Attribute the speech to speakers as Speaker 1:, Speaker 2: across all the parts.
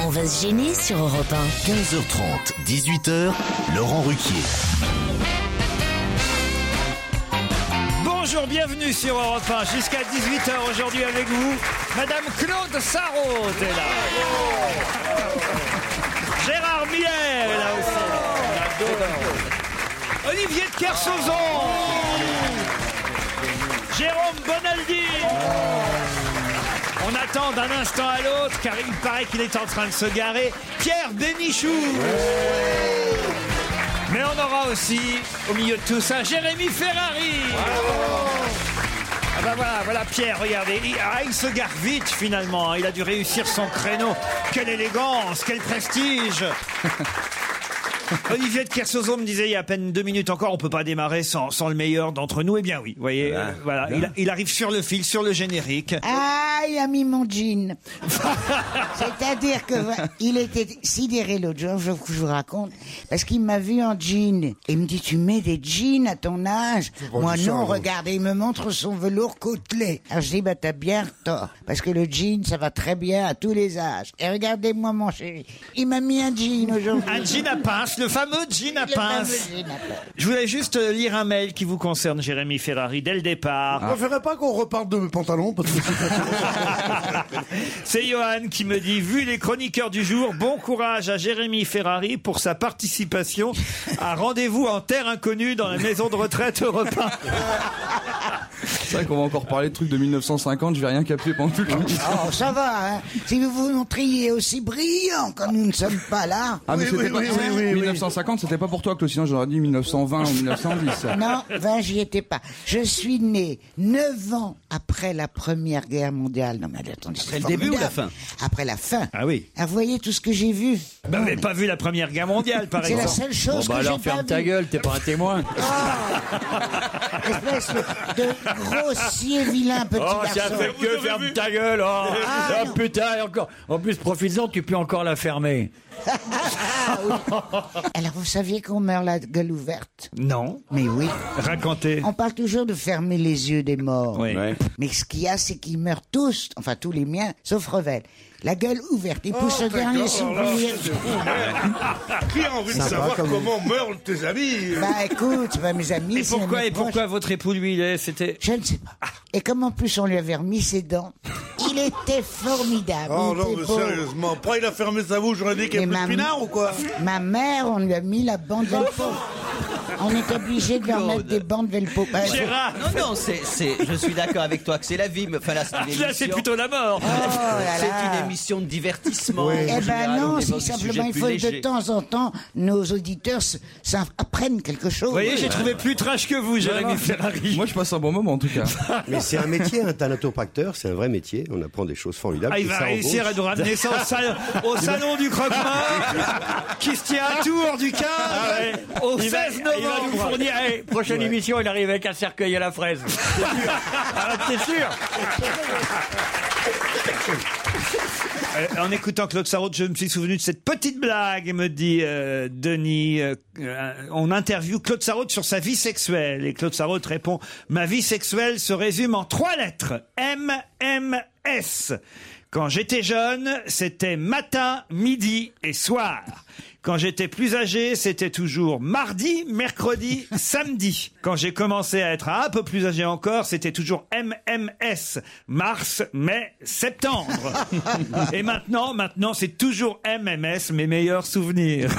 Speaker 1: On va se gêner sur Europe 1.
Speaker 2: 15h30, 18h, Laurent Ruquier.
Speaker 3: Bonjour, bienvenue sur Europe 1 jusqu'à 18h aujourd'hui avec vous. Madame Claude Sarraute est là. Gérard Miller est là aussi. Olivier de Kersauzon. Jérôme Bonaldi. On attend d'un instant à l'autre car il paraît qu'il est en train de se garer. Pierre Bénichou. Mais on aura aussi, au milieu de tout ça, Jérémy Ferrari. Ah bah voilà, voilà Pierre, regardez. Il, ah, il se gare vite finalement. Il a dû réussir son créneau. Quelle élégance, quel prestige. Olivier de Kersozo me disait il y a à peine deux minutes encore, on peut pas démarrer sans, sans le meilleur d'entre nous. Eh bien oui, vous voyez, euh, voilà, il, il arrive sur le fil, sur le générique.
Speaker 4: Ah, il a mis mon jean. C'est-à-dire que voilà, il était sidéré l'autre jour, je vous je vous raconte, parce qu'il m'a vu en jean. Il me dit, tu mets des jeans à ton âge
Speaker 5: prends
Speaker 4: Moi
Speaker 5: du
Speaker 4: non,
Speaker 5: sang,
Speaker 6: hein.
Speaker 5: vous.
Speaker 4: regardez, il me montre son velours côtelé. Alors je dis, bah t'as bien tort, parce que le jean, ça va très bien à tous les âges. Et regardez-moi mon chéri, il m'a mis un jean aujourd'hui.
Speaker 3: Un jean à pince, le fameux jean à
Speaker 4: Le fameux
Speaker 3: pince.
Speaker 4: jean à pince.
Speaker 3: Je voulais juste euh, lire un mail qui vous concerne, Jérémy Ferrari, dès le
Speaker 7: Ah.
Speaker 3: départ.
Speaker 5: Je
Speaker 4: Ah.
Speaker 5: préférerais pas qu'on reparte de mes pantalons parce que
Speaker 3: C'est Johan qui me dit, vu les chroniqueurs du jour, bon courage à Jérémy Ferrari pour sa participation à Rendez-vous en Terre Inconnue dans la maison de retraite européen.
Speaker 6: C'est vrai qu'on va encore parler de trucs de 1950, je vais rien capter pendant tout le temps.
Speaker 5: Ah.
Speaker 4: Oh, ça va, hein. Si vous vous montriez aussi brillant quand nous ne sommes pas là.
Speaker 6: Ah, mais
Speaker 5: Oui,
Speaker 6: c'était
Speaker 5: oui,
Speaker 6: pas-
Speaker 5: oui, oui, oui, oui.
Speaker 6: 1950, c'était pas pour toi, Claude, sinon j'aurais dit 1920 ou 1910. ça.
Speaker 4: Non, ben, j'y étais pas. Je suis né neuf ans après la Première Guerre mondiale. Non, mais attendez, c'est
Speaker 8: Après le début ou la
Speaker 4: formidable. Après la fin.
Speaker 3: Ah oui. Ben,
Speaker 4: Ah, vous voyez tout ce que j'ai vu.
Speaker 3: Vous n'avez pas vu la Première Guerre mondiale, par
Speaker 4: C'est la
Speaker 3: exemple.
Speaker 4: seule
Speaker 8: Bon
Speaker 4: chose
Speaker 8: bah
Speaker 4: que j'ai
Speaker 8: alors
Speaker 4: pas
Speaker 8: ferme ta
Speaker 4: vue.
Speaker 8: gueule, t'es pas un témoin.
Speaker 4: Espèce de grossier Oh, vilain petit
Speaker 8: Oh, ça
Speaker 4: garçon.
Speaker 8: fait que ferme ta gueule. Oh,
Speaker 4: Ah,
Speaker 8: Oh,
Speaker 4: non.
Speaker 8: putain, et encore. En plus, profites-en, tu peux encore la fermer.
Speaker 4: Ah, oui. Alors vous saviez qu'on meurt la gueule ouverte
Speaker 3: Non.
Speaker 4: Mais oui.
Speaker 3: Racontez.
Speaker 4: On parle toujours de fermer les yeux des morts.
Speaker 3: Oui.
Speaker 4: Mais ce qu'il y a, c'est qu'ils meurent tous, enfin tous les miens, sauf Revel. La gueule ouverte, il pousse
Speaker 3: Oh,
Speaker 4: le
Speaker 5: Oh,
Speaker 4: dernier soupir.
Speaker 5: qui a envie de savoir comment meurent tes amis
Speaker 4: Bah écoute, bah, mes amis,
Speaker 3: Et
Speaker 4: c'est un
Speaker 3: pourquoi, et
Speaker 4: approche.
Speaker 3: pourquoi votre époux, lui, il est- c'était...
Speaker 4: Je ne sais pas. Et comme en plus on lui avait remis ses dents, il était formidable.
Speaker 5: Oh
Speaker 4: il
Speaker 5: non,
Speaker 4: était
Speaker 5: mais
Speaker 4: beau.
Speaker 5: sérieusement, après il a fermé sa bouche, j'aurais dit qu'il y a
Speaker 4: Et
Speaker 5: plus de pinard ou quoi
Speaker 4: ma mère, on lui a mis la bande Velpo.
Speaker 5: Oh.
Speaker 4: On est obligé de lui en mettre des bandes Velpo. Bah,
Speaker 3: Gérard
Speaker 9: Non, non, c'est, c'est- je suis d'accord avec toi que c'est la vie, mais enfin là, c'est une
Speaker 3: Là, c'est
Speaker 9: émission.
Speaker 3: plutôt la mort.
Speaker 4: oh là
Speaker 9: C'est
Speaker 4: là.
Speaker 9: une émission de divertissement.
Speaker 4: Eh
Speaker 9: en
Speaker 4: ben
Speaker 9: général, on
Speaker 4: non, c'est
Speaker 9: évoque des
Speaker 4: simplement
Speaker 9: sujets
Speaker 4: il
Speaker 9: plus
Speaker 4: faut que de
Speaker 9: légers.
Speaker 4: temps en temps nos auditeurs s- s'en- apprennent quelque chose.
Speaker 3: Vous voyez, j'ai trouvé plus trash que vous, Jérémy Ferrari.
Speaker 6: Moi, je passe un bon moment, en tout cas.
Speaker 10: Mais c'est un métier,
Speaker 5: hein.
Speaker 10: un thanatopracteur, c'est un vrai métier. On apprend des choses formidables.
Speaker 3: Ah, il
Speaker 10: Et
Speaker 3: va
Speaker 10: ça embauche.
Speaker 3: réussir à nous ramener ça au, sal-
Speaker 7: Ah,
Speaker 3: au salon du croque-mort qui se tient à Tours du 15 au 16 novembre.
Speaker 8: novembre.
Speaker 3: Ah il va nous fournir. eh, prochaine
Speaker 8: Ouais.
Speaker 3: émission, il arrive avec un cercueil à la fraise. T'es sûr Ah, T'es sûr Euh, en écoutant Claude Sarraute, je me suis souvenu de cette petite blague, me dit euh, Denis. Euh, euh, on interviewe Claude Sarraute sur sa vie sexuelle. Et Claude Sarraute répond « Ma vie sexuelle se résume en trois lettres. M, M, S. Quand j'étais jeune, c'était matin, midi et soir. Quand j'étais plus âgé, c'était toujours mardi, mercredi, samedi. Quand j'ai commencé à être un peu plus âgé encore, c'était toujours MMS, mars, mai, septembre. Et maintenant, maintenant, c'est toujours MMS, mes meilleurs souvenirs.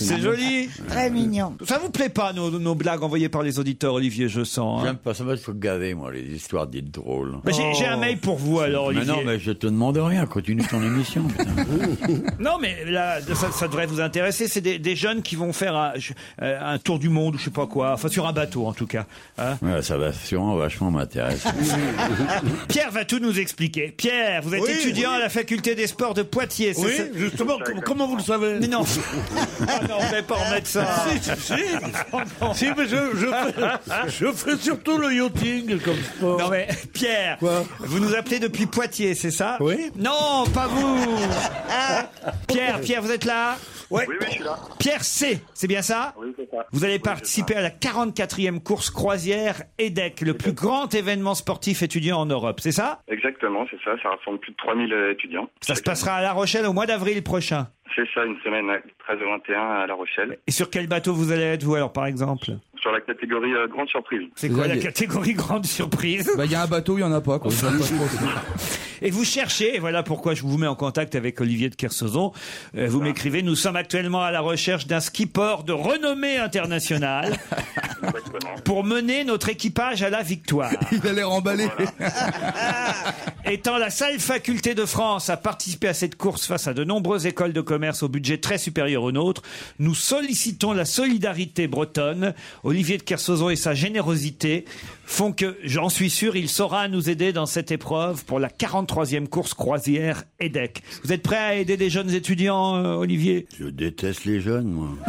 Speaker 3: C'est joli.
Speaker 4: Très mignon.
Speaker 3: Ça vous plaît pas, nos, nos blagues envoyées par les auditeurs, Olivier, je sens. hein
Speaker 7: J'aime pas ça, moi, je suis gavé, moi, les histoires dites drôles.
Speaker 3: Mais j'ai- j'ai un mail pour vous, alors,
Speaker 7: Mais
Speaker 3: Olivier.
Speaker 7: non, mais je te demande rien, continue ton émission.
Speaker 3: Non, mais là, ça, ça devrait vous intéresser. C'est des, des jeunes qui vont faire un, je- euh, un tour du monde, ou je sais pas quoi. Enfin, sur un bateau, en tout cas. hein.
Speaker 7: Ouais, ça va sûrement vachement m'intéresser.
Speaker 3: Pierre va tout nous expliquer. Pierre, vous êtes
Speaker 5: Oui,
Speaker 3: étudiant
Speaker 5: oui.
Speaker 3: à la faculté des sports de Poitiers. c'est
Speaker 5: Oui,
Speaker 3: ça
Speaker 5: justement, com- comment vous le savez Euh,
Speaker 3: Mais non. Ah non, on ne pas remettre ça.
Speaker 5: Si, si, si. Si, mais je, je, fais, je fais surtout le yachting comme sport.
Speaker 3: Non mais Pierre, vous nous appelez depuis Poitiers, c'est ça Oui. Non, pas vous.
Speaker 5: Ah.
Speaker 3: Pierre, Pierre, vous êtes là Oui, oui, je suis là. Pierre C, c'est bien ça Oui, c'est ça. Vous allez participer à la 44e course croisière EDEC, le plus grand événement sportif étudiant en Europe, c'est ça
Speaker 11: Exactement, c'est ça. Ça rassemble plus de 3000 étudiants.
Speaker 3: Ça se passera à La Rochelle au mois d'avril prochain.
Speaker 11: C'est ça, une semaine ouais, du 13 au 21 à La Rochelle.
Speaker 3: Et sur quel bateau vous allez être vous alors par exemple
Speaker 11: Sur la catégorie euh, grande surprise.
Speaker 3: C'est quoi la catégorie grande surprise
Speaker 6: Bah, il y a un bateau, il y en a pas, quoi. Ça, pas trop.
Speaker 3: Et vous cherchez, et voilà pourquoi je vous mets en contact avec Olivier de Kersauzon. Euh, vous m'écrivez, nous sommes actuellement à la recherche d'un skipper de renommée internationale pour mener notre équipage à la victoire.
Speaker 6: Il a l'air emballé.
Speaker 3: Étant la seule faculté de France à participer à cette course face à de nombreuses écoles de commerce au budget très supérieur au nôtre, nous sollicitons la solidarité bretonne. Olivier de Kersauzon et sa générosité font que, j'en suis sûr, il saura nous aider dans cette épreuve pour la 43e course croisière E EDEC. Vous êtes prêt à aider des jeunes étudiants, euh, Olivier
Speaker 7: Je déteste les jeunes, moi.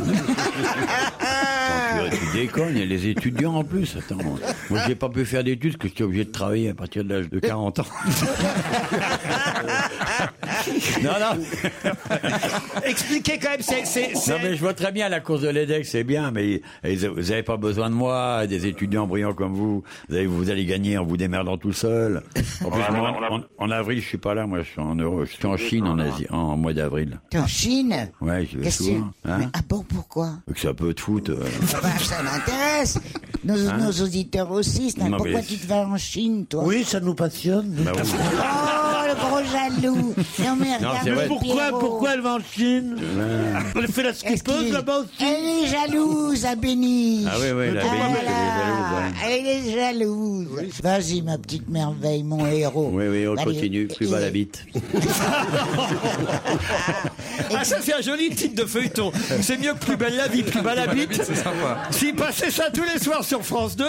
Speaker 7: Attends, tu, tu déconnes, et les étudiants en plus. Attends, moi j'ai pas pu faire d'études parce que j'étais obligé de travailler à partir de l'âge de 40 ans. non, non.
Speaker 3: Expliquez quand même, c'est... c'est- c'est-
Speaker 7: Non, mais je vois très bien la course de l'EDEC, c'est bien, mais et vous n'avez pas besoin de moi, des étudiants brillants comme vous. Vous allez, vous allez gagner en vous démerdant tout seul. En plus,
Speaker 11: Ouais,
Speaker 7: moi,
Speaker 11: on a- hein.
Speaker 7: en, en avril, je suis pas là, moi, je suis en Europe, je suis en Chine en, Asie, en, mois d'avril.
Speaker 4: T'es en Chine
Speaker 7: Ouais, je vais
Speaker 4: Qu'est-ce que-
Speaker 7: souvent.
Speaker 4: Mais-
Speaker 7: Hein
Speaker 4: Ah bon, pourquoi
Speaker 7: que ça peut te foutre. euh.
Speaker 4: Ah bah, Ça m'intéresse. Nos,
Speaker 7: Hein
Speaker 4: nos auditeurs aussi. c'est-
Speaker 7: Non,
Speaker 4: Pourquoi
Speaker 7: mais-
Speaker 4: tu te vas en Chine, toi
Speaker 5: Oui, ça nous passionne.
Speaker 7: Bah oui.
Speaker 4: Oh, le gros jaloux Non, mais
Speaker 7: Non,
Speaker 4: regarde
Speaker 7: c'est vrai.
Speaker 4: le
Speaker 5: Pourquoi,
Speaker 4: Pierrot.
Speaker 5: pourquoi elle va en Chine
Speaker 7: Euh,
Speaker 5: Elle fait la
Speaker 4: Est-ce qu'il
Speaker 5: skippeuse
Speaker 4: est-
Speaker 5: là-bas aussi
Speaker 4: Elle est jalouse, à Béniche.
Speaker 7: Ah oui, oui, la
Speaker 4: Ah
Speaker 7: Béniche, elle est
Speaker 4: là
Speaker 7: jalouse,
Speaker 4: là, Elle est jalouse. Vas-y, ma petite merveille, mon héros.
Speaker 7: Oui, oui, on
Speaker 4: Allez,
Speaker 7: continue, plus bas la bite.
Speaker 3: Ah, ça fait un joli titre de feuilleton. C'est mieux que Plus belle la vie, Plus belle la bite.
Speaker 6: C'est sympa.
Speaker 3: S'il passait ça tous les soirs sur France 2...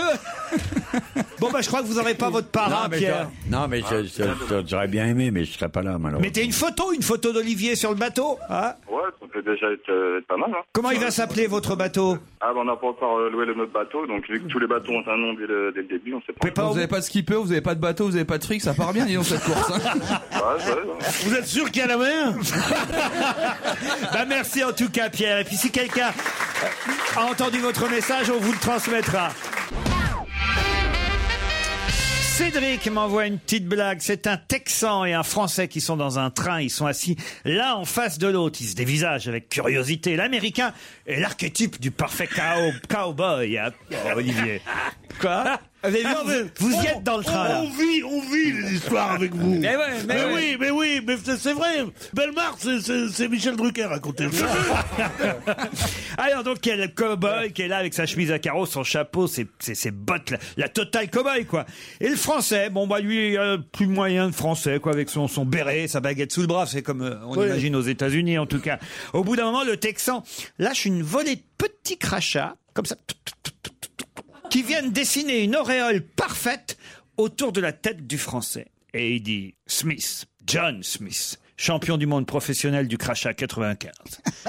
Speaker 3: Bon, bah je crois que vous n'aurez pas votre parrain,
Speaker 7: non, mais
Speaker 3: Pierre. Ah.
Speaker 7: je- non, mais je- je- je- j'aurais bien aimé, mais je serais pas là, malheureusement.
Speaker 3: Mettez une photo, une photo d'Olivier sur le bateau. hein
Speaker 11: Ouais, ça peut déjà être, euh, être pas mal. Hein.
Speaker 3: Comment il va s'appeler votre bateau Vous
Speaker 11: Ah, bah, on n'a pas encore euh, loué le notre bateau, donc vu que tous les bateaux ont un nom dès le, dès le début, on sait pas.
Speaker 3: pouvez pas-
Speaker 6: Vous avez pas de skipper, vous avez pas de bateau, vous avez pas de fric, ça part bien, dis donc, cette course. hein.
Speaker 11: Ouais, ouais, ouais.
Speaker 5: Vous êtes sûr qu'il y a la mer
Speaker 3: Bah, merci en tout cas Pierre. Et puis si quelqu'un euh, a entendu votre message, on vous le transmettra. Cédric m'envoie une petite blague. C'est un Texan et un Français qui sont dans un train. Ils sont assis l'un en face de l'autre. Ils se dévisagent avec curiosité. L'Américain est l'archétype du parfait cow- cowboy, hein, Olivier. Quoi Vous, avez vu,
Speaker 5: Ah, mais
Speaker 3: vous, vous y
Speaker 5: on-
Speaker 3: êtes dans le
Speaker 5: on-
Speaker 3: train, là.
Speaker 5: On vit, on vit les histoires avec vous.
Speaker 3: Mais ouais, mais ouais.
Speaker 5: oui, mais oui, mais c'est- c'est vrai. Belmar, c'est- c'est c'est Michel Drucker à côté.
Speaker 3: Alors donc il y a le cow-boy qui est là avec sa chemise à carreaux, son chapeau, ses, ses, ses bottes, la, la totale cow-boy quoi. Et le français, bon bah lui euh, plus moyen de français quoi avec son, son béret, sa baguette sous le bras, c'est comme euh, on
Speaker 5: Oui.
Speaker 3: imagine aux États-Unis en tout cas. Au bout d'un moment le Texan lâche une volée de petits crachats comme ça qui viennent dessiner une auréole parfaite autour de la tête du français. Et il dit Smith, John Smith, champion du monde professionnel du crachat 95.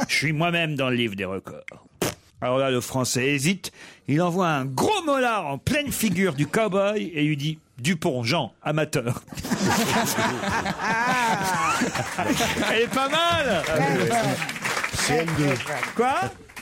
Speaker 3: Je suis moi-même dans le livre des records. Alors là, le français hésite. Il envoie un gros molar en pleine figure du cowboy et lui dit Dupont, Jean, amateur. Elle est pas mal
Speaker 10: CM2.
Speaker 3: Quoi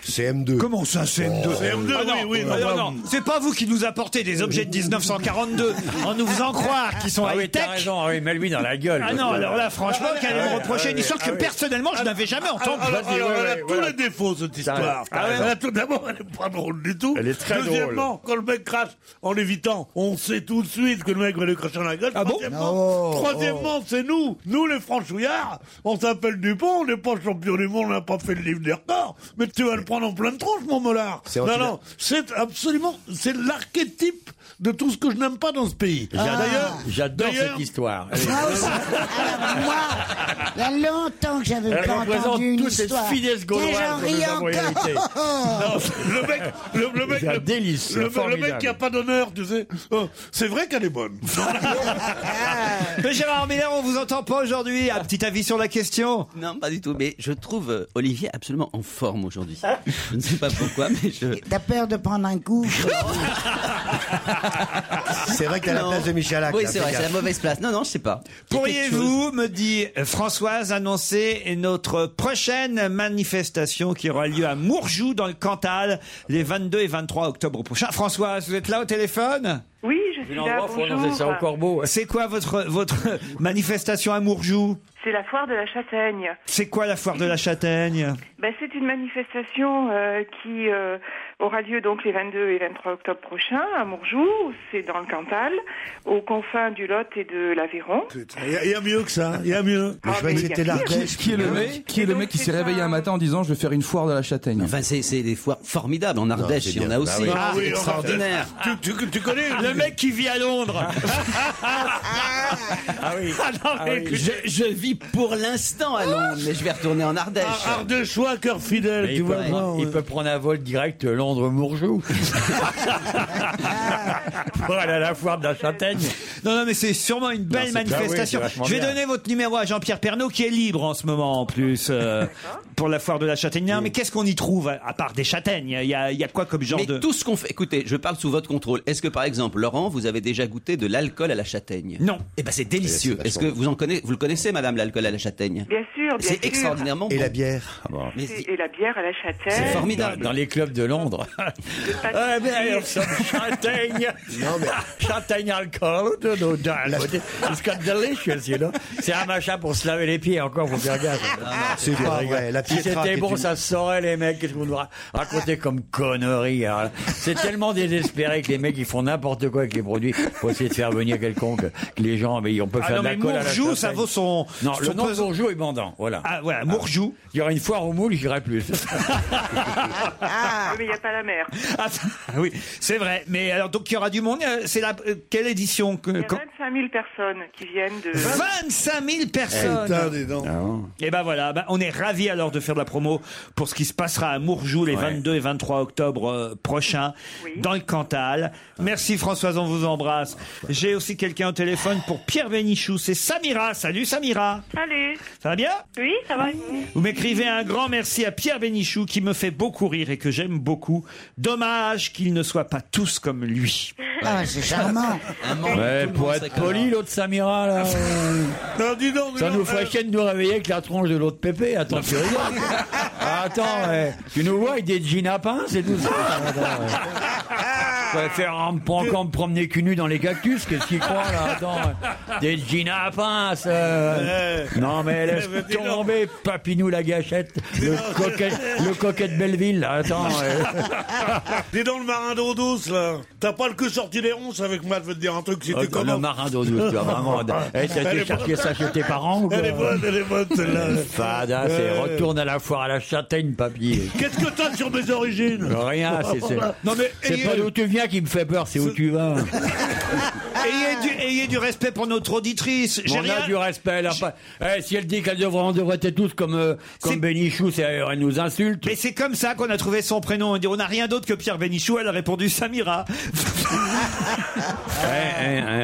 Speaker 10: CM2.
Speaker 3: Comment ça, CM2
Speaker 10: CM2,
Speaker 3: Ah non, ah non, non, c'est pas vous qui nous apportez des objets de 1942 en nous faisant croire qu'ils sont
Speaker 7: ah oui,
Speaker 3: high-tech.
Speaker 7: t'as raison, ah oui, mets-lui dans la gueule.
Speaker 3: Ah non, alors là, franchement, qu'elle me reprocher une histoire que personnellement, je n'avais jamais entendue.
Speaker 5: Alors, alors, elle a tous les défauts, cette
Speaker 3: T'as raison.
Speaker 5: histoire.
Speaker 3: Ah ouais.
Speaker 5: Elle a tout d'abord, elle n'est pas drôle du tout.
Speaker 3: Elle est très drôle.
Speaker 5: Deuxièmement, quand le mec crache en l'évitant, on sait tout de suite que le mec va lui cracher dans la gueule. Ah troisièmement, troisièmement c'est nous. Nous, les franchouillards, on s'appelle Dupont, on n'est pas champion du monde, on n'a pas fait le livre des records. Mais tu vas le prendre en pleine tronche, mon molard.
Speaker 10: C'est
Speaker 5: Non,
Speaker 10: anti-
Speaker 5: non, c'est absolument, c'est l'archétype de tout ce que je n'aime pas dans ce pays.
Speaker 12: J'adore-
Speaker 3: Ah.
Speaker 5: D'ailleurs,
Speaker 12: J'adore
Speaker 5: d'ailleurs-
Speaker 12: cette histoire.
Speaker 4: Il y a longtemps que j'avais
Speaker 12: Elle
Speaker 4: pas
Speaker 12: représente
Speaker 4: entendu une
Speaker 12: toute cette
Speaker 4: histoire.
Speaker 12: finesse gauloise
Speaker 4: Et j'en
Speaker 12: que nous
Speaker 4: ris
Speaker 12: avons héritée.
Speaker 4: encore.
Speaker 5: le mec, le, le mec, le,
Speaker 12: délice,
Speaker 5: le, le
Speaker 12: formidable.
Speaker 5: mec qui a pas d'honneur, tu sais. Oh, c'est vrai qu'elle est bonne.
Speaker 3: Mais Gérard Miller, on vous entend pas aujourd'hui. Un petit avis sur la question
Speaker 9: Non, pas du tout. Mais je trouve euh, Olivier absolument en forme aujourd'hui.
Speaker 3: Ah.
Speaker 9: Je ne sais pas pourquoi, mais je.
Speaker 4: T'as peur de prendre un coup
Speaker 10: C'est vrai que t'as la
Speaker 9: Non.
Speaker 10: place de Michalak.
Speaker 9: Oui,
Speaker 10: là,
Speaker 9: c'est
Speaker 10: fais
Speaker 9: vrai, c'est la
Speaker 10: gaffe.
Speaker 9: mauvaise place. Non, non, je sais pas.
Speaker 3: Pourriez-vous, me dit Françoise, annoncer notre prochaine manifestation qui aura lieu à Mourjou dans le Cantal les 22 et 23 octobre prochain Françoise, vous êtes là au téléphone
Speaker 13: Oui, je suis là. Ah, Bonjour.
Speaker 3: corbeau. C'est quoi votre, votre manifestation à Mourjou
Speaker 13: C'est la foire de la châtaigne.
Speaker 3: C'est quoi la foire de la châtaigne
Speaker 13: Ben, c'est une manifestation euh, qui euh, aura lieu donc les 22 et 23 octobre prochains à Mourjou. C'est dans le Cantal, aux confins du Lot et de l'Aveyron.
Speaker 5: Il y, a- il y a mieux que ça. Il y a mieux.
Speaker 13: Ah, mais il y a pire.
Speaker 6: Qui, qui est le mec, qui, est le mec qui s'est réveillé un matin en disant Je vais faire une foire de la châtaigne
Speaker 9: Enfin, c'est c'est des foires formidables. En Ardèche,
Speaker 6: c'est
Speaker 9: il y en
Speaker 6: bien.
Speaker 9: a aussi.
Speaker 6: Bah oui. Ah
Speaker 9: C'est
Speaker 6: oui,
Speaker 9: extraordinaire.
Speaker 5: Tu, tu- tu connais
Speaker 3: Le mec qui vit à Londres
Speaker 9: Ah oui.
Speaker 3: non, mais écoutez.
Speaker 9: je, je vis pour l'instant à Londres, mais je vais retourner en Ardèche.
Speaker 3: Ah,
Speaker 5: Ardéchois, cœur fidèle,
Speaker 9: Mais
Speaker 7: il,
Speaker 9: tu
Speaker 7: peut,
Speaker 9: vois, non,
Speaker 3: euh.
Speaker 7: il peut prendre un vol direct euh, Londres-Mourjou. pour aller à la foire de la châtaigne.
Speaker 3: Non, non, mais c'est sûrement une belle
Speaker 7: c'est-
Speaker 3: manifestation.
Speaker 7: ah oui, c'est vachement
Speaker 3: je vais
Speaker 7: bien.
Speaker 3: donner votre numéro à Jean-Pierre Pernaud qui est libre en ce moment en plus euh, pour la foire de la châtaigne. Non, Mais qu'est-ce qu'on y trouve à à part des châtaignes Il y a, il y a quoi comme genre
Speaker 9: Mais
Speaker 3: de...
Speaker 9: tout ce qu'on fait. Écoutez, je parle sous votre contrôle. Est-ce que par exemple, Laurent, vous avez déjà goûté de l'alcool à la châtaigne
Speaker 3: Non.
Speaker 9: Eh ben, c'est délicieux.
Speaker 10: Eh, c'est
Speaker 9: Est-ce que
Speaker 10: vachement
Speaker 9: vous en connaissez Vous le connaissez, Madame, l'alcool à la châtaigne
Speaker 13: Bien sûr, bien sûr.
Speaker 9: C'est extraordinairement
Speaker 10: Et
Speaker 9: bon.
Speaker 10: la bière.
Speaker 9: Mais
Speaker 13: C'est- Et la bière à la châtaigne.
Speaker 9: C'est formidable.
Speaker 7: Ah Dans les clubs de Londres. Ah, mais alors, ça, châtaigne. Châtaigne alcool. No, no, no, It's got delicious, you know. C'est un machin pour se laver les pieds, encore, faut faire gaffe.
Speaker 10: C'est
Speaker 7: Je
Speaker 10: pas
Speaker 7: rigole.
Speaker 10: vrai. La
Speaker 7: si
Speaker 10: Pietra
Speaker 7: c'était
Speaker 10: qui est
Speaker 7: bon,
Speaker 10: une-
Speaker 7: ça se saurait, les mecs. Qu'est-ce que vous nous ra- racontez comme conneries alors là. C'est tellement désespéré que les mecs, ils font n'importe quoi avec les produits pour essayer de faire venir quelconque. Que les gens, mais on peut
Speaker 3: Ah
Speaker 7: faire
Speaker 3: non,
Speaker 7: de la
Speaker 3: mais
Speaker 7: colle à la
Speaker 3: Mourjou, ça
Speaker 7: châtaigne.
Speaker 3: vaut son-
Speaker 7: Non,
Speaker 3: son
Speaker 7: le nom de
Speaker 3: pesant.
Speaker 7: Mourjou est bandant. Voilà.
Speaker 3: Ah, voilà, Mourjou.
Speaker 7: Il y aura une foire aux moules, j'irai plus.
Speaker 13: Ah, mais il n'y a pas la mer.
Speaker 3: Ah, oui, c'est vrai. Mais alors, donc, il y aura du monde. Euh, C'est la... euh, Quelle édition que-
Speaker 13: Il y a
Speaker 3: quand-
Speaker 13: 25 000 personnes qui viennent de...
Speaker 3: 25 000
Speaker 7: Eh,
Speaker 5: Eh, Putain,
Speaker 3: personnes
Speaker 5: dis donc.
Speaker 3: Et ben voilà, ben, on est ravis alors de faire de la promo pour ce qui se passera à Mourjou les 22 et 23 octobre euh, prochains dans le Cantal. Merci Françoise, on vous embrasse. J'ai aussi quelqu'un au téléphone pour Pierre Bénichou, c'est Samira. Salut Samira,
Speaker 13: Allez.
Speaker 3: ça va bien
Speaker 13: Oui, ça va
Speaker 3: vous m'écrivez un grand merci à Pierre Bénichou qui me fait beaucoup rire et que j'aime beaucoup. Dommage qu'ils ne soient pas tous comme lui.
Speaker 4: Ah, c'est charmant.
Speaker 9: Un membre,
Speaker 7: Ouais,
Speaker 9: tout le
Speaker 7: pour
Speaker 9: monde
Speaker 7: être
Speaker 9: serait
Speaker 7: poli, l'autre Samira, là. euh,
Speaker 5: Non, dis donc, dis
Speaker 7: ça
Speaker 5: donc,
Speaker 7: nous ferait
Speaker 5: euh,
Speaker 7: chier de nous réveiller avec la tronche de l'autre pépé. Attends, tu rigoles. Ah, Attends, ouais. tu nous vois avec des jeans à pain, c'est tout ça. Attends, ouais. Ouais, faire un pas encore me promener cul nu dans les cactus, qu'est-ce qu'il croit là Attends, ouais. des jeans à pince. euh. Non mais laisse
Speaker 5: Mais dis donc.
Speaker 7: tomber, Papinou la gâchette, le coquette, le coquette Belleville. là. Attends, ouais.
Speaker 5: Dis donc, le marin d'eau douce, là. T'as pas le cul sorti des ronces avec moi, je vais te dire un truc, si
Speaker 7: Oh,
Speaker 5: t'es
Speaker 7: le
Speaker 5: comment
Speaker 7: marin d'eau douce, tu vois, vraiment. Eh, ça
Speaker 5: Elle
Speaker 7: t'est
Speaker 5: est
Speaker 7: cherché ça chez tes parents ou quoi
Speaker 5: Elle est bonne, elle est bonne, celle-là.
Speaker 7: Fada, c'est retourne à la foire à la châtaigne, papy.
Speaker 5: Qu'est-ce que t'as sur mes origines
Speaker 7: Euh, Rien, c'est c'est.
Speaker 3: Non mais
Speaker 7: C'est
Speaker 3: ayez,
Speaker 5: euh,
Speaker 7: pas d'où tu viens qui me fait peur, c'est où tu vas.
Speaker 5: Ah.
Speaker 3: ayez du, ayez du respect pour notre auditrice. J'ai
Speaker 7: On
Speaker 3: rien.
Speaker 7: a du respect, elle a pas. Eh, si elle dit qu'elle devrait, on devrait être tous comme euh,
Speaker 3: C'est-
Speaker 7: comme Bénichou, c'est euh, elle nous insulte.
Speaker 3: Mais c'est comme ça qu'on a trouvé son prénom. On dit on n'a rien d'autre que Pierre Bénichou. Elle a répondu Samira.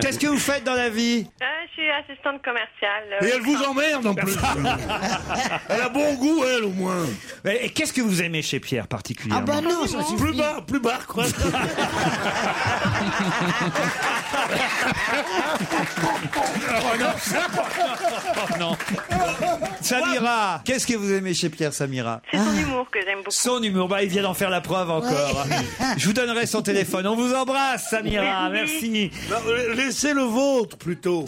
Speaker 3: Qu'est-ce que vous faites dans la vie
Speaker 14: Ah, je suis assistante commerciale. euh,
Speaker 5: Et elle vous emmerde en plus. elle a bon goût, elle au moins.
Speaker 3: Et qu'est-ce que vous aimez chez Pierre
Speaker 14: Ah
Speaker 3: particulièrement
Speaker 14: bah
Speaker 5: plus bas, plus bas, quoi.
Speaker 3: oh non, oh non. Samira, qu'est-ce que vous aimez chez Pierre Samira
Speaker 14: C'est son humour que j'aime beaucoup.
Speaker 3: Son humour, bah il vient d'en faire la preuve encore. Je vous donnerai son téléphone. On vous embrasse, Samira. Merci. Mmh.
Speaker 5: Non, euh, laissez le vôtre plutôt.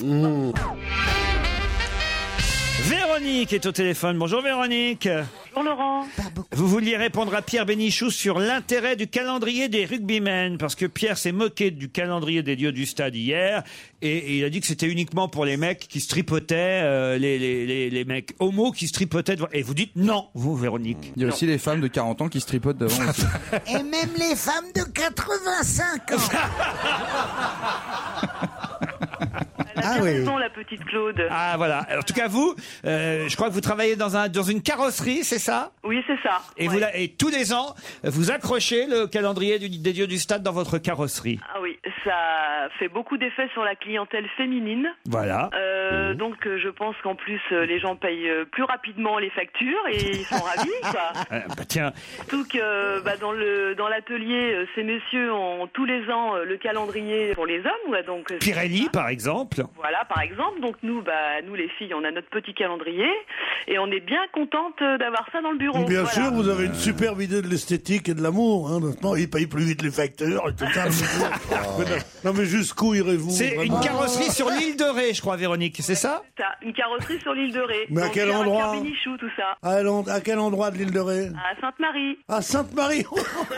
Speaker 3: Véronique est au téléphone. Bonjour Véronique.
Speaker 15: Bonjour Laurent.
Speaker 3: Vous vouliez répondre à Pierre Bénichou sur l'intérêt du calendrier des rugbymen, parce que Pierre s'est moqué du calendrier des dieux du stade hier, et, et il a dit que c'était uniquement pour les mecs qui se tripotaient, euh, les, les, les, les mecs homos qui se tripotaient devant. Et vous dites non, vous Véronique.
Speaker 6: Il y a aussi les femmes de 40 ans qui se tripotent devant. aussi.
Speaker 4: Et même les femmes de 85 ans.
Speaker 14: Elle a bien raison, la petite Claude.
Speaker 3: Ah voilà. Alors, En tout cas, vous, euh, je crois que vous travaillez dans, un, dans une carrosserie, c'est ça
Speaker 14: Oui, c'est ça.
Speaker 3: et, vous la- et tous les ans, vous accrochez le calendrier du- des dieux du stade dans votre carrosserie.
Speaker 14: Ah oui, ça fait beaucoup d'effets sur la clientèle féminine.
Speaker 3: Voilà.
Speaker 14: Euh, Donc euh, je pense qu'en plus euh, les gens payent euh, plus rapidement les factures et ils sont ravis. Quoi.
Speaker 3: Euh, bah, tiens,
Speaker 14: Surtout que euh, bah, dans le dans l'atelier, euh, ces messieurs ont tous les ans euh, le calendrier pour les hommes. ouais, donc euh,
Speaker 3: Pirelli, par exemple.
Speaker 14: Voilà, par exemple. Donc nous, bah, nous les filles, on a notre petit calendrier et on est bien contente euh, d'avoir ça dans le bureau.
Speaker 5: Bien
Speaker 14: Voilà.
Speaker 5: sûr, vous avez une superbe idée de l'esthétique et de l'amour. Hein. Maintenant, ils payent plus vite les facteurs et tout ça. Mais non, non, mais jusqu'où irez-vous
Speaker 3: C'est une
Speaker 5: vraiment
Speaker 3: carrosserie sur l'île de Ré, je crois, Véronique, c'est ça
Speaker 14: Ça, une carrosserie sur l'île de Ré.
Speaker 5: Mais à
Speaker 14: Donc,
Speaker 5: quel
Speaker 14: Pierre-
Speaker 5: endroit
Speaker 14: Pierre Bénichou, tout ça.
Speaker 5: à, l'en- à quel endroit de l'île de Ré
Speaker 14: À Sainte-Marie.
Speaker 5: À Sainte-Marie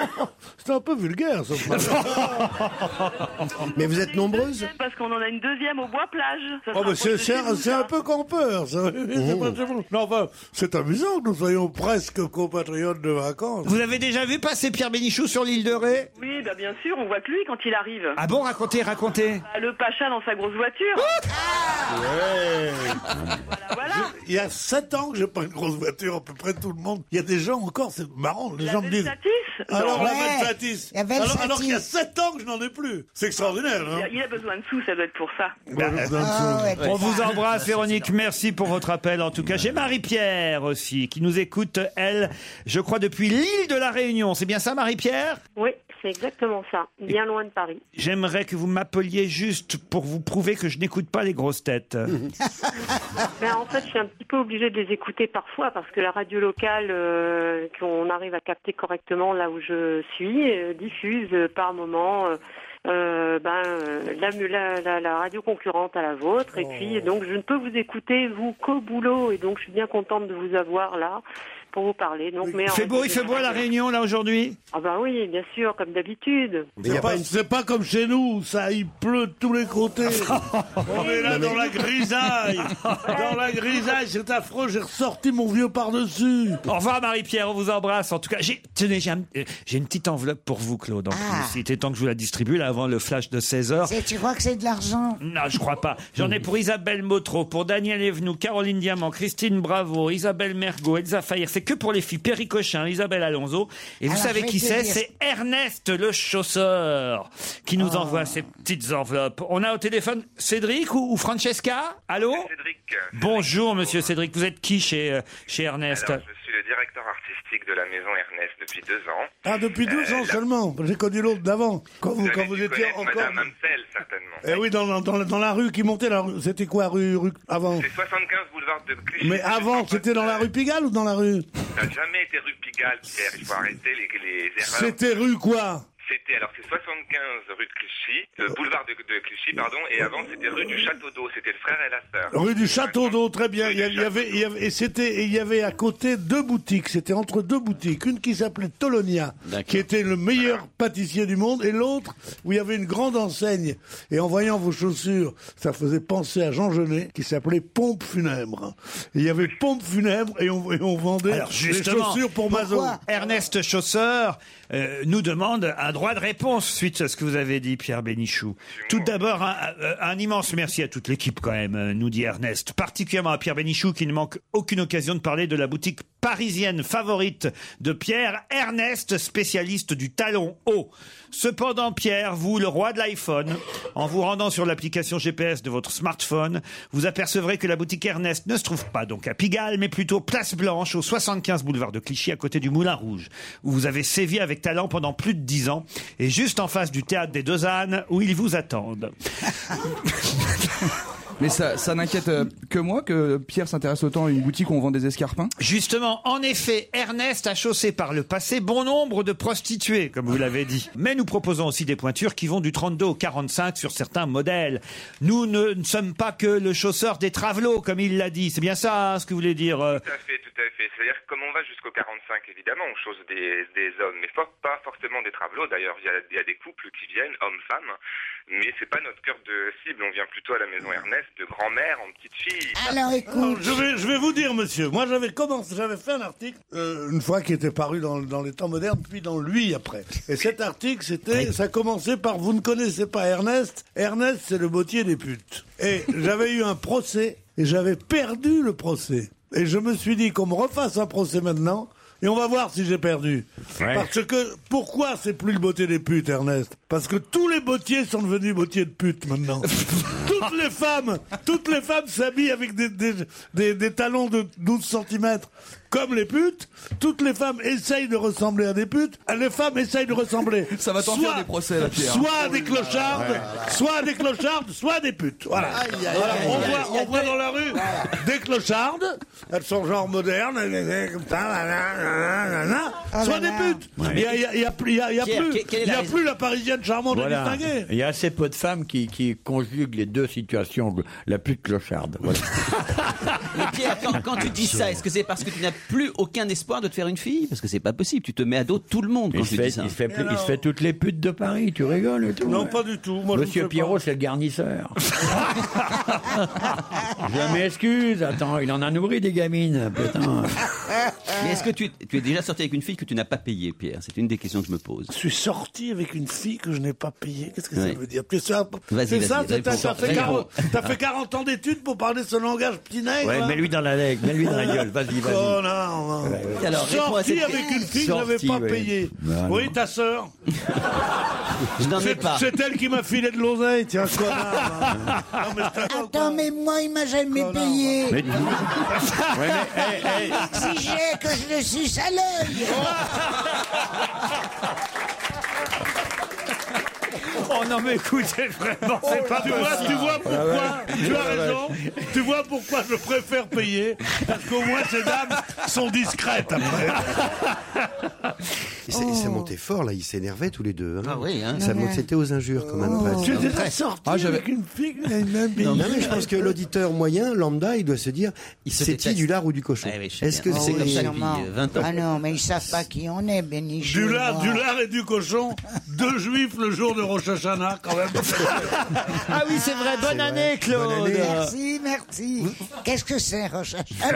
Speaker 5: C'est un peu vulgaire, ça. mais vous êtes nombreuses
Speaker 14: Parce qu'on en a une deuxième au bois plage. Ça
Speaker 5: Oh,
Speaker 14: sera
Speaker 5: bah, c'est,
Speaker 14: proche de
Speaker 5: c'est
Speaker 14: chez
Speaker 5: un,
Speaker 14: nous,
Speaker 5: c'est
Speaker 14: ça.
Speaker 5: un peu campeur, ça. C'est pas- c'est bon. non, enfin, c'est amusant que nous soyons presque compatriotes de vacances.
Speaker 3: Vous avez déjà vu passer Pierre Bénichou sur l'île de Ré
Speaker 14: Oui, bah, bien sûr, on voit que lui quand il arrive.
Speaker 3: Ah bon, racontez, racontez.
Speaker 14: Bah, le Pacha dans sa grosse voiture.
Speaker 5: Ah,
Speaker 14: Ah,
Speaker 5: Je- Il y a 7 ans que j'ai pas une grosse voiture, à peu près tout le monde. Il y a des gens encore, c'est marrant, les gens me disent. Alors, la
Speaker 14: Ouais,
Speaker 5: Velsatis.
Speaker 14: la Velsatis.
Speaker 5: Alors, alors qu'il y a 7 ans que je n'en ai plus. C'est extraordinaire, hein
Speaker 14: Il a besoin de sous, ça doit être pour ça.
Speaker 5: Bah, ah,
Speaker 14: Ah,
Speaker 3: On vous embrasse, Véronique. Merci pour votre appel. En tout cas, j'ai Marie-Pierre aussi qui nous écoute, elle, je crois, depuis l'île de la Réunion. C'est bien ça, Marie-Pierre
Speaker 16: Oui, c'est exactement ça. Bien loin de Paris.
Speaker 3: J'aimerais que vous m'appeliez juste pour vous prouver que je n'écoute pas les grosses têtes.
Speaker 16: Ben, en fait, je suis un petit peu obligée de les écouter parfois parce que la radio locale euh, qu'on arrive à capter correctement là où je suis euh, diffuse euh, par moment euh, euh, ben, euh, la, la- la- la radio concurrente à la vôtre.
Speaker 14: Oh.
Speaker 16: Et puis, donc, je ne peux vous écouter, vous, qu'au boulot. Et donc, je suis bien contente de vous avoir là pour vous parler. Donc, mais
Speaker 3: Il
Speaker 16: en
Speaker 3: fait beau, il
Speaker 16: règle
Speaker 3: fait beau à la
Speaker 16: générale-
Speaker 3: Réunion, là, aujourd'hui
Speaker 16: Ah ben oui, bien sûr, comme d'habitude.
Speaker 5: C'est pas, c'est pas comme chez nous, où ça, il pleut de tous les côtés. On est là dans la grisaille. Dans la grisaille, c'est affreux, j'ai ressorti mon vieux par-dessus.
Speaker 3: Au revoir Marie-Pierre, on vous embrasse. En tout cas, j'ai, tenez, j'ai, un- euh, j'ai une petite enveloppe pour vous, Claude. En plus, il était temps que je vous la distribue là, avant le flash de 16 heures.
Speaker 4: C'est- tu crois que c'est de l'argent
Speaker 3: Non, je crois pas. J'en ai pour Isabelle Motro, pour Daniel Evenou, Caroline Diamant, Christine Bravo, Isabelle Mergot, Elsa Fayer. C'est que pour les filles. Perry Cochin, Isabelle Alonso. Et vous
Speaker 8: Alors,
Speaker 3: savez
Speaker 8: je vais
Speaker 3: qui
Speaker 8: te
Speaker 3: c'est
Speaker 8: dire- Ah.
Speaker 3: C'est Ernest Le Chausseur qui nous envoie ces petites enveloppes. On a au téléphone Cédric ou, ou Francesca Allô Bonjour, monsieur Cédric. Vous êtes qui chez, euh, chez Ernest
Speaker 17: Alors, je suis le directeur artistique de la maison Ernest depuis deux ans.
Speaker 5: Ah, depuis deux
Speaker 17: Euh,
Speaker 5: ans
Speaker 17: la-
Speaker 5: seulement. J'ai connu l'autre d'avant. Quand vous,
Speaker 17: Vous
Speaker 5: quand
Speaker 17: avez
Speaker 5: vous
Speaker 17: dû
Speaker 5: étiez
Speaker 17: connaître
Speaker 5: encore.
Speaker 17: Madame Amsel, certainement.
Speaker 5: Eh oui, dans, la- dans, la- dans la rue qui montait, la rue- c'était quoi, rue, rue avant
Speaker 17: C'est 75 boulevard de Clichy.
Speaker 5: Mais ah, avant, c'était dans la rue Pigalle ou dans la rue
Speaker 17: Ça n'a jamais été rue Pigalle, Pierre. Il faut arrêter les, les erreurs.
Speaker 5: C'était rue quoi
Speaker 17: C'était, alors, c'est 75 rue de Clichy, euh, boulevard de, de Clichy, pardon, et avant, c'était rue du Château d'Eau. C'était le frère et la sœur.
Speaker 5: Rue du Château d'Eau, très bien. Il y avait, il y avait- il y avait- et c'était, et il y avait à côté deux boutiques. C'était entre deux boutiques. Une qui s'appelait Tolonia, qui était le meilleur pâtissier du monde, et l'autre où il y avait une grande enseigne. Et en voyant vos chaussures, ça faisait penser à Jean Genet, qui s'appelait Pompe Funèbre. Et il y avait Pompe Funèbre, et on, et on vendait
Speaker 3: Alors
Speaker 5: des
Speaker 3: justement,
Speaker 5: chaussures pour Mazo.
Speaker 3: Ernest Chausseur euh, nous demande un droit de réponse suite à ce que vous avez dit, Pierre Bénichou. Tout d'abord, un, euh, un immense merci à toute l'équipe quand même, euh, nous dit Ernest, particulièrement à Pierre Bénichou qui ne manque aucune occasion de parler de la boutique parisienne favorite de Pierre Ernest, spécialiste du talon haut. Cependant, Pierre, vous, le roi de l'iPhone, en vous rendant sur l'application GPS de votre smartphone, vous apercevrez que la boutique Ernest ne se trouve pas donc à Pigalle, mais plutôt place Blanche, au 75 boulevard de Clichy, à côté du Moulin Rouge, où vous avez sévi avec talent pendant plus de 10 ans, et juste en face du théâtre des Deux Ânes, où ils vous attendent.
Speaker 6: Mais ça, ça n'inquiète euh, que moi que Pierre s'intéresse autant à une boutique où on vend des escarpins.
Speaker 3: Justement, en effet, Ernest a chaussé par le passé bon nombre de prostituées, comme vous l'avez dit. Mais nous proposons aussi des pointures qui vont du 32 au 45 sur certains modèles. Nous ne, ne sommes pas que le chausseur des travelots, comme il l'a dit. C'est bien ça, hein, ce que vous voulez dire. euh,
Speaker 17: Tout à fait, tout à fait. C'est-à-dire que comme on va jusqu'au 45, évidemment, on chose des, des hommes, mais for- pas forcément des travelots. D'ailleurs, il y a, il y a des couples qui viennent, hommes-femmes, mais c'est pas notre cœur de cible. On vient plutôt à la maison Ernest, de grand-mère en petite fille.
Speaker 5: je vais, je vais vous dire, monsieur. Moi, j'avais commencé, j'avais fait un article euh, une fois qui était paru dans, dans les temps modernes, puis dans lui après. Et cet article, c'était, ça commençait par vous ne connaissez pas Ernest. Ernest, c'est le bottier des putes. Et j'avais eu un procès et j'avais perdu le procès. Et je me suis dit qu'on me refasse un procès maintenant. Et on va voir si j'ai perdu.
Speaker 7: Ouais.
Speaker 5: Parce que pourquoi c'est plus le bottier des putes, Ernest Parce que tous les bottiers sont devenus bottiers de putes maintenant. toutes les femmes, toutes les femmes s'habillent avec des, des, des- des talons de 12 cm comme les putes. Toutes les femmes essayent de ressembler à des putes. Ah, Les femmes essayent de ressembler. Ça
Speaker 6: va t'en faire des procès, là, Pierre.
Speaker 5: Soit à des clochardes,
Speaker 6: Ouais, là, là.
Speaker 5: soit à des clochardes, soit à des putes. Voilà.
Speaker 6: Aïe, aïe,
Speaker 5: Voilà,
Speaker 6: aïe,
Speaker 5: on
Speaker 6: aïe,
Speaker 5: voit,
Speaker 6: aïe,
Speaker 5: on voit dans la rue des clochardes. Elles sont genre modernes, comme ça, nanana, nanana. soit des putes.
Speaker 7: Ouais.
Speaker 5: Il y a- il y a- il y a plus, il y a- il y a
Speaker 7: Pierre,
Speaker 5: plus,
Speaker 7: que- quelle est
Speaker 5: il y
Speaker 7: la
Speaker 5: a
Speaker 7: raison
Speaker 5: plus la parisienne charmante et
Speaker 7: Voilà.
Speaker 5: distinguée.
Speaker 7: Il y a assez peu de femmes qui, qui conjuguent les deux situations, la plus de clocharde. Voilà.
Speaker 9: Mais Pierre, quand, quand tu dis ça, est-ce que c'est parce que tu n'as plus aucun espoir de te faire une fille Parce que c'est pas possible, tu te mets à dos tout le monde quand
Speaker 7: Il
Speaker 9: tu
Speaker 7: se, fait,
Speaker 9: dis ça.
Speaker 7: il se fait plus- il se fait toutes les putes de Paris, tu rigoles et tout.
Speaker 5: Non, pas du tout. Moi, je
Speaker 7: Monsieur
Speaker 5: ne fais pas.
Speaker 7: Pierrot, c'est le garnisseur. je m'excuse, attends, il en a nourri des gamines, putain.
Speaker 9: Mais est-ce que tu, tu es déjà sorti avec une fille que tu n'as pas payée, Pierre C'est une des questions que je me pose.
Speaker 5: Je suis sorti avec une fille que je n'ai pas payée. Qu'est-ce que
Speaker 9: Ouais.
Speaker 5: ça veut dire Que ça-
Speaker 9: Vas-y,
Speaker 5: C'est
Speaker 9: vas-y,
Speaker 5: ça, c'est-
Speaker 9: réponds.
Speaker 5: t'as fait,
Speaker 9: Réponds.
Speaker 5: 40 t'as fait 40 ans d'études pour parler ce langage petit nègre
Speaker 7: Ouais,
Speaker 5: là
Speaker 7: mets-lui dans la leg, mets-lui dans la gueule, vas-y, vas-y.
Speaker 3: Oh
Speaker 5: Connard, hein.
Speaker 7: Ouais, ouais.
Speaker 5: Sorti avec une fille que je n'avais
Speaker 7: Sorti,
Speaker 5: pas
Speaker 7: ouais.
Speaker 5: payée.
Speaker 7: Non, non.
Speaker 5: oui, ta sœur.
Speaker 9: Je n'en ai
Speaker 5: C'est-
Speaker 9: pas.
Speaker 5: C'est elle qui m'a filé de l'oseille, tiens, connard.
Speaker 4: Attends, mais moi, il m'a jamais payé.
Speaker 7: Oh, Mais dis- Ouais, mais, eh, hey, hey.
Speaker 4: Si j'ai que je le suce à l'œil.
Speaker 3: Oh non, mais écoutez, vraiment, c'est
Speaker 5: Oh,
Speaker 3: pas
Speaker 5: tu vois,
Speaker 3: possible.
Speaker 5: tu vois pourquoi
Speaker 3: Ah ouais.
Speaker 5: Tu as
Speaker 3: Ah ouais.
Speaker 5: raison. Tu vois pourquoi je préfère payer Parce qu'au moins ces dames sont discrètes après.
Speaker 10: Et c'est- et ça
Speaker 3: Oh.
Speaker 10: montait fort là, ils s'énervaient tous les deux. hein.
Speaker 9: Ah oui, hein.
Speaker 10: Ça
Speaker 9: Non,
Speaker 10: monte-
Speaker 9: mais-
Speaker 10: c'était aux injures quand même.
Speaker 9: Oh.
Speaker 10: presque.
Speaker 9: Tu étais
Speaker 10: Après-
Speaker 5: sorti
Speaker 10: Ah, j'avais-
Speaker 5: avec une fille que j'avais même
Speaker 10: Non,
Speaker 5: payée.
Speaker 10: mais je pense que l'auditeur moyen, lambda, il doit se dire,
Speaker 9: se
Speaker 10: c'est qui
Speaker 9: déteste.
Speaker 10: du lard ou du cochon Est-ce que
Speaker 4: Ah
Speaker 10: c'est
Speaker 4: oui,
Speaker 10: comme ça euh,
Speaker 4: sûrement. Ah non, mais ils savent pas qui on est, Bénichou.
Speaker 5: Du
Speaker 4: et
Speaker 5: lard,
Speaker 4: moi.
Speaker 5: du lard et du cochon, deux juifs le jour de Rosh Hashanah, quand même.
Speaker 3: Ah oui, c'est vrai, bonne année, Claude.
Speaker 4: Merci, merci. Qu'est-ce que c'est, Roche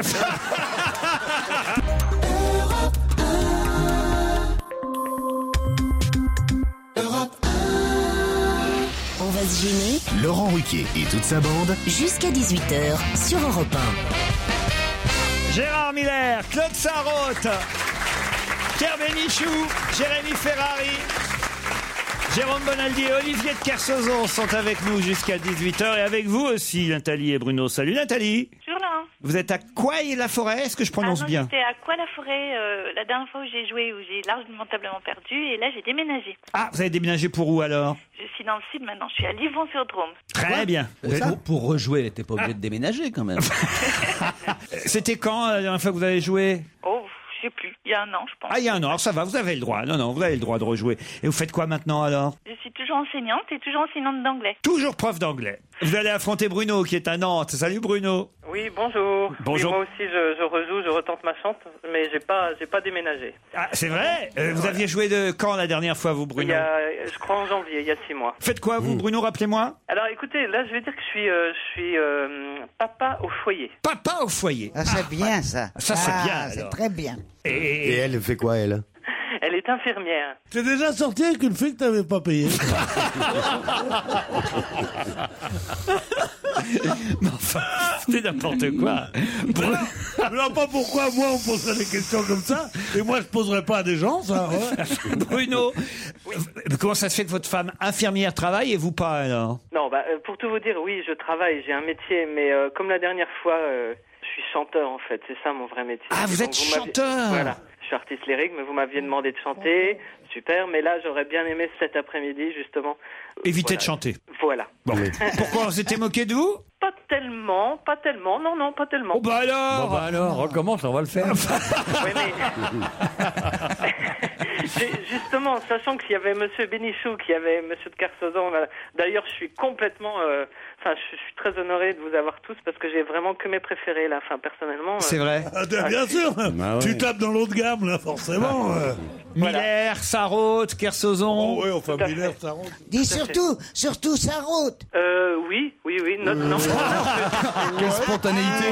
Speaker 1: On va se gêner
Speaker 2: Laurent Ruquier et toute sa bande.
Speaker 1: jusqu'à 18h sur Europe
Speaker 3: Gérard Miller, Claude Sarraute, Pierre Bénichou, Jérémy Ferrari, Jérôme Bonaldi et Olivier de Kersauzon sont avec nous jusqu'à 18h et avec vous aussi, Nathalie et Bruno. Salut Nathalie
Speaker 15: Bonjour Laurent.
Speaker 3: Vous êtes à Quay-la-Forêt, est-ce que je prononce
Speaker 15: hein. Ah non,
Speaker 3: bien
Speaker 15: J'étais à Quoi la Forêt euh, la dernière fois où j'ai joué, où j'ai lamentablement perdu, et là j'ai déménagé.
Speaker 3: Ah, vous avez déménagé pour où alors
Speaker 15: Je suis dans le sud maintenant, je suis à Livron-sur-Drôme.
Speaker 3: Très bien.
Speaker 9: Pour, pour rejouer, t'es pas obligé de déménager quand même.
Speaker 3: Ah. C'était quand euh, la dernière fois que vous avez joué
Speaker 15: Oh, je sais plus, il y a un an je pense.
Speaker 3: Ah, il y a un an, alors ça va, vous avez le droit. Non, non, vous avez le droit de rejouer. Et vous faites quoi maintenant alors
Speaker 15: Je suis toujours enseignante et toujours enseignante d'anglais.
Speaker 3: Toujours prof d'anglais. Vous allez affronter Bruno qui est à Nantes. Salut Bruno
Speaker 13: Oui, bonjour.
Speaker 3: Bonjour.
Speaker 13: Oui, moi aussi, je, je rejoue, je retente ma chante, mais j'ai pas, j'ai pas déménagé.
Speaker 3: Ah, c'est vrai Euh, Vous aviez joué de quand la dernière fois, vous,
Speaker 13: Il
Speaker 3: Bruno
Speaker 13: y a, je crois en janvier, il y a six mois.
Speaker 3: Faites quoi,
Speaker 9: Hmm.
Speaker 3: vous, Bruno Rappelez-moi.
Speaker 13: Alors, écoutez, là, je vais dire que je suis, euh, je suis euh, papa au foyer.
Speaker 3: Papa au foyer.
Speaker 4: Ah, c'est bien, ça.
Speaker 13: Ça,
Speaker 10: Ah,
Speaker 13: c'est bien, alors.
Speaker 4: C'est très bien.
Speaker 10: Et elle fait quoi, elle
Speaker 13: Elle est infirmière.
Speaker 5: T'es déjà sorti avec une fille que t'avais pas payée.
Speaker 3: Mais enfin, Ah, c'est n'importe quoi.
Speaker 5: Bon, je ne vois pas pourquoi moi on poserait des questions comme ça et moi je poserais pas à des gens ça. ouais.
Speaker 3: Bruno, euh, comment ça se fait que votre femme infirmière travaille et vous pas alors
Speaker 13: Non, bah, euh, pour tout vous dire, oui, je travaille, j'ai un métier, mais euh, comme la dernière fois, euh, je suis chanteur en fait, c'est ça mon vrai métier.
Speaker 3: Ah, vous
Speaker 13: Donc,
Speaker 3: êtes
Speaker 13: m'aviez-
Speaker 3: chanteur
Speaker 13: Voilà, je suis artiste lyrique, mais vous m'aviez demandé de chanter, super, mais là j'aurais bien aimé cet après-midi justement.
Speaker 3: Évitez
Speaker 13: Voilà.
Speaker 3: de chanter.
Speaker 13: Voilà.
Speaker 3: Bon. Pourquoi on s'était moqué de vous
Speaker 13: Pas tellement, pas tellement, non, non, pas tellement.
Speaker 3: Oh bah alors
Speaker 8: Bon, bah alors, recommence, on va le faire.
Speaker 13: Oui, mais- Ju- Justement, sachant qu'il y avait Monsieur Bénichou, qu'il y avait Monsieur de Carsozon, voilà. d'ailleurs, je suis complètement, euh, enfin, je je suis très honoré de vous avoir tous parce que j'ai vraiment que mes préférés là, enfin, personnellement. euh,
Speaker 5: Ah, bien sûr.
Speaker 13: Ah
Speaker 5: Tu tapes dans l'autre gamme là forcément. euh.
Speaker 3: Miller, Sarraute, Kersozon.
Speaker 5: oui, enfin Miller, Sarraute.
Speaker 4: Dis surtout, surtout ça route.
Speaker 13: Euh, oui, oui, oui, non,
Speaker 5: Euh,
Speaker 13: non.
Speaker 3: Quelle spontanéité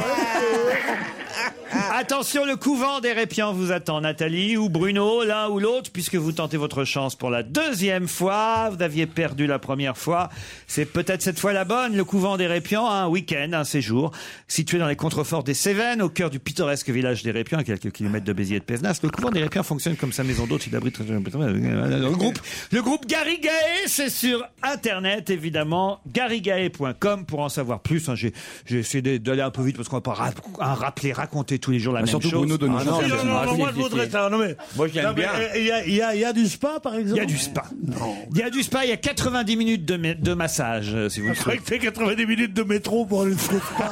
Speaker 3: Attention, le couvent des Répians vous attend, Nathalie ou Bruno, l'un ou l'autre, puisque vous tentez votre chance pour la deuxième fois. Vous aviez perdu la première fois. C'est peut-être cette fois la bonne. Le couvent des Répians, un week-end, un séjour, situé dans les contreforts des Cévennes, au cœur du pittoresque village des Répians, à quelques kilomètres de Béziers et de Pézenas. Le couvent des Répians fonctionne comme sa maison d'hôte. Il abrite le groupe, le groupe Garrigae, c'est sur Internet, évidemment. Garrigae.com pour en savoir plus. hein. J'ai j'ai essayé de- d'aller un peu vite parce qu'on va pas rap- hein, rappeler, raconter tous les jours la même chose.
Speaker 5: Ah, non, non, non, moi je voudrais ça. Non, mais,
Speaker 3: Moi, je l'aime
Speaker 5: Non, mais,
Speaker 3: bien.
Speaker 5: euh, Il y, a- il y a- il y a du spa par exemple
Speaker 3: Il y a du spa. Il y a du spa, il y a 90 minutes de, ma- de massage, euh, si vous le
Speaker 5: Je crois
Speaker 3: souhaitez.
Speaker 5: que c'est 90 minutes de métro pour aller jusqu'au spa.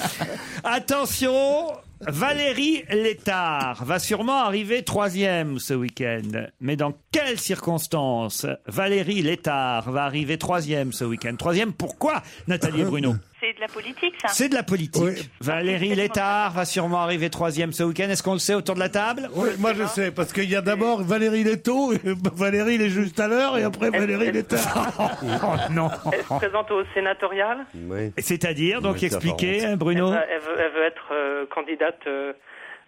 Speaker 3: Attention, Valérie Létard va sûrement arriver troisième ce week-end. Mais dans quelles circonstances Valérie Létard va arriver troisième ce week-end Troisième, pourquoi, Nathalie et Bruno
Speaker 15: C'est de la politique, ça
Speaker 3: C'est de la politique. Valérie Létard va sûrement arriver troisième ce week-end. Est-ce qu'on le sait autour de la table
Speaker 5: Oui, moi je sais, parce qu'il y a d'abord Valérie Leto, et Valérie il est juste à l'heure, et après Valérie Létard.
Speaker 3: Oh non
Speaker 5: Ah
Speaker 13: Elle se présente au sénatorial.
Speaker 3: C'est-à-dire, donc
Speaker 13: Oui, c'est
Speaker 3: expliquez, hein, Bruno.
Speaker 13: Elle, va- elle veut, elle veut être euh, candidate euh,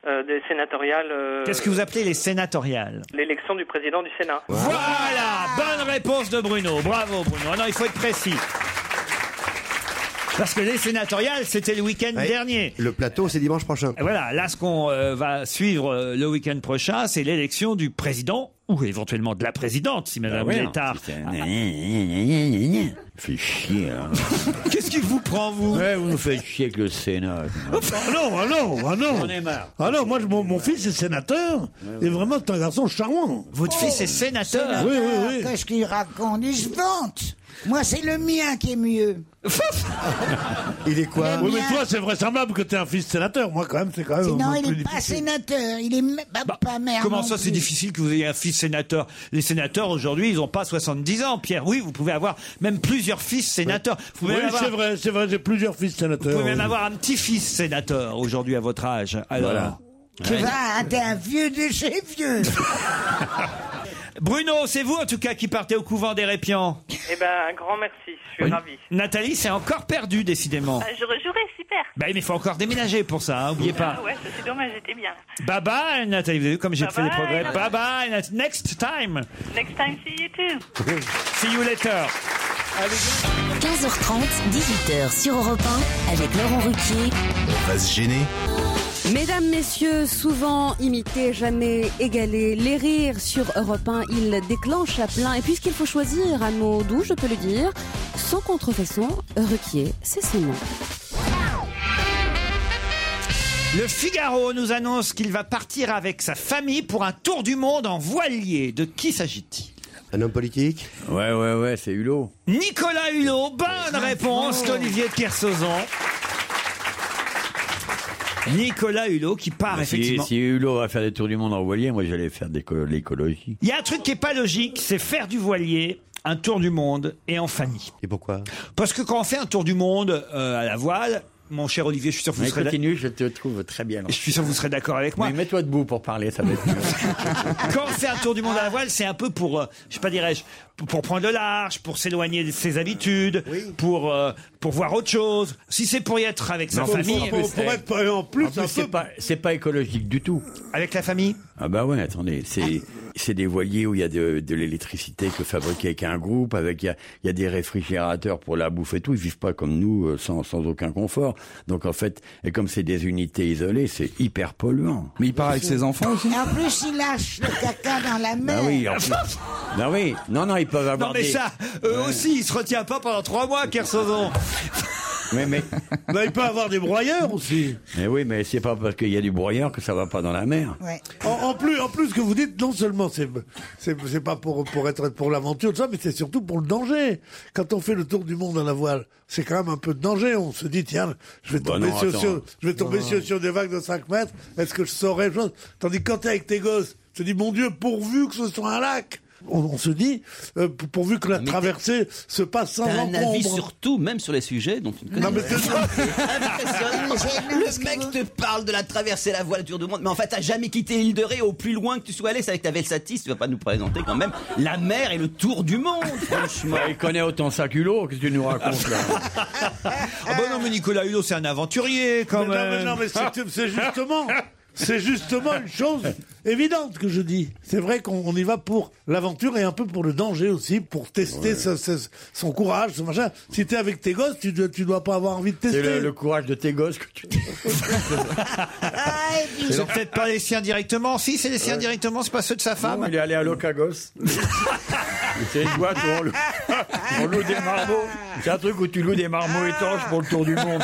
Speaker 13: euh, des sénatoriales. euh,
Speaker 3: Qu'est-ce que vous appelez les sénatoriales
Speaker 13: L'élection du président du Sénat.
Speaker 3: Voilà, bonne réponse de Bruno. Bravo Bruno. Ah non, il faut être précis. Parce que les sénatoriales, c'était le week-end dernier.
Speaker 10: Le plateau, c'est dimanche prochain.
Speaker 3: Voilà, là ce qu'on euh, va suivre euh, le week-end prochain, c'est l'élection du président ou éventuellement de la présidente, si Madame
Speaker 7: Ah ouais,
Speaker 3: Létard.
Speaker 7: Fait chier, hein.
Speaker 3: Qu'est-ce qui vous prend, vous
Speaker 7: ouais, Vous nous faites chier avec le Sénat. hein.
Speaker 5: Ah non, ah non, ah non.
Speaker 7: J'en ai marre.
Speaker 5: Ah non, moi je- mon, mon fils est sénateur, et vraiment c'est un garçon charmant.
Speaker 3: Votre fils est sénateur
Speaker 5: Oui, oui, oui.
Speaker 4: Oh, Qu'est-ce qu'il raconte Il se vante. Moi, c'est le mien qui est mieux.
Speaker 5: Il est
Speaker 4: quoi
Speaker 5: Oui, mais toi c'est vraisemblable que t'es un fils sénateur, moi quand même c'est quand
Speaker 3: Ah,
Speaker 5: même.
Speaker 4: Non,
Speaker 5: un
Speaker 4: il
Speaker 5: peu
Speaker 4: n'est pas
Speaker 5: difficile.
Speaker 4: sénateur. Il est même pas- pas maire.
Speaker 3: Bah, Comment
Speaker 4: non
Speaker 3: ça, c'est
Speaker 4: plus.
Speaker 3: difficile que vous ayez un fils sénateur Les sénateurs, aujourd'hui, ils n'ont pas 70 ans. Pierre, oui, vous pouvez avoir même plusieurs fils sénateurs. Vous pouvez
Speaker 5: Oui,
Speaker 3: même avoir-
Speaker 5: c'est vrai, c'est vrai, j'ai plusieurs fils sénateurs.
Speaker 3: Vous pouvez même
Speaker 5: oui.
Speaker 3: avoir un petit-fils sénateur aujourd'hui à votre âge. Alors,
Speaker 5: Voilà.
Speaker 4: Tu vas, hein, t'es un vieux de chez vieux.
Speaker 3: Bruno, c'est vous en tout cas qui partez au couvent des Répians.
Speaker 13: Eh ben, un grand merci. Je suis ravi.
Speaker 3: Nathalie, c'est encore perdu décidément.
Speaker 15: Ah, Je rejouerai, super.
Speaker 3: Bah, mais il faut encore déménager pour ça, hein, oubliez pas.
Speaker 15: Ah ouais, ça, c'est dommage, j'étais bien.
Speaker 3: Bye bye Nathalie, vous avez vu comme j'ai
Speaker 15: Bye
Speaker 3: fait des
Speaker 15: bye,
Speaker 3: progrès. Bye
Speaker 15: Nathalie.
Speaker 3: bye, Nat- next time.
Speaker 15: Next time, see you too.
Speaker 3: See you later.
Speaker 1: 15h30, 18h sur Europe 1 avec Laurent Ruquier.
Speaker 2: On va se gêner.
Speaker 18: Mesdames, messieurs, souvent imités, jamais égalés, les rires sur Europe 1, ils déclenchent à plein. Et puisqu'il faut choisir un mot doux, je peux le dire, sans contrefaçon, Ruquier, c'est son nom.
Speaker 3: Le Figaro nous annonce qu'il va partir avec sa famille pour un tour du monde en voilier. De qui s'agit-il
Speaker 10: Un homme politique
Speaker 7: Ouais, ouais, ouais, c'est Hulot.
Speaker 3: Nicolas Hulot, bonne réponse d'Olivier de Kersauzon. Nicolas Hulot qui part
Speaker 7: Mais Ah, si,
Speaker 3: effectivement.
Speaker 7: si Hulot va faire des tours du monde en voilier, moi j'allais faire des co- de l'écologie.
Speaker 3: Il y a un truc qui est pas logique, c'est faire du voilier, un tour du monde et en famille.
Speaker 10: Et pourquoi
Speaker 3: Parce que quand on fait un tour du monde euh, à la voile, mon cher Olivier, je suis sûr que vous
Speaker 7: Mais
Speaker 3: serez d'accord.
Speaker 7: continue, je te trouve très bien.
Speaker 3: Je suis sûr que vous serez d'accord avec moi.
Speaker 7: Mais mets-toi debout pour parler, ça va être mieux.
Speaker 3: Quand on fait un tour du monde à la voile, c'est un peu pour, euh, je sais pas dirais-je, pour- pour prendre le large, pour s'éloigner de ses habitudes, pour, euh, pour voir autre chose. Si c'est pour y être avec sa
Speaker 7: Non, faut-
Speaker 3: famille,
Speaker 7: faut- faut- faut être pas-
Speaker 5: en
Speaker 7: En plus, c'est pas, c'est pas écologique du tout.
Speaker 3: Avec la famille
Speaker 7: Ah bah ouais, attendez, c'est c'est des voiliers où il y a de, de l'électricité que fabriquée avec un groupe, avec il y a, il y a des réfrigérateurs pour la bouffe et tout. Ils vivent pas comme nous euh, sans, sans aucun confort. Donc en fait, et comme c'est des unités isolées, c'est hyper polluant. Mais il part avec ses enfants aussi.
Speaker 4: Et en plus, il lâche le caca dans la
Speaker 7: Bah
Speaker 4: mer.
Speaker 7: oui, en plus. Bah oui, non non, ils peuvent avoir
Speaker 3: Non Ah, mais
Speaker 7: des-
Speaker 3: ça, eux aussi, ils se retient pas pendant trois mois, Kersozon.
Speaker 5: Ah,
Speaker 7: Mais mais
Speaker 5: il peut avoir des broyeurs aussi.
Speaker 7: Mais oui, mais c'est pas parce qu'il y a du broyeur que ça va pas dans la mer.
Speaker 5: En, en plus, en plus, ce que vous dites, non seulement c'est c'est c'est pas pour pour être pour l'aventure tout ça, mais c'est surtout pour le danger. Quand on fait le tour du monde à la voile, c'est quand même un peu de danger. On se dit tiens, je vais
Speaker 7: Bah
Speaker 5: tomber
Speaker 7: non,
Speaker 5: sur,
Speaker 7: attends.
Speaker 5: sur- je vais tomber
Speaker 7: Non.
Speaker 5: sur, sur des vagues de 5 mètres. Est-ce que je saurais je- Tandis que quand t'es avec tes gosses, tu te dis mon Dieu, pourvu que ce soit un lac. On, on se dit euh, pour- pourvu que la traversée se passe sans
Speaker 9: T'as un avis
Speaker 5: encombre.
Speaker 9: sur tout, même sur les sujets dont tu ne connais
Speaker 5: Non, mais
Speaker 9: pas.
Speaker 5: c'est ça.
Speaker 9: Impressionnant. Le mec te parle de la traversée, la voile, tour du monde. Mais en fait, t'as jamais quitté l'île de Ré au plus loin que tu sois allé. C'est avec ta Velsatis. Tu vas pas nous présenter quand même la mer et le tour du monde, franchement.
Speaker 7: Bah, il connaît autant ça que l'eau. Qu'est-ce que tu nous racontes là
Speaker 3: Ah bah non, mais Nicolas Hulot, c'est un aventurier quand
Speaker 5: euh. Mais non,
Speaker 3: même.
Speaker 5: mais non, mais c'est- c'est justement, c'est justement une chose évidente que je dis. C'est vrai qu'on on y va pour l'aventure et un peu pour le danger aussi, pour tester ce- ce- son courage, son machin. Si t'es avec tes gosses, tu dois, tu dois pas avoir envie de tester.
Speaker 7: C'est le, le courage de tes gosses que tu
Speaker 3: Ils sont peut-être pas les siens directement. Si, c'est les siens directement, c'est pas ceux de sa femme.
Speaker 7: il est allé à Locagos. C'est une boîte où on loue, on loue des marmots. C'est un truc où tu loues des marmots étanches pour le tour du monde.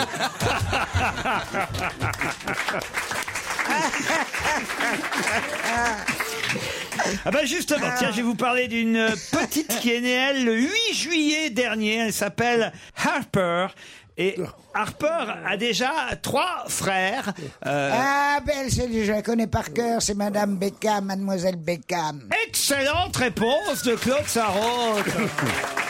Speaker 3: Ah bah justement, tiens, je vais vous parler d'une petite qui est née, elle, le 8 juillet dernier. Elle s'appelle Harper. Et Harper a déjà trois frères. Euh,
Speaker 4: Ah, belle, celle-là, je la connais par cœur, c'est Madame Beckham, Mademoiselle Beckham.
Speaker 3: Excellente réponse de Claude Sarraute.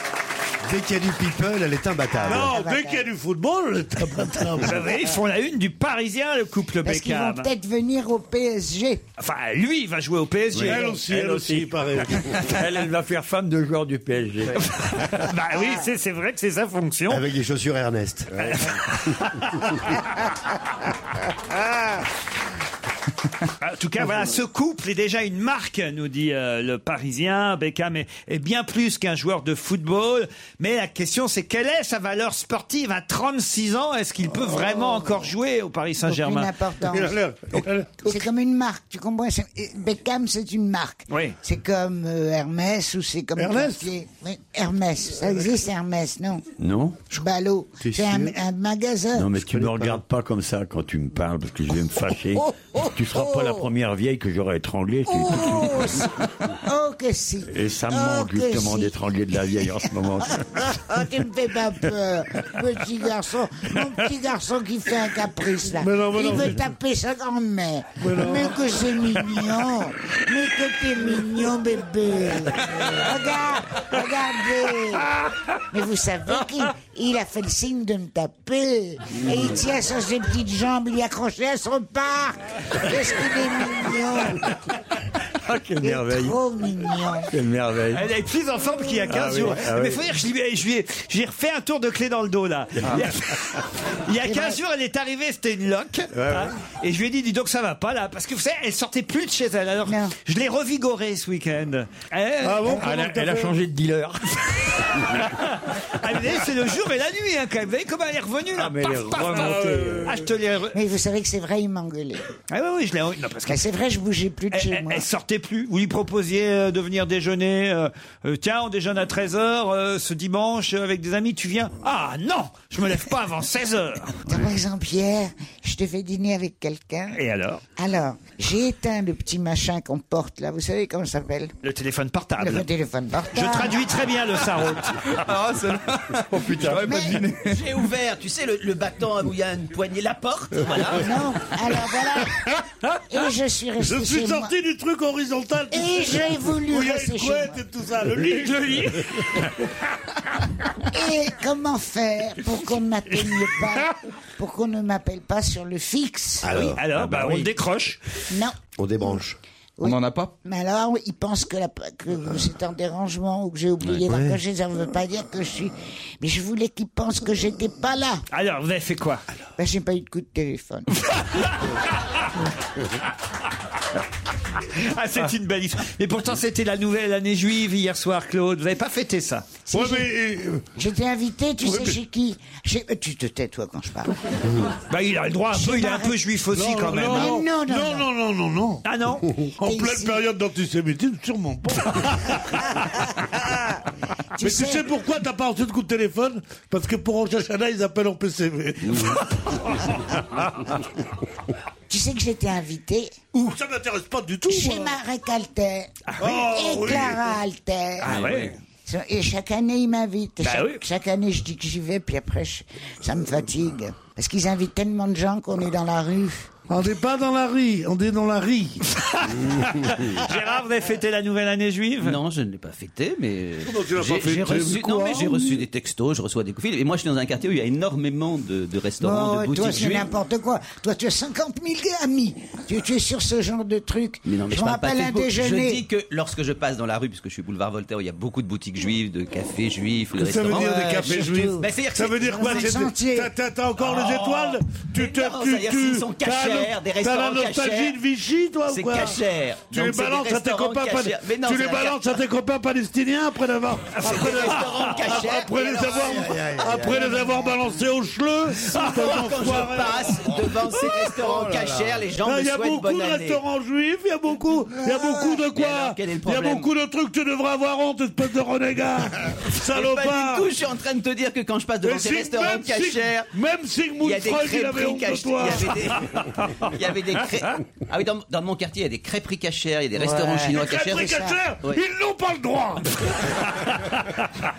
Speaker 10: Dès qu'il y a du people, elle est imbattable.
Speaker 5: Non, dès qu'il y a du football, le
Speaker 3: Vous savez, ils font la une du Parisien, le couple
Speaker 4: Parce qu'ils vont
Speaker 3: Beckham.
Speaker 4: peut-être venir au PSG.
Speaker 3: Enfin, lui, il va jouer au PSG.
Speaker 7: Oui. Elle, elle va faire femme de joueur du PSG.
Speaker 3: bah oui, c'est c'est vrai que c'est sa fonction.
Speaker 10: Avec des chaussures Ernest.
Speaker 3: En tout cas, voilà, ce couple est déjà une marque, nous dit euh, le Parisien. Beckham est, est bien plus qu'un joueur de football. Mais la question, c'est quelle est sa valeur sportive à 36 ans Est-ce qu'il peut vraiment encore jouer au Paris
Speaker 4: Oh, Aucune
Speaker 3: Saint-Germain
Speaker 4: importance. Euh, C'est comme une marque, tu comprends c'est- et Beckham, c'est une marque.
Speaker 3: Oui.
Speaker 4: C'est comme euh, Hermès ou c'est comme
Speaker 5: Hermès
Speaker 4: Cartier. Oui, Hermès, ça existe Hermès, non
Speaker 7: Non
Speaker 4: Ballot,
Speaker 7: T'es
Speaker 4: c'est un,
Speaker 7: sûr
Speaker 4: un magasin.
Speaker 7: Non, mais tu me regardes Ah, pas comme ça quand tu me parles, parce que je vais me fâcher.
Speaker 4: Oh, oh, oh,
Speaker 7: tu seras pas la
Speaker 4: oh.
Speaker 7: première vieille que j'aurai étranglée. tu-
Speaker 4: Oh, si. oh, que si.
Speaker 7: Et ça me
Speaker 4: Oh,
Speaker 7: manque
Speaker 4: que
Speaker 7: justement
Speaker 4: si.
Speaker 7: d'étrangler de la vieille en ce moment.
Speaker 4: Oh, tu me fais pas peur, petit garçon. Mon petit garçon qui fait un caprice, là.
Speaker 5: Mais non, mais
Speaker 4: Il
Speaker 5: non,
Speaker 4: veut
Speaker 5: mais-
Speaker 4: taper sa grand-mère.
Speaker 5: Mais
Speaker 4: Mais,
Speaker 5: non.
Speaker 4: que c'est mignon. Mais que t'es mignon, bébé. Regarde, regardez. Mais vous savez qu'il il a fait le signe de me taper. Et il tient sur ses petites jambes, il est accroché à son parc. Qu'est-ce qu'il est mignon.
Speaker 7: Ah, quelle merveille.
Speaker 4: Trop mignon.
Speaker 7: Quelle merveille.
Speaker 3: Elle est plus en forme qu'il y a 15
Speaker 7: Ah oui,
Speaker 3: jours.
Speaker 7: ah
Speaker 3: mais
Speaker 7: oui.
Speaker 3: faut dire que je lui, ai- je lui ai- je lui ai refait un tour de clé dans le dos, là.
Speaker 7: Ah.
Speaker 3: Il y a- Il y a 15 jours, elle est arrivée, c'était une loque. hein, Et je lui ai dit, dis donc, ça va pas, là. Parce que vous savez, elle sortait plus de chez elle. Alors, je l'ai revigorée ce week-end. Eh, Elle-
Speaker 5: Ah bon,
Speaker 7: Elle a, elle a changé de dealer.
Speaker 3: Ah, mais vous voyez, c'est le jour et la nuit, hein, quand même. Vous voyez comment elle est revenue, là.
Speaker 7: Ah, mais elle est remontée.
Speaker 3: Ah, je te l'ai. re-
Speaker 4: Mais vous savez que c'est vrai, il m'engueulait.
Speaker 3: Ah, oui, oui, je l'ai. non, parce que-
Speaker 4: Ben, c'est vrai, je bougeais plus de
Speaker 3: Elle,
Speaker 4: chez
Speaker 3: elle-
Speaker 4: moi.
Speaker 3: elle sortait plus. Vous lui proposiez euh, de venir déjeuner. euh, euh, tiens, on déjeune à 13h ce dimanche euh, avec des amis. Tu viens Ah non Je me lève pas avant 16h.
Speaker 4: Attends, Par exemple, hier, je devais dîner avec quelqu'un.
Speaker 3: Et alors
Speaker 4: Alors, j'ai éteint le petit machin qu'on porte là, vous savez comment ça s'appelle
Speaker 3: Le téléphone portable.
Speaker 4: Le téléphone portable.
Speaker 3: Je traduis très bien le sarraute.
Speaker 9: Ah,
Speaker 7: Oh putain,
Speaker 9: Mais J'ai ouvert, tu sais, le, le battant à où il y a une poignée, la porte. Voilà.
Speaker 4: Non, alors voilà. Et je suis
Speaker 5: Je
Speaker 4: restée
Speaker 5: suis
Speaker 4: chez moi.
Speaker 5: sorti du truc horizontal. tu
Speaker 4: Et
Speaker 5: sais.
Speaker 4: j'ai voulu
Speaker 5: Où il y a
Speaker 4: rester
Speaker 5: une
Speaker 4: chez
Speaker 5: couette
Speaker 4: moi.
Speaker 5: et tout ça. Le lit, le lit.
Speaker 4: Et comment faire pour qu'on ne m'atteigne pas, pour qu'on ne m'appelle pas sur le fixe
Speaker 6: Ah,
Speaker 3: Alors, bah, on le décroche.
Speaker 4: Non.
Speaker 10: On débranche.
Speaker 4: Oui.
Speaker 10: On n'en a pas
Speaker 4: Mais alors, ils pensent que, la- que c'est un dérangement ou que j'ai oublié
Speaker 3: Ah. Ouais.
Speaker 4: la
Speaker 3: Ouais.
Speaker 4: cocher. Ça ne veut pas dire que je suis. Mais je voulais qu'ils pensent que j'étais pas là.
Speaker 3: Alors, vous avez fait quoi
Speaker 4: Ben, j'ai pas eu de coup de téléphone.
Speaker 3: Ah, c'est une belle histoire. Mais pourtant, c'était la nouvelle année juive hier soir, Claude. Vous n'avez pas fêté ça
Speaker 4: Si j'ai- J'étais invité, tu sais, chez qui Chez- euh, Tu te tais, toi, quand je parle.
Speaker 3: Bah, il a le droit un peu, il est un peu juif aussi, quand même. hein.
Speaker 5: Non, non, non, non, non, non, non.
Speaker 3: Ah non
Speaker 5: En pleine période d'antisémitisme, sûrement pas. Mais tu sais pourquoi t'as pas reçu de coup de téléphone Parce que pour Rosh Hashanah, ils appellent en PCV.
Speaker 4: Tu sais que j'étais invité
Speaker 5: Ouh, ça m'intéresse pas du tout.
Speaker 4: chez
Speaker 5: moi.
Speaker 4: Marek Alter
Speaker 5: oui.
Speaker 4: et
Speaker 5: Oh, oui.
Speaker 4: Clara Alter.
Speaker 5: Ah, ouais.
Speaker 4: Et chaque année, ils m'invitent. Et
Speaker 5: Bah
Speaker 4: chaque,
Speaker 5: oui.
Speaker 4: chaque année, je dis que j'y vais, puis après, je- ça me fatigue. Parce qu'ils invitent tellement de gens qu'on est dans la rue.
Speaker 5: On n'est pas dans la rue, on est dans la rue.
Speaker 3: Gérard, vous avez fêté la nouvelle année juive
Speaker 9: Non, je ne l'ai pas fêté, mais
Speaker 5: Comment tu l'as
Speaker 9: j'ai
Speaker 5: pas fêté
Speaker 9: j'ai reçu,
Speaker 5: Quoi Ah
Speaker 9: non, mais j'ai reçu des textos, je reçois des coups de fil. Et moi, je suis dans un quartier où il y a énormément de, de restaurants,
Speaker 4: Oh,
Speaker 9: de
Speaker 4: toi,
Speaker 9: boutiques
Speaker 4: c'est
Speaker 9: juives.
Speaker 4: n'importe quoi. Toi, tu as 50 000 amis. Tu, tu es sur ce genre de truc.
Speaker 9: Mais non, mais
Speaker 4: je
Speaker 9: je
Speaker 4: me
Speaker 9: parle pas
Speaker 4: rappelle
Speaker 9: de
Speaker 4: un
Speaker 9: Facebook.
Speaker 4: déjeuner.
Speaker 9: Je dis que lorsque je passe dans la rue, puisque je suis boulevard Voltaire, où il y a beaucoup de boutiques juives, de cafés juifs, de
Speaker 5: Ça veut
Speaker 9: restaurants.
Speaker 5: dire des cafés juifs.
Speaker 9: Bah, c'est-à-dire que
Speaker 5: ça
Speaker 9: c'est-
Speaker 5: veut dire quoi
Speaker 9: c'est-
Speaker 5: c'est- t'as- T'as t'as encore les
Speaker 9: Oh.
Speaker 5: étoiles Tu te
Speaker 9: Mais non, c'est-à-dire qu'ils sont
Speaker 5: t'as la-
Speaker 9: cachères, des
Speaker 5: T'as la
Speaker 9: restaurants
Speaker 5: nostalgie
Speaker 9: cachères.
Speaker 5: de Vichy, toi
Speaker 9: C'est
Speaker 5: ou quoi
Speaker 9: cachère.
Speaker 5: Tu
Speaker 9: Donc,
Speaker 5: les
Speaker 9: c'est des
Speaker 5: balances à tes
Speaker 9: restaurants
Speaker 5: copains pal-
Speaker 9: cachères. Mais non,
Speaker 5: Tu
Speaker 9: c'est
Speaker 5: les
Speaker 9: un
Speaker 5: balances à tes copains palestiniens après d'avoir après les-
Speaker 9: restaurants cachères.
Speaker 5: après les
Speaker 9: Et
Speaker 5: avoir après les avoir balancés au Ah, chleu.
Speaker 9: Souvent, quand je passe devant
Speaker 5: Oh
Speaker 9: ces restaurants cachères, les gens
Speaker 5: Ah,
Speaker 9: me
Speaker 5: Il y a
Speaker 9: souhaitent
Speaker 5: beaucoup
Speaker 9: bonne
Speaker 5: de
Speaker 9: année.
Speaker 5: restaurants juifs, il y a beaucoup, il y a beaucoup de
Speaker 9: Mais alors,
Speaker 5: quoi
Speaker 9: quel est le
Speaker 5: Il y a
Speaker 9: problème
Speaker 5: beaucoup de trucs que tu devrais avoir honte, espèce de renégat,
Speaker 9: Et pas
Speaker 5: salopard.
Speaker 9: du tout, je suis en train de te dire que quand je passe devant
Speaker 5: Et
Speaker 9: ces
Speaker 5: Sig-
Speaker 9: restaurants
Speaker 5: même Sig-
Speaker 9: cachères,
Speaker 5: même
Speaker 9: il
Speaker 5: Sigmund
Speaker 9: y a des
Speaker 5: Freud, il avait
Speaker 9: crêperies
Speaker 5: honte de
Speaker 9: cachères.
Speaker 5: toi.
Speaker 9: Il y avait des- Il y avait des crêpes. Ah oui, dans, dans mon quartier, il y a des crêperies cachères, il y a des restaurants
Speaker 5: Les
Speaker 9: chinois cachères.
Speaker 5: crêperies cachères,
Speaker 9: Ouais.
Speaker 5: ils n'ont pas le droit.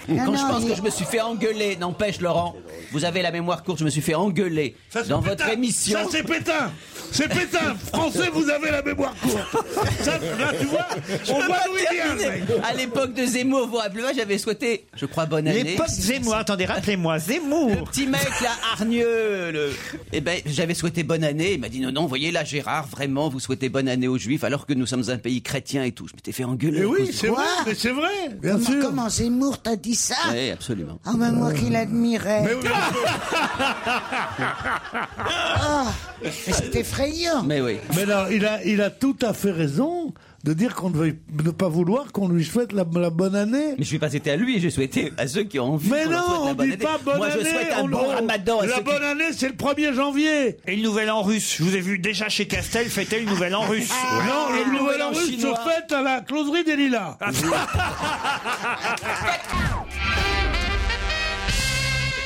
Speaker 9: Quand
Speaker 5: Non,
Speaker 9: je
Speaker 5: non,
Speaker 9: pense
Speaker 5: mais-
Speaker 9: que je me suis fait engueuler, n'empêche Laurent, vous avez la mémoire courte, je me suis fait engueuler
Speaker 5: Ça, c'est
Speaker 9: dans
Speaker 5: Pétain.
Speaker 9: votre émission.
Speaker 5: Ça, c'est pétain. C'est pétain. Français, vous avez la mémoire courte. Ça, là, tu vois,
Speaker 9: Je
Speaker 5: on
Speaker 9: peux
Speaker 5: voit
Speaker 9: pas
Speaker 5: d'où il vient, le
Speaker 9: terminer.
Speaker 5: mec.
Speaker 9: À l'époque de Zemmour, vous rappelez-moi, j'avais souhaité, je crois, Ah, bonne année.
Speaker 3: L'époque Zemmour, attendez, rappelez-moi,
Speaker 9: Le
Speaker 3: Zemmour
Speaker 9: petit mec là, hargneux, le... eh ben, j'avais souhaité bonne année. Il m'a dit non, non, voyez là, Gérard, vraiment, vous souhaitez bonne année aux Juifs alors que nous sommes un pays chrétien et tout. Je m'étais fait engueuler.
Speaker 5: Mais
Speaker 9: à cause
Speaker 5: oui,
Speaker 9: de-
Speaker 5: c'est
Speaker 4: Quoi
Speaker 5: vrai, mais c'est vrai, bien
Speaker 4: comment,
Speaker 5: sûr.
Speaker 4: comment Zemmour t'a dit ça
Speaker 9: Oui, absolument.
Speaker 4: Ah, ben moi qui l'admirais.
Speaker 5: Mais oui, mais-
Speaker 4: Ah, mais c'est effrayant.
Speaker 9: Mais oui.
Speaker 5: Mais là, il a, il a tout à fait raison de dire qu'on ne veuille ne pas vouloir qu'on lui souhaite la, la bonne année.
Speaker 9: Mais je suis pas souhaité à lui, j'ai souhaité à ceux qui ont envie.
Speaker 5: Mais
Speaker 9: qu'on leur
Speaker 5: non,
Speaker 9: souhaite
Speaker 5: on
Speaker 9: la bonne
Speaker 5: dit
Speaker 9: année.
Speaker 5: pas bonne
Speaker 9: Moi,
Speaker 5: année.
Speaker 9: je souhaite un
Speaker 5: on-
Speaker 9: bon
Speaker 5: on-
Speaker 9: ramadan à
Speaker 5: La
Speaker 9: ceux
Speaker 5: bonne année, c'est le 1er janvier.
Speaker 3: Et le nouvel an russe. Je vous ai vu déjà chez Castel fêter le nouvel an russe.
Speaker 5: Non,
Speaker 3: Et
Speaker 5: le nouvel an russe se
Speaker 3: chinois.
Speaker 5: fête à la closerie des Lilas.
Speaker 3: Ah.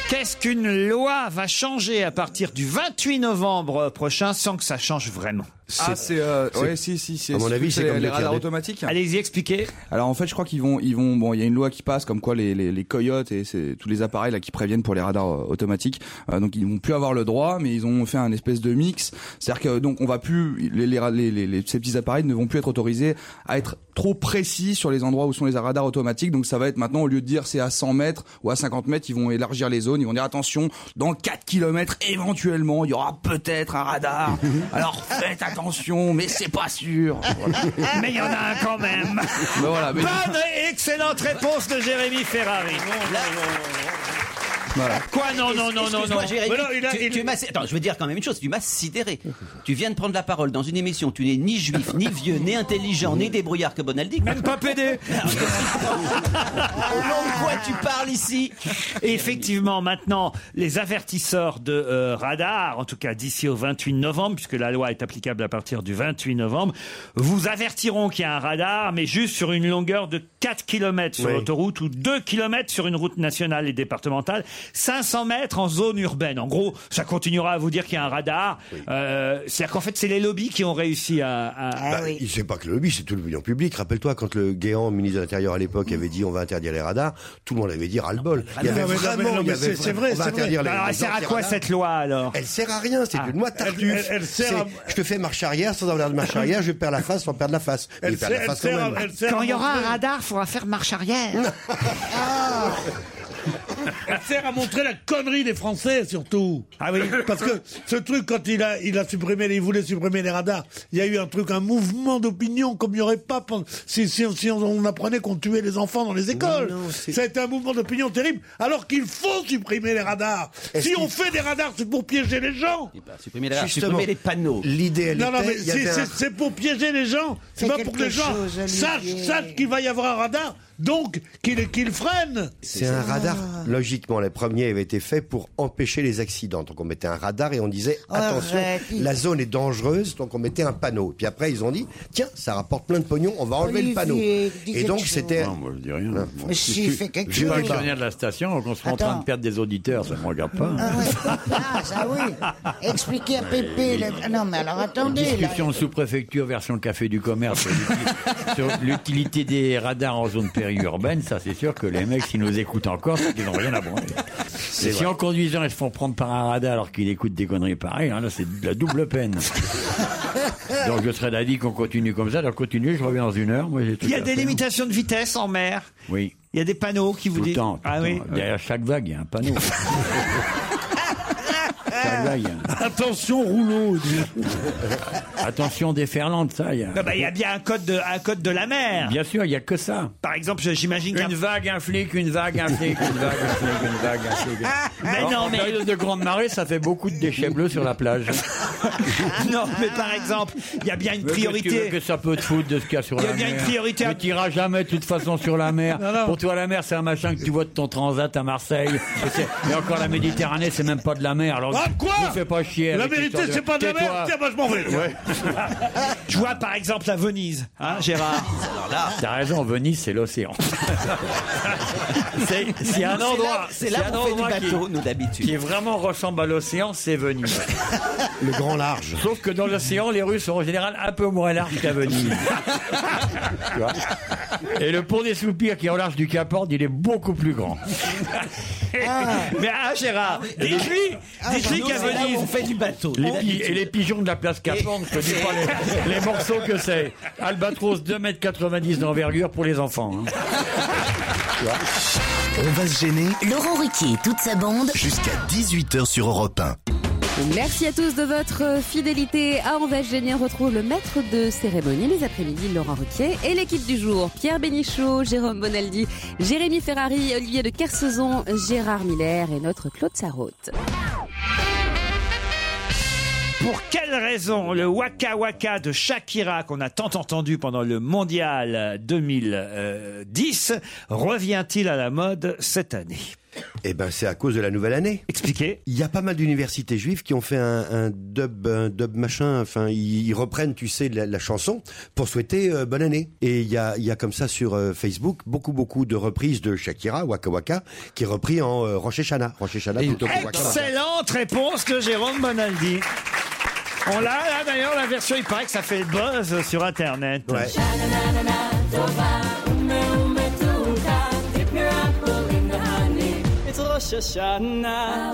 Speaker 3: Qu'est-ce qu'une loi va changer à partir du 28 novembre prochain sans que ça change vraiment
Speaker 6: Ah, c'est. euh,
Speaker 3: c'est-
Speaker 6: ouais, si, si, c'est.
Speaker 10: à mon avis, c'est
Speaker 6: les-
Speaker 10: comme
Speaker 6: les
Speaker 10: le
Speaker 6: radars
Speaker 10: Kirby.
Speaker 6: automatiques.
Speaker 3: Allez-y, expliquez.
Speaker 6: Alors en fait, je crois qu'ils vont, ils vont. Bon, il y a une loi qui passe comme quoi les, les, les coyotes et c'est- tous les appareils là qui préviennent pour les radars euh, automatiques. Euh, donc ils vont plus avoir le droit, mais ils ont fait un espèce de mix. C'est-à-dire que euh, donc on va plus les, les, ra- les, les- les- ces petits appareils ne vont plus être autorisés à être trop précis sur les endroits où sont les radars automatiques. Donc ça va être maintenant au lieu de dire c'est à 100 mètres ou à 50 mètres, ils vont élargir les zones. Ils vont dire attention, dans 4 km éventuellement il y aura peut-être un radar. Alors faites attention, mais c'est pas sûr. Voilà.
Speaker 3: Mais il y en a un quand même.
Speaker 6: Mais Bah
Speaker 9: Ah,
Speaker 6: voilà, mais-
Speaker 3: Bonne et excellente réponse de Jérémy Ferrari.
Speaker 6: voilà.
Speaker 3: Quoi Non, non, non, non, non.
Speaker 9: Excuse-moi, Jérémy,
Speaker 3: Mais non, il a-
Speaker 9: tu-
Speaker 3: il-
Speaker 9: tu m'as- Attends, je veux dire quand même une chose, tu m'as sidéré. Tu viens de prendre la parole dans une émission, tu n'es ni juif, ni vieux, ni intelligent, ni débrouillard que Bonaldi. Au nom
Speaker 3: Même pas PD.
Speaker 9: de quoi tu parles ici
Speaker 3: Et effectivement, maintenant, les avertisseurs de euh, radar, en tout cas d'ici au 28 novembre, puisque la loi est applicable à partir du 28 novembre, vous avertiront qu'il y a un radar, mais juste sur une longueur de 4 km sur
Speaker 10: Oui.
Speaker 3: l'autoroute ou 2 km sur une route nationale et départementale. 500 mètres en zone urbaine. En gros, ça continuera à vous dire qu'il y a un radar. Euh, C'est-à-dire qu'en fait, c'est les lobbies qui ont réussi à... à-
Speaker 10: Bah, Il sait pas que le lobby, c'est tout l'opinion publique. Rappelle-toi, quand le Guéant, ministre de l'Intérieur à l'époque, avait dit on va interdire les radars, tout le monde avait dit ras-le-bol. Il y avait
Speaker 3: Ah Non, mais non, mais
Speaker 10: Ah, vraiment, il
Speaker 3: non,
Speaker 10: y
Speaker 3: mais
Speaker 10: avait
Speaker 3: c'est- c'est
Speaker 10: vraiment-
Speaker 3: vrai,
Speaker 10: on va
Speaker 3: c'est
Speaker 10: interdire les-
Speaker 3: vrai. Alors, elle
Speaker 10: les
Speaker 3: sert à
Speaker 10: gens,
Speaker 3: quoi,
Speaker 10: les
Speaker 3: cette loi, alors Ah,
Speaker 10: Elle sert à rien, c'est une loi tartuffe.
Speaker 5: elle- elle sert
Speaker 10: C'est,
Speaker 5: à-
Speaker 10: Je te fais marche arrière, sans avoir de marche arrière, je perds la face sans perdre la face. Mais
Speaker 5: Elle
Speaker 10: il perd la
Speaker 5: sert-
Speaker 10: face
Speaker 5: elle
Speaker 10: quand
Speaker 5: sert à-
Speaker 10: même.
Speaker 5: elle sert à Quand il y aura
Speaker 3: un
Speaker 19: radar, il faudra faire marche arrière.
Speaker 5: Elle sert à montrer la connerie des Français, surtout. Ah oui. Parce que ce truc, quand il a, il a supprimé, il voulait supprimer les radars, il y a eu un truc, un mouvement d'opinion comme il n'y aurait pas pen- si, si, si on apprenait qu'on tuait les enfants dans les écoles. Ça a été un mouvement d'opinion terrible, alors qu'il faut supprimer les radars. Si on fait des radars, c'est pour piéger les gens.
Speaker 9: Bah, Supprimer les,
Speaker 5: Justement.
Speaker 9: supprimer les panneaux.
Speaker 10: L'idée,
Speaker 5: Non, non, mais c'est- c'est c'est pour piéger les gens. C'est
Speaker 9: Fais
Speaker 5: pas pour que les
Speaker 9: quelque
Speaker 5: gens
Speaker 9: chose, Olivier.
Speaker 5: sachent, sachent qu'il va y avoir un radar, donc qu'ils qu'ils freinent.
Speaker 10: C'est
Speaker 4: Ah.
Speaker 10: un radar. Logiquement, les premiers avaient été faits pour empêcher les accidents. Donc on mettait un radar et on disait
Speaker 4: Oh,
Speaker 10: attention,
Speaker 5: Arrête.
Speaker 10: la zone est dangereuse, donc on mettait un panneau. Puis après ils ont dit tiens, ça rapporte plein de pognon, on va enlever
Speaker 4: Olivier,
Speaker 10: le panneau.
Speaker 4: dis
Speaker 10: Et
Speaker 4: quelque
Speaker 10: donc
Speaker 4: chose.
Speaker 10: c'était Hein.
Speaker 7: Non, moi je dis rien. Moi,
Speaker 4: Mais
Speaker 7: je
Speaker 4: si,
Speaker 7: suis-
Speaker 4: fais quelque
Speaker 7: Je suis pas
Speaker 4: chose.
Speaker 7: actionnaire de la station, donc on sera en
Speaker 4: Attends.
Speaker 7: train de perdre des auditeurs, ça me regarde pas.
Speaker 4: Ah, ça oui. Expliquez à Pépé. le- Ah, Non, mais alors attendez. Là.
Speaker 7: Discussion de sous-préfecture version café du commerce sur l'utilité des radars en zone périurbaine, ça c'est sûr que les mecs, s'ils nous écoutent encore, c'est qu'ils n'ont rien à branler.
Speaker 10: C'est
Speaker 7: Et si
Speaker 10: vrai.
Speaker 7: en conduisant, ils se font prendre par un radar alors qu'ils écoutent des conneries pareilles, hein, là c'est de la double peine.
Speaker 5: Ah.
Speaker 7: Donc je serais d'avis qu'on continue comme ça. Alors continue, je reviens dans une heure. Moi, j'ai tout
Speaker 3: Il y a
Speaker 7: à
Speaker 3: des
Speaker 7: faire.
Speaker 3: limitations de vitesse en mer.
Speaker 7: Oui.
Speaker 3: Il y a des panneaux qui vous
Speaker 7: Tout le
Speaker 3: disent...
Speaker 7: temps, tout
Speaker 3: ah
Speaker 7: le
Speaker 3: oui
Speaker 7: temps. Derrière chaque vague, il y a un panneau. Chaque vague, il y a un-
Speaker 5: Attention, rouleau.
Speaker 7: Attention déferlante, ça. Il y a...
Speaker 3: Non, bah, il y a bien un code de, un code de la mer.
Speaker 7: Bien sûr, il n'y a que ça.
Speaker 3: Par exemple, je- j'imagine qu'un...
Speaker 7: Une vague, un flic, une vague, un flic, une vague, un flic, une vague, un flic.
Speaker 3: Ah, Mais
Speaker 7: Alors,
Speaker 3: non,
Speaker 7: en
Speaker 3: mais-
Speaker 7: période de grande marée, ça fait beaucoup de déchets bleus sur la plage.
Speaker 3: non, mais par exemple, il y a bien une
Speaker 7: Mais que tu veux
Speaker 3: priorité.
Speaker 7: que ça peut te foutre de ce qu'il y a sur
Speaker 3: Il y
Speaker 7: la
Speaker 3: a
Speaker 7: mer.
Speaker 3: bien une priorité à-
Speaker 7: Ne t'iras jamais de toute façon sur la mer.
Speaker 3: Non, non.
Speaker 7: Pour toi, la mer, c'est un machin que tu vois de ton transat à Marseille. Et, c'est- et encore la Méditerranée, c'est même pas de la mer. Alors,
Speaker 5: Ah, quoi
Speaker 7: ne fais pas chier.
Speaker 5: La
Speaker 7: avec
Speaker 5: vérité,
Speaker 7: l'histoire
Speaker 5: c'est pas de la mer.
Speaker 7: Tais-toi.
Speaker 5: Tiens, bah, je m'en vais.
Speaker 7: Ouais.
Speaker 3: Je vois par exemple à Venise,
Speaker 7: Ah.
Speaker 3: hein, Gérard.
Speaker 7: T'as raison, Venise, c'est l'océan. c'est c'est
Speaker 9: Bah non,
Speaker 7: un
Speaker 9: c'est
Speaker 7: endroit.
Speaker 9: là- c'est là
Speaker 7: un
Speaker 9: où on fait du
Speaker 7: endroit
Speaker 9: bateau, nous,
Speaker 7: qui, qui vraiment ressemble à l'océan, c'est Venise.
Speaker 10: le grand large.
Speaker 7: Sauf que dans l'océan, les rues sont en général un peu moins larges qu'à Venise. Tu vois Et le pont des soupirs qui est au large du Cap Horn, il est beaucoup plus grand.
Speaker 3: Mais ah, Gérard,
Speaker 7: Ah,
Speaker 3: dites-lui,
Speaker 7: bah
Speaker 3: dites-lui qu'à Venise,
Speaker 9: on fait du bateau.
Speaker 7: Les pi- et les pigeons de la place Caporne, je te dis pas les, les morceaux que c'est. Albatros 2m90 d'envergure pour les enfants. hein.
Speaker 2: On va se gêner
Speaker 1: Laurent Ruquier et toute sa bande.
Speaker 2: jusqu'à 18h sur Europe 1.
Speaker 18: Merci à tous de votre fidélité à On va se gêner. On retrouve le maître de cérémonie les après-midi, Laurent Ruquier, et l'équipe du jour, Pierre Bénichot, Jérôme Bonaldi, Jérémy Ferrari, Olivier de Kersauzon, Gérard Miller et notre Claude Sarraute.
Speaker 3: pour quelle raison le Waka Waka de Shakira qu'on a tant entendu pendant le mondial 2010 revient-il à la mode cette année
Speaker 10: Eh ben, c'est à cause de la nouvelle année.
Speaker 3: Expliquez.
Speaker 10: Il y a pas mal d'universités juives qui ont fait un, un dub, un dub machin. Enfin, ils ils reprennent, tu sais, la, la chanson pour souhaiter euh, bonne année. Et il y a, il y a comme ça sur euh, Facebook beaucoup, beaucoup de reprises de Shakira, Waka Waka, qui est repris en euh, Rosh Hashanah. Rosh Hashanah plutôt que Waka Waka.
Speaker 3: Excellente réponse de Jérôme Bonaldi. On l'a là d'ailleurs la version, il paraît que ça fait le buzz sur internet. Alors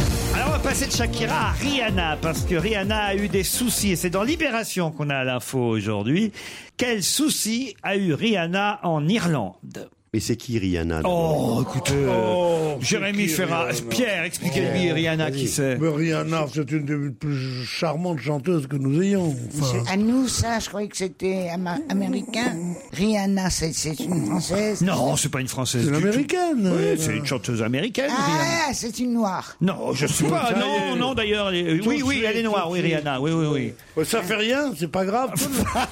Speaker 3: on va passer de Shakira à Rihanna parce que Rihanna a eu des soucis et c'est dans Libération qu'on a l'info aujourd'hui. Quel souci a eu Rihanna en Irlande
Speaker 10: Mais c'est qui Rihanna
Speaker 3: Oh, écoutez, euh, Jérémy
Speaker 5: qui,
Speaker 3: Ferrat,
Speaker 5: Rihanna
Speaker 3: Pierre, expliquez-lui
Speaker 10: Oh,
Speaker 3: Rihanna
Speaker 10: vas-y.
Speaker 3: qui c'est.
Speaker 5: Mais Rihanna, c'est une des plus charmantes chanteuses que nous ayons. Enfin,
Speaker 4: À nous, ça, je croyais que c'était ama- américain. Rihanna, c'est c'est une française.
Speaker 3: Non, c'est pas une française.
Speaker 5: C'est une
Speaker 3: du tout.
Speaker 5: Américaine.
Speaker 3: Oui, c'est une chanteuse américaine. Rihanna.
Speaker 4: Ah, c'est une noire.
Speaker 3: Non, je sais pas.
Speaker 5: Ça y
Speaker 3: Non,
Speaker 5: est.
Speaker 3: non, d'ailleurs. elle est- Oui, oui,
Speaker 5: Touché,
Speaker 3: elle est noire, oui,
Speaker 5: touché.
Speaker 3: Rihanna. Oui, oui, oui.
Speaker 5: euh, ça fait rien, c'est pas grave.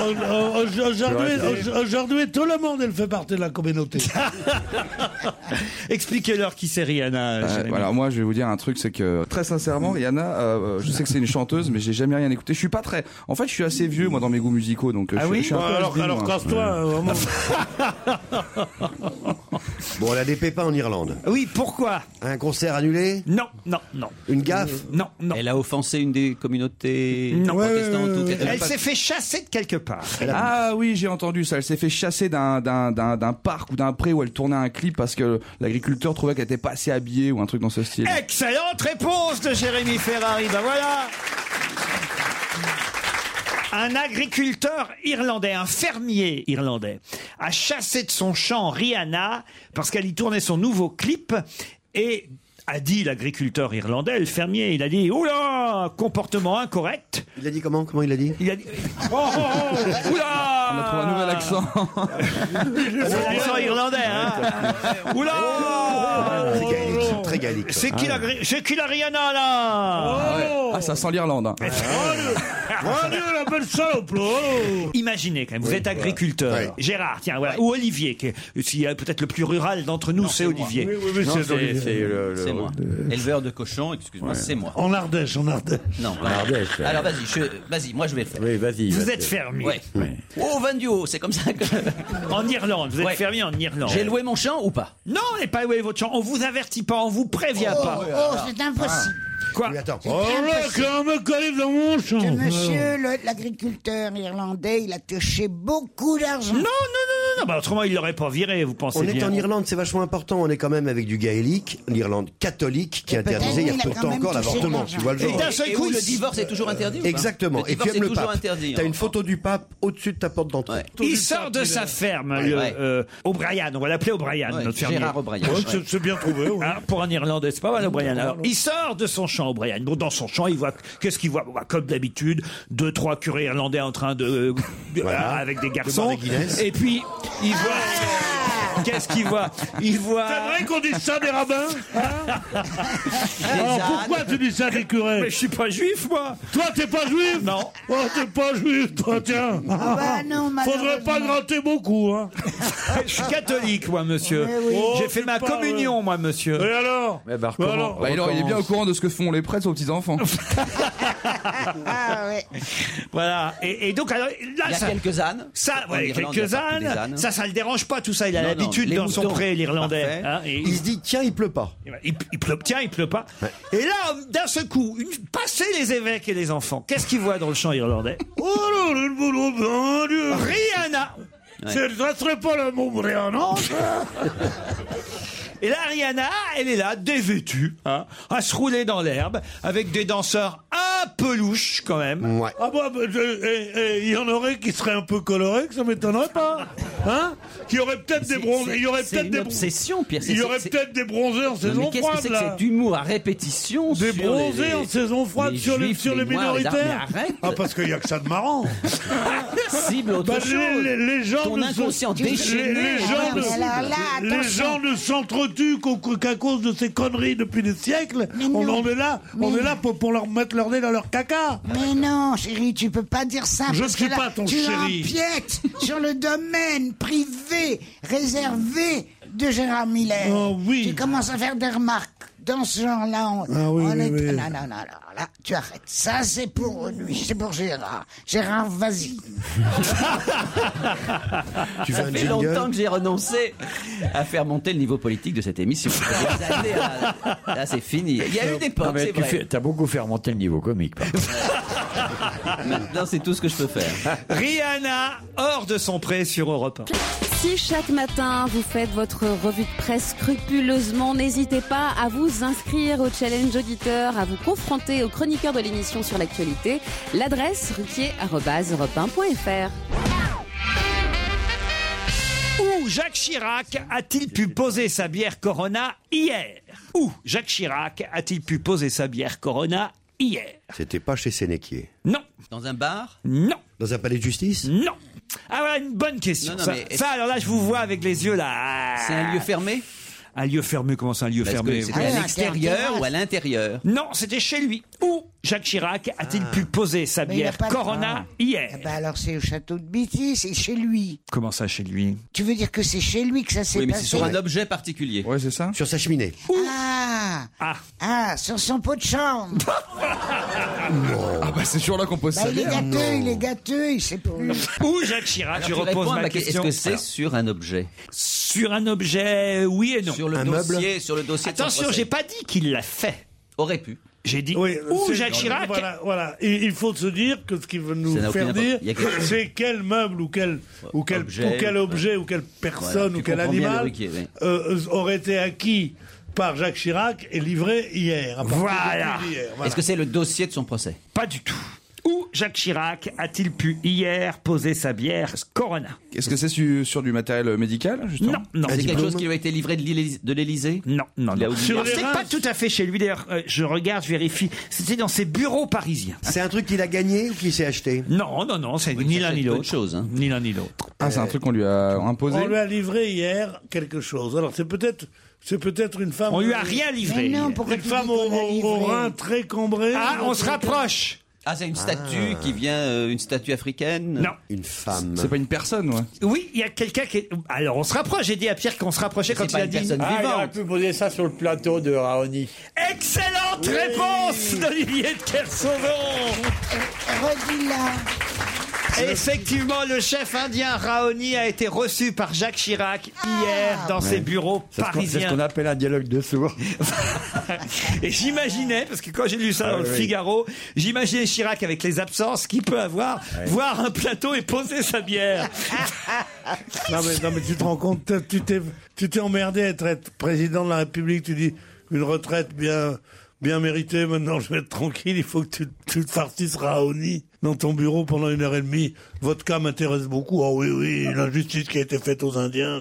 Speaker 5: Euh, euh, euh, Aujourd'hui, euh, aujourd'hui, tout le monde, elle fait partie de la communauté.
Speaker 3: Ah Expliquez-leur qui c'est Rihanna.
Speaker 6: Euh,
Speaker 3: Jérémy.
Speaker 6: alors moi je vais vous dire un truc c'est que très sincèrement Rihanna euh, je sais que c'est une chanteuse mais j'ai jamais rien écouté je suis pas très en fait je suis assez vieux moi dans mes goûts musicaux donc euh,
Speaker 3: Ah
Speaker 6: je, suis-
Speaker 3: oui
Speaker 6: je suis un
Speaker 5: Bon,
Speaker 10: hein.
Speaker 6: peu
Speaker 5: alors,
Speaker 6: has-been,
Speaker 5: alors
Speaker 6: moi.
Speaker 5: casse-toi, euh, vraiment.
Speaker 10: Bon, on a des pépins en Irlande.
Speaker 3: Ah Oui, pourquoi
Speaker 10: Un concert annulé
Speaker 3: Non, non, non.
Speaker 10: Une gaffe
Speaker 3: Non, non.
Speaker 9: Elle a offensé une des communautés protestantes. ou-
Speaker 3: Mmh. Elle s'est fait chasser de quelque part.
Speaker 6: Ah oui, j'ai entendu ça. Elle s'est fait chasser d'un- d'un d'un- d'un parc ou d'un pré où elle tournait un clip parce que l'agriculteur trouvait qu'elle était pas assez habillée ou un truc dans ce style.
Speaker 3: Excellente réponse de Jérémy Ferrari. Ben voilà. Un agriculteur irlandais, un fermier irlandais, a chassé de son champ Rihanna parce qu'elle y tournait son nouveau clip et a dit l'agriculteur irlandais, le fermier, il a dit Oula, comportement incorrect.
Speaker 10: Il a dit comment Comment il a dit
Speaker 3: Il a dit Oh, oh, oh, Oula On a trouvé un nouvel accent. l'accent irlandais, hein Oula oh,
Speaker 10: C'est gaélique, c'est très gaélique.
Speaker 3: C'est qui, la
Speaker 10: Ah ouais.
Speaker 3: gri- c'est qui la Rihanna là
Speaker 6: Ah, ça sent l'Irlande.
Speaker 3: Eh,
Speaker 6: hein.
Speaker 3: la belle Imaginez quand même, vous
Speaker 6: Oui,
Speaker 3: êtes agriculteur.
Speaker 6: voilà.
Speaker 3: Ouais. Gérard, tiens, voilà. Ou Olivier, qui est, s'il y a peut-être le plus rural d'entre nous, c'est Olivier.
Speaker 9: Non, c'est moi. Éleveur de cochons, excuse-moi, c'est moi.
Speaker 5: En Ardèche, en Ardèche.
Speaker 9: Non,
Speaker 5: En Ardèche,
Speaker 9: ouais.
Speaker 5: euh.
Speaker 9: Alors vas-y, je- vas-y, moi je vais le faire.
Speaker 7: Oui, vas-y.
Speaker 9: Vous
Speaker 7: vas-y.
Speaker 9: êtes fermier. Ouais.
Speaker 7: Ouais.
Speaker 9: Oh, Van du haut, c'est comme ça que.
Speaker 3: En Irlande, vous êtes
Speaker 9: Ouais.
Speaker 3: fermier en Irlande.
Speaker 9: J'ai loué mon champ ou pas
Speaker 3: Non, n'est pas loué votre champ. On vous avertit pas, on vous prévient
Speaker 4: Oh,
Speaker 3: pas. Ah.
Speaker 4: oh, c'est impossible.
Speaker 3: Quoi
Speaker 5: Oh là, quand me colle dans mon champ.
Speaker 4: Que monsieur le- l'agriculteur irlandais, il a touché beaucoup d'argent.
Speaker 3: Non, non, non, non, non. Bah, autrement, il l'aurait pas viré, vous pensez
Speaker 10: On est
Speaker 3: bien.
Speaker 10: en Irlande, c'est vachement important. On est quand même avec du gaélique, l'Irlande catholique qui
Speaker 3: Et peut-être
Speaker 10: interdisait il y a
Speaker 3: il a
Speaker 10: peu de
Speaker 3: quand
Speaker 10: temps
Speaker 3: même
Speaker 10: encore
Speaker 3: touché
Speaker 10: l'avortement.
Speaker 3: l'argent.
Speaker 10: Tu vois le
Speaker 3: Et
Speaker 10: genre.
Speaker 3: d'un seul
Speaker 9: Et
Speaker 3: coup,
Speaker 9: où le
Speaker 3: il-
Speaker 9: divorce est toujours interdit ou pas
Speaker 10: Exactement.
Speaker 9: Le
Speaker 10: Et puis
Speaker 9: divorce
Speaker 10: même
Speaker 9: est
Speaker 10: le
Speaker 9: toujours
Speaker 10: pape.
Speaker 9: interdit.
Speaker 10: T'as
Speaker 9: hein.
Speaker 10: une photo du pape au-dessus de ta porte d'entrée.
Speaker 3: Il sort de sa ferme, le, euh, O'Brien. On va l'appeler O'Brien,
Speaker 10: Ouais,
Speaker 3: notre fermier.
Speaker 10: Gérard O'Brien. Ouais, c'est-
Speaker 3: bien trouvé. pour un Irlandais, c'est pas mal, O'Brien. Alors, il sort de son champ, O'Brien. Bon, dans son champ, il voit. Qu'est-ce qu'il voit Bon, bah, Comme d'habitude, deux, trois curés irlandais en train de. euh, voilà, avec des garçons.
Speaker 10: Devant des Guinness.
Speaker 3: Et puis, il voit. Qu'est-ce qu'il voit Il voit.
Speaker 5: C'est vrai Ah, qu'on dit ça des rabbins hein Alors pourquoi tu dis ça des curés
Speaker 3: Ah, Mais je suis pas juif, moi
Speaker 5: Toi, t'es pas juif
Speaker 3: Non
Speaker 5: Oh, t'es pas juif, toi, tiens
Speaker 4: Ah bah non,
Speaker 5: Faudrait pas
Speaker 4: malheureusement.
Speaker 5: gratter beaucoup, hein
Speaker 3: Je suis catholique, moi, monsieur.
Speaker 9: Eh
Speaker 5: Mais oui.
Speaker 3: J'ai fait
Speaker 5: Oh,
Speaker 3: ma
Speaker 5: c'est pas
Speaker 3: communion, moi, monsieur.
Speaker 5: Et alors
Speaker 6: Eh ben, recommence.
Speaker 5: Bah alors,
Speaker 6: Bah, il- il est bien au courant de ce que font les prêtres aux petits-enfants.
Speaker 4: Ah ouais.
Speaker 3: Voilà. Et, et donc, alors, là,
Speaker 9: Il y a
Speaker 3: ça,
Speaker 9: quelques ânes.
Speaker 3: Ça,
Speaker 9: En
Speaker 3: ouais,
Speaker 9: Irlande, il y
Speaker 3: quelques
Speaker 9: a partout
Speaker 3: ânes.
Speaker 9: des ânes.
Speaker 3: Ça, ça le dérange pas, tout ça. Il a
Speaker 9: Non, non,
Speaker 3: l'habitude
Speaker 9: les
Speaker 3: dans son
Speaker 9: moutons.
Speaker 3: pré, l'Irlandais. hein,
Speaker 9: Parfait.
Speaker 3: il se dit, tiens, il pleut pas. ben, Il, il pleut, tiens, il pleut pas. Et là, d'un seul coup, une, passer les évêques et les enfants, qu'est-ce qu'il voit dans le champ irlandais
Speaker 5: Oh là là, le boulot, mon Dieu
Speaker 3: Rihanna
Speaker 5: C'est- Ça serait pas le mot Rihanna ça
Speaker 3: Et là, Rihanna, elle est là, dévêtue, hein, à se rouler dans l'herbe, avec des danseurs un peu louches, quand même.
Speaker 10: Ouais.
Speaker 5: Ah bah, bah, je- eh, eh, il y en aurait qui seraient un peu colorés, que ça m'étonnerait pas. Hein Qui auraient peut-être des bronzés. Il y aurait
Speaker 9: c'est
Speaker 5: peut-être
Speaker 9: une
Speaker 5: des bron-
Speaker 9: obsession, Pierre, c'est-
Speaker 5: Il y aurait
Speaker 9: c'est-
Speaker 5: peut-être des
Speaker 3: Euh,
Speaker 5: bronzés en
Speaker 9: Non,
Speaker 5: saison
Speaker 9: mais qu'est-ce que
Speaker 5: froide,
Speaker 9: c'est que
Speaker 5: là.
Speaker 9: cet humour à répétition
Speaker 5: Des
Speaker 9: sur
Speaker 5: bronzés
Speaker 9: les-
Speaker 5: en saison froide
Speaker 9: les
Speaker 5: sur, les,
Speaker 9: juifs,
Speaker 5: sur les,
Speaker 9: noirs, les
Speaker 5: minoritaires.
Speaker 9: arabes, mais arrête.
Speaker 5: ah, parce qu'il n'y a que ça de marrant.
Speaker 9: Cible autre
Speaker 5: Bah, les-
Speaker 9: chose.
Speaker 5: les, les gens
Speaker 9: Ton
Speaker 5: ne se-
Speaker 9: inconscient
Speaker 5: les-
Speaker 9: déchaîné.
Speaker 5: les gens
Speaker 9: Ah,
Speaker 5: ne-
Speaker 9: mais alors là,
Speaker 5: les
Speaker 9: attention.
Speaker 5: gens ne s'entretuent qu'au- qu'à cause de ces conneries depuis des siècles. On en est là, on est là pour, pour leur mettre leur nez dans leur caca.
Speaker 4: Mais non, chérie, tu peux pas dire ça.
Speaker 5: Je
Speaker 4: parce
Speaker 5: ne suis
Speaker 4: que là,
Speaker 5: pas ton
Speaker 4: tu
Speaker 5: chéri.
Speaker 4: empiètes sur le domaine privé réservé de Gérard Miller.
Speaker 5: Oh oui.
Speaker 4: Tu commences à faire des remarques dans ce genre-là. On,
Speaker 5: Ah oui,
Speaker 4: on
Speaker 5: oui,
Speaker 4: est-
Speaker 5: oui.
Speaker 4: Non, non, non, non, là, tu arrêtes. Ça, c'est pour lui, c'est pour Gérard. Gérard, vas-y.
Speaker 10: Tu
Speaker 9: Ça
Speaker 10: veux un
Speaker 9: fait
Speaker 10: jingle
Speaker 9: longtemps que j'ai renoncé à faire monter le niveau politique de cette émission. Ça fait des années,
Speaker 5: hein.
Speaker 9: là, Là, c'est fini. Il y a eu des
Speaker 7: Non,
Speaker 9: potes,
Speaker 7: mais
Speaker 9: c'est
Speaker 7: tu
Speaker 9: vrai.
Speaker 7: fais- T'as beaucoup fait remonter le niveau comique. par contre.
Speaker 9: Maintenant, c'est tout ce que je peux faire.
Speaker 3: Rihanna, hors de son pré sur Europe.
Speaker 18: Si chaque matin vous faites votre revue de presse scrupuleusement, n'hésitez pas à vous inscrire au challenge auditeur, à vous confronter aux chroniqueurs de l'émission sur l'actualité. L'adresse ruquier.europe1.fr.
Speaker 3: Où Jacques Chirac a-t-il pu poser sa bière Corona hier Où Jacques Chirac a-t-il pu poser sa bière Corona hier
Speaker 10: C'était pas chez Sénéquier.
Speaker 3: Non.
Speaker 9: Dans un bar
Speaker 3: Non.
Speaker 10: Dans un palais de justice
Speaker 3: Non. Ah voilà une bonne question.
Speaker 9: Non, non,
Speaker 3: ça,
Speaker 9: mais-
Speaker 3: ça, alors là, je vous vois avec les yeux là. Ah.
Speaker 9: C'est un lieu fermé
Speaker 3: Un lieu fermé, comment c'est un lieu
Speaker 9: Parce que
Speaker 3: fermé
Speaker 9: c'était à
Speaker 4: Ah,
Speaker 9: l'extérieur
Speaker 4: c'est
Speaker 9: ou à l'intérieur
Speaker 3: Non, c'était chez lui. Où Jacques Chirac a-t-il
Speaker 9: Ah.
Speaker 3: pu poser sa
Speaker 4: Mais il a
Speaker 3: bière
Speaker 4: pas le
Speaker 3: Corona
Speaker 4: droit.
Speaker 3: hier
Speaker 4: Ah bah alors c'est au château de Bitty, c'est chez lui.
Speaker 3: Comment ça chez lui
Speaker 4: Tu veux dire que c'est chez lui que ça s'est
Speaker 9: Oui, mais
Speaker 4: passé
Speaker 9: c'est sur un objet particulier.
Speaker 6: Ouais, c'est ça.
Speaker 10: Sur sa cheminée.
Speaker 4: Ah,
Speaker 3: ah
Speaker 4: sur son pot de chambre.
Speaker 6: Ah bah c'est sûr là qu'on pose
Speaker 4: Bah,
Speaker 6: sa
Speaker 4: il est
Speaker 6: bière.
Speaker 4: gâteux, il est gâteux, il sait plus.
Speaker 3: Ou Jacques
Speaker 9: Alors,
Speaker 3: Chirac, Ah,
Speaker 9: tu
Speaker 3: tu reposes
Speaker 9: réponds à
Speaker 3: ma
Speaker 9: ma que-
Speaker 3: question.
Speaker 9: est-ce que c'est
Speaker 3: Alors,
Speaker 9: sur un objet
Speaker 3: Sur un objet, oui et non.
Speaker 9: Sur le
Speaker 3: Un
Speaker 9: dossier,
Speaker 3: meuble
Speaker 9: sur le dossier. de son
Speaker 3: Attention,
Speaker 9: procès.
Speaker 3: j'ai pas dit qu'il l'a fait.
Speaker 9: Aurait pu.
Speaker 3: J'ai dit
Speaker 5: Oui,
Speaker 3: ou
Speaker 5: c'est-
Speaker 3: Jacques Chirac.
Speaker 5: Voilà, voilà. Et il faut se dire que ce qu'il veut nous
Speaker 3: Ça n'a
Speaker 5: faire
Speaker 3: aucune
Speaker 5: dire,
Speaker 3: importance. Il y a quelque chose.
Speaker 5: c'est quel meuble ou quel, ou quel,
Speaker 3: Objet,
Speaker 5: ou quel
Speaker 3: ou-
Speaker 5: objet ou quelle personne
Speaker 3: tu
Speaker 5: ou quel
Speaker 3: comprends bien le
Speaker 5: animal
Speaker 3: Ruquier, oui.
Speaker 5: euh, euh, aurait été acquis par Jacques Chirac et livré hier. à partir de
Speaker 3: Voilà.
Speaker 5: d'hier. Voilà.
Speaker 9: Est-ce que c'est le dossier de son procès
Speaker 3: Pas du tout. Où Jacques Chirac a-t-il pu hier poser sa bière Corona
Speaker 6: Est-ce que c'est sur, sur du matériel euh, médical justement
Speaker 3: Non, non.
Speaker 9: C'est quelque chose qui lui a été livré de l'Élysée- de l'Élysée
Speaker 3: Non, non,
Speaker 9: Il a
Speaker 3: non.
Speaker 9: oublié.
Speaker 3: Alors, c'est pas tout à fait chez lui. D'ailleurs, euh, je regarde, je vérifie. C'était dans ses bureaux parisiens.
Speaker 10: C'est un truc qu'il a gagné ou qu'il s'est acheté
Speaker 3: Non, non, non, c'est ni l'un ni l'autre.
Speaker 9: hein.
Speaker 3: Ni l'un ni l'autre.
Speaker 6: Ah, c'est un truc qu'on lui a imposé.
Speaker 5: On lui a livré hier quelque chose. Alors c'est peut-être c'est peut-être une femme.
Speaker 3: On lui a rien livré Mais non, hier. pourquoi
Speaker 5: Une
Speaker 3: tu
Speaker 5: femme
Speaker 3: dis
Speaker 5: au,
Speaker 3: qu'on l'a
Speaker 5: au- au
Speaker 3: livré
Speaker 5: rein très cambré.
Speaker 3: Ah, on se rapproche.
Speaker 9: Ah, c'est une statue qui vient, euh, une statue africaine
Speaker 3: Non.
Speaker 10: Une femme.
Speaker 6: C'est pas une personne, ouais.
Speaker 3: Oui, il y a quelqu'un qui. est- Alors, on se rapproche. J'ai dit à Pierre qu'on se rapprochait quand il a dit.
Speaker 20: Ah, il aurait pu poser ça sur le plateau de Raoni.
Speaker 3: Excellente réponse d'Olivier de Kersauzon.
Speaker 4: Redis-la.
Speaker 3: Effectivement, le chef indien Raoni a été reçu par Jacques Chirac hier dans ses bureaux
Speaker 20: C'est ce qu'on- C'est ce
Speaker 3: parisiens.
Speaker 20: qu'on appelle un dialogue de sourds.
Speaker 3: Et j'imaginais, parce que quand j'ai lu ça
Speaker 20: Ah
Speaker 3: dans le
Speaker 20: oui.
Speaker 3: Figaro, j'imaginais Chirac avec les absences qu'il peut avoir, voir un plateau et poser sa bière.
Speaker 5: Non mais, non, mais tu te rends compte, t'as- tu t'es, tu t'es emmerdé à être, être président de la République, tu dis une retraite bien, bien méritée, maintenant je vais être tranquille, il faut que tu, tu te farcisses Raoni dans ton bureau pendant une heure et demie. Votre cas m'intéresse beaucoup, ah oui, oui, l'injustice qui a été faite aux Indiens.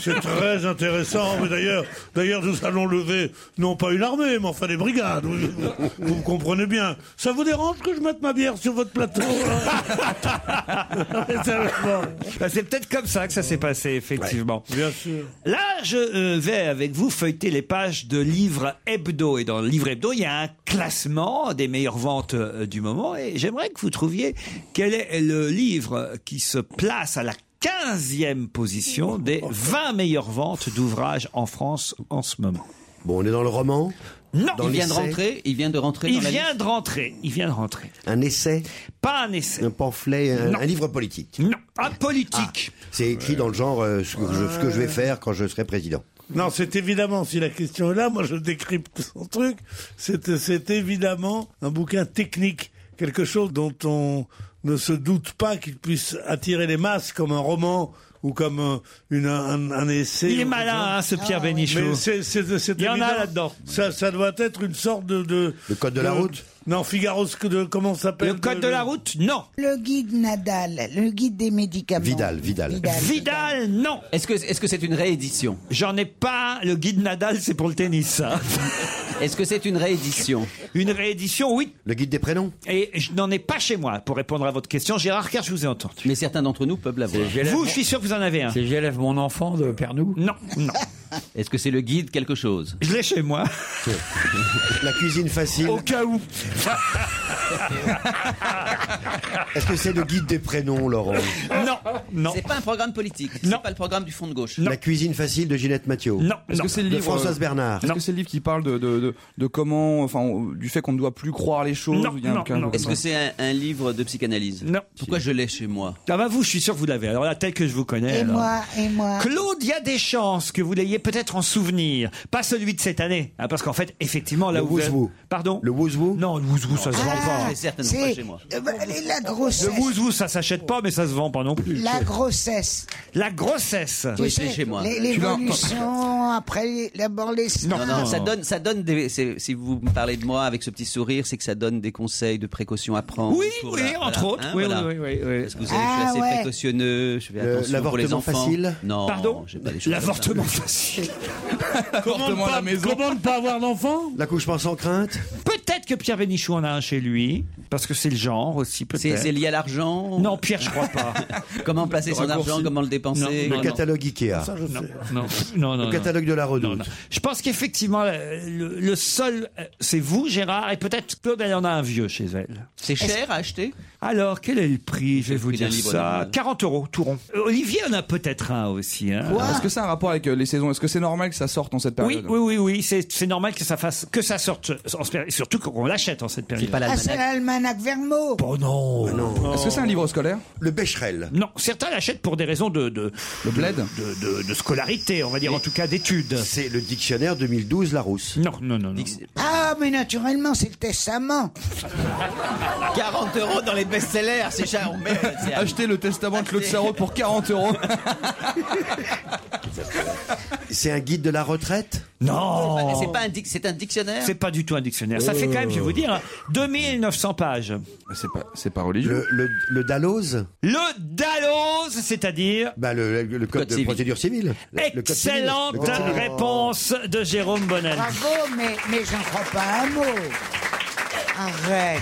Speaker 5: C'est très intéressant, mais d'ailleurs, d'ailleurs nous allons lever, non pas une armée, mais enfin des brigades, vous, vous me comprenez bien. Ça vous dérange que je mette ma bière sur votre plateau là Mais ça va pas.
Speaker 3: Bah, C'est peut-être comme ça que ça s'est passé, effectivement.
Speaker 5: Bien sûr.
Speaker 3: Là, je euh, vais avec vous feuilleter les pages de livres hebdo. Et dans le livre hebdo, il y a un classement des meilleures ventes euh, du moment. Et j'aimerais que vous trouviez quel est le livre qui se place à la 15e position des 20 meilleures ventes d'ouvrages en France en ce moment.
Speaker 10: Bon, on est dans le roman
Speaker 3: Non,
Speaker 10: Dans
Speaker 9: il vient de
Speaker 10: l'essai
Speaker 9: rentrer, il vient de rentrer
Speaker 3: Il
Speaker 9: dans la
Speaker 3: vient
Speaker 9: liste.
Speaker 3: de rentrer. Il vient de rentrer.
Speaker 10: Un essai
Speaker 3: Pas un essai.
Speaker 10: Un pamphlet Un,
Speaker 3: Non.
Speaker 10: un livre politique
Speaker 3: Non, un politique.
Speaker 10: Ah, C'est écrit dans le genre euh, ce, que je, ce que je vais faire quand je serai président.
Speaker 5: Non, c'est évidemment, si la question est là, moi je décrypte son truc, c'est c'est évidemment un bouquin technique, quelque chose dont on ne se doute pas qu'il puisse attirer les masses comme un roman ou comme un, une- un, un essai.
Speaker 3: Il est
Speaker 5: ou quelque
Speaker 3: malin,
Speaker 5: chose.
Speaker 3: hein, ce Pierre Bénichou.
Speaker 5: Mais c'est- c'est- c'est
Speaker 3: Il y en a
Speaker 5: évident.
Speaker 3: là-dedans.
Speaker 5: Ça, ça doit être une sorte de... de
Speaker 10: Le code de la route
Speaker 5: Non, Figaro, ce que de, comment ça s'appelle
Speaker 3: Le code de la route, non.
Speaker 4: Le guide Nadal, le guide des médicaments.
Speaker 10: Vidal, Vidal.
Speaker 3: Vidal, non.
Speaker 9: Est-ce que est-ce que c'est une réédition
Speaker 3: J'en ai pas. Le guide Nadal, c'est pour le tennis. ça.
Speaker 9: Est-ce que c'est une réédition
Speaker 3: Une réédition, oui.
Speaker 10: Le guide des prénoms
Speaker 3: Et je n'en ai pas chez moi pour répondre à votre question. Gérard, car je vous ai entendu.
Speaker 9: Mais certains d'entre nous peuvent l'avoir.
Speaker 20: J'élève
Speaker 3: Vous,
Speaker 20: mon-
Speaker 3: je suis sûr que vous en avez un.
Speaker 20: C'est J'élève mon enfant de Pernou.
Speaker 3: Non, non.
Speaker 9: Est-ce que c'est le guide quelque chose
Speaker 3: Je l'ai chez moi.
Speaker 10: La cuisine facile.
Speaker 3: Au cas où.
Speaker 10: Est-ce que c'est le guide des prénoms, Laurent
Speaker 3: Non, non.
Speaker 9: C'est pas un programme politique.
Speaker 3: Non.
Speaker 9: C'est pas le programme du Front de gauche.
Speaker 3: Non.
Speaker 10: La cuisine facile de Ginette Mathieu
Speaker 3: Non,
Speaker 6: Est-ce
Speaker 3: non.
Speaker 6: que c'est le
Speaker 10: De
Speaker 6: livre euh,
Speaker 10: Françoise Bernard
Speaker 6: Est-ce que c'est le livre qui parle de, de, de, de comment, enfin, on- du fait qu'on ne doit plus croire les choses
Speaker 3: Non,
Speaker 6: il y a un
Speaker 3: non,
Speaker 6: bouquin-
Speaker 3: non.
Speaker 9: Est-ce que c'est un, un livre de psychanalyse
Speaker 3: Non.
Speaker 9: Pourquoi je l'ai chez moi
Speaker 3: Ah bah vous, je suis sûr que vous l'avez. Alors là, tel que je vous connais.
Speaker 4: Et
Speaker 3: alors.
Speaker 4: moi, et moi.
Speaker 3: Claude, il y a des chances que vous l'ayez peut-être en souvenir. Pas celui de cette année. hein, parce qu'en fait, effectivement, là
Speaker 10: Le
Speaker 3: où vous-
Speaker 10: wouzou.
Speaker 3: Pardon
Speaker 10: Le wouzou
Speaker 3: Non, le wouzou, ça se vend pas.
Speaker 9: Je l'ai certainement pas chez moi.
Speaker 4: euh, bah, elle est la grossesse.
Speaker 3: Le wouzou, ça s'achète pas, mais ça se vend pas non plus.
Speaker 4: La grossesse.
Speaker 3: La grossesse.
Speaker 9: Oui, c'est chez moi.
Speaker 4: les-
Speaker 6: Tu l'as-
Speaker 4: L'évolution, après d'abord les seins.
Speaker 9: Non, non, ça donne, ça donne des. c'est- Si vous me parlez de moi avec ce petit sourire, c'est que ça donne des conseils de précaution à prendre.
Speaker 3: Oui,
Speaker 9: pour
Speaker 3: oui,
Speaker 9: la-
Speaker 3: entre
Speaker 9: voilà,
Speaker 3: autres.
Speaker 9: hein,
Speaker 3: oui,
Speaker 9: voilà.
Speaker 3: oui, oui, oui, oui.
Speaker 9: Parce que vous savez, je
Speaker 4: Ah,
Speaker 9: suis assez
Speaker 4: ouais.
Speaker 9: précautionneux, je fais
Speaker 10: Le-
Speaker 9: attention pour les
Speaker 10: l'avortement
Speaker 9: enfants.
Speaker 10: facile
Speaker 9: Non,
Speaker 3: Pardon
Speaker 9: j'ai pas des choses comme ça.
Speaker 3: L'avortement facile.
Speaker 6: Appartement à la maison.
Speaker 3: Comment ne pas avoir d'enfant
Speaker 10: L'accouchement sans crainte
Speaker 3: Peut-être que Pierre Bénichou en a un chez lui, parce que c'est le genre aussi,
Speaker 9: C'est
Speaker 3: peut-être.
Speaker 9: c'est lié à l'argent
Speaker 3: Non, Pierre, je crois pas.
Speaker 9: Comment placer son
Speaker 3: Raccourci.
Speaker 9: argent, comment le dépenser
Speaker 3: Non, non, non.
Speaker 9: Ça, je
Speaker 3: non,
Speaker 9: sais.
Speaker 3: non, non, non, non.
Speaker 10: catalogue de la redoute.
Speaker 3: Non, non. Je pense qu'effectivement, euh, le, le seul, euh, c'est vous, Gérard, et peut-être Claude, elle en a un vieux chez elle.
Speaker 9: C'est cher à acheter
Speaker 3: Alors, quel est le prix Je vais vous
Speaker 9: prix d'un
Speaker 3: dire
Speaker 9: livre
Speaker 3: ça.
Speaker 9: normal.
Speaker 3: 40 euros, tout rond. Euh, Olivier en a peut-être un aussi. hein.
Speaker 6: Est-ce que ça a un rapport avec euh, les saisons Est-ce que c'est normal que ça sorte en cette
Speaker 3: Oui,
Speaker 6: période
Speaker 3: oui, oui, oui, c'est c'est normal que ça fasse, que ça sorte, en ce péri- surtout qu'on l'achète en cette période.
Speaker 4: Ah, c'est l'almanach Vermeau.
Speaker 3: Oh non.
Speaker 6: Est-ce que c'est un livre scolaire
Speaker 10: Le Becherel.
Speaker 3: Non, certains l'achètent pour des raisons de de, de, de- de scolarité, on va dire en tout cas d'études.
Speaker 10: C'est le dictionnaire 2012 Larousse.
Speaker 3: Non, non, non.
Speaker 4: Ah, mais naturellement, c'est le testament.
Speaker 9: 40 euros Oh, dans les best-sellers, c'est cher. on met- c'est-
Speaker 6: Acheter le testament de Claude Sarraud pour 40 euros.
Speaker 10: C'est un guide de la retraite
Speaker 3: Non.
Speaker 9: C'est pas un, dic- c'est un dictionnaire
Speaker 3: C'est pas du tout un dictionnaire. Ça fait quand même, je vais vous dire, hein, 2900 pages.
Speaker 6: Ah, C'est pas, c'est pas religieux.
Speaker 10: Le, le, le Dalloz
Speaker 3: Le Dalloz, c'est-à-dire
Speaker 10: bah, le, le- le code, de procédure civile. Le- le code civil.
Speaker 3: Excellente
Speaker 10: Le code civil.
Speaker 3: réponse de Jérôme Bonnel.
Speaker 4: Bravo, mais, mais j'en crois pas un mot. Arrête.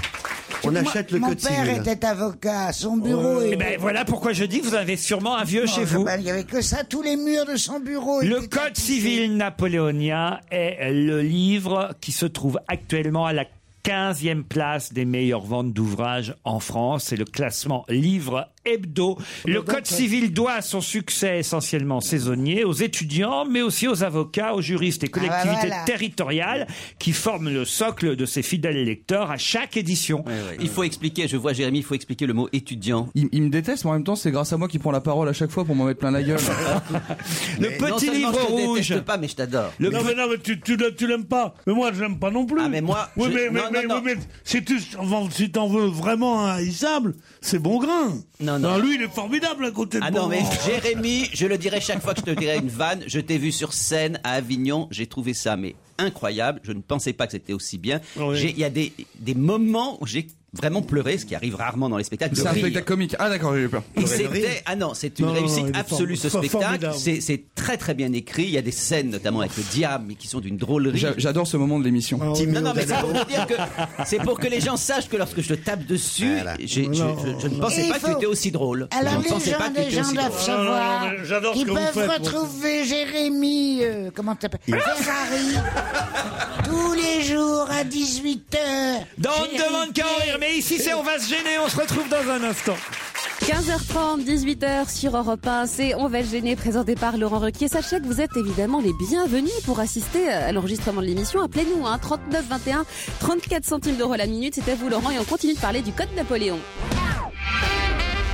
Speaker 10: On
Speaker 4: Moi,
Speaker 10: achète le
Speaker 4: Mon
Speaker 10: code
Speaker 4: père
Speaker 10: civil.
Speaker 4: était avocat, son bureau.
Speaker 3: Eh
Speaker 4: était-
Speaker 3: ben voilà pourquoi je dis que vous avez sûrement un vieux
Speaker 4: Non,
Speaker 3: chez
Speaker 4: je-
Speaker 3: vous.
Speaker 4: ben, Il y avait que ça, tous les murs de son bureau.
Speaker 3: Le
Speaker 4: étaient-
Speaker 3: Code civil napoléonien est le livre qui se trouve actuellement à la 15e place des meilleures ventes d'ouvrages en France. C'est le classement livre hebdo.
Speaker 4: Oh, bah,
Speaker 3: Le Code civil doit son succès essentiellement saisonnier aux étudiants, mais aussi aux avocats, aux juristes et collectivités
Speaker 4: Ah, bah, voilà.
Speaker 3: territoriales qui forment le socle de ses fidèles lecteurs à chaque édition.
Speaker 9: Il faut expliquer, je vois Jérémy, il faut expliquer le mot étudiant.
Speaker 6: Il, il me déteste, mais en même temps, c'est grâce à moi qu'il prend la parole à chaque fois pour m'en mettre plein la gueule.
Speaker 3: Le
Speaker 9: Mais non
Speaker 3: petit
Speaker 9: seulement
Speaker 3: livre
Speaker 9: je te
Speaker 3: rouge.
Speaker 9: déteste pas, mais je t'adore.
Speaker 3: Le
Speaker 5: non, mais non, mais tu, tu, l'as- tu l'aimes pas. Mais moi, je l'aime pas non plus.
Speaker 9: Ah, mais moi,
Speaker 5: Oui,
Speaker 9: je-
Speaker 5: mais, mais,
Speaker 9: non,
Speaker 5: mais-
Speaker 9: non,
Speaker 5: oui, mais si tu enfin, si t'en veux vraiment un haïssable, c'est bon grain.
Speaker 9: Non, non.
Speaker 5: lui, il est formidable à côté de
Speaker 9: Ah
Speaker 5: moi.
Speaker 9: non, mais Jérémy, je le dirai chaque fois que je te dirai une vanne. Je t'ai vu sur scène à Avignon, j'ai trouvé ça, mais incroyable. Je ne pensais pas que c'était aussi bien.
Speaker 6: Ah
Speaker 5: Oui.
Speaker 9: J'ai- Il y a des, des moments où j'ai vraiment pleuré, ce qui arrive rarement dans les spectacles.
Speaker 6: C'est
Speaker 9: de
Speaker 6: un
Speaker 9: rire.
Speaker 6: spectacle comique. Ah d'accord, j'ai eu peur.
Speaker 9: Et c'était ah non c'est une
Speaker 6: Non, non, non,
Speaker 9: réussite
Speaker 6: il est
Speaker 9: absolue ce
Speaker 6: formidable.
Speaker 9: spectacle c'est
Speaker 6: Formidable.
Speaker 9: c'est très très bien écrit il y a des scènes notamment avec le diable mais qui sont d'une drôlerie
Speaker 6: J'a- J'adore ce moment de l'émission.
Speaker 9: Ah Oh, non non mais c'est pour te dire que c'est pour que les gens sachent que lorsque je te tape dessus j'ai- je, je- je ne pensais
Speaker 4: Et
Speaker 9: pas
Speaker 4: il
Speaker 9: que
Speaker 4: faut-
Speaker 9: tu étais aussi drôle
Speaker 4: Alors
Speaker 9: je ne
Speaker 4: les
Speaker 9: pensais
Speaker 4: gens,
Speaker 9: pas que tu
Speaker 4: les
Speaker 9: étais
Speaker 4: gens
Speaker 9: aussi
Speaker 4: doivent
Speaker 9: drôle.
Speaker 4: savoir
Speaker 5: non, non, j'adore ce
Speaker 4: qu'ils
Speaker 5: que vous
Speaker 4: peuvent
Speaker 5: faites, moi.
Speaker 4: retrouver Jérémy, euh, comment t'appelles Ferrari, tous les jours à 18h.
Speaker 3: Dans On ne demande qu'à en rire, mais ici c'est on va se gêner, on se retrouve dans un instant.
Speaker 18: 15h30, 18h sur Europe 1, c'est On va se gêner, présenté par Laurent Requier. Sachez que vous êtes évidemment les bienvenus pour assister euh, à l'enregistrement de l'émission. Appelez-nous, hein, 39 21 34 centimes d'euros la minute. C'est à vous Laurent et on continue de parler du Code Napoléon.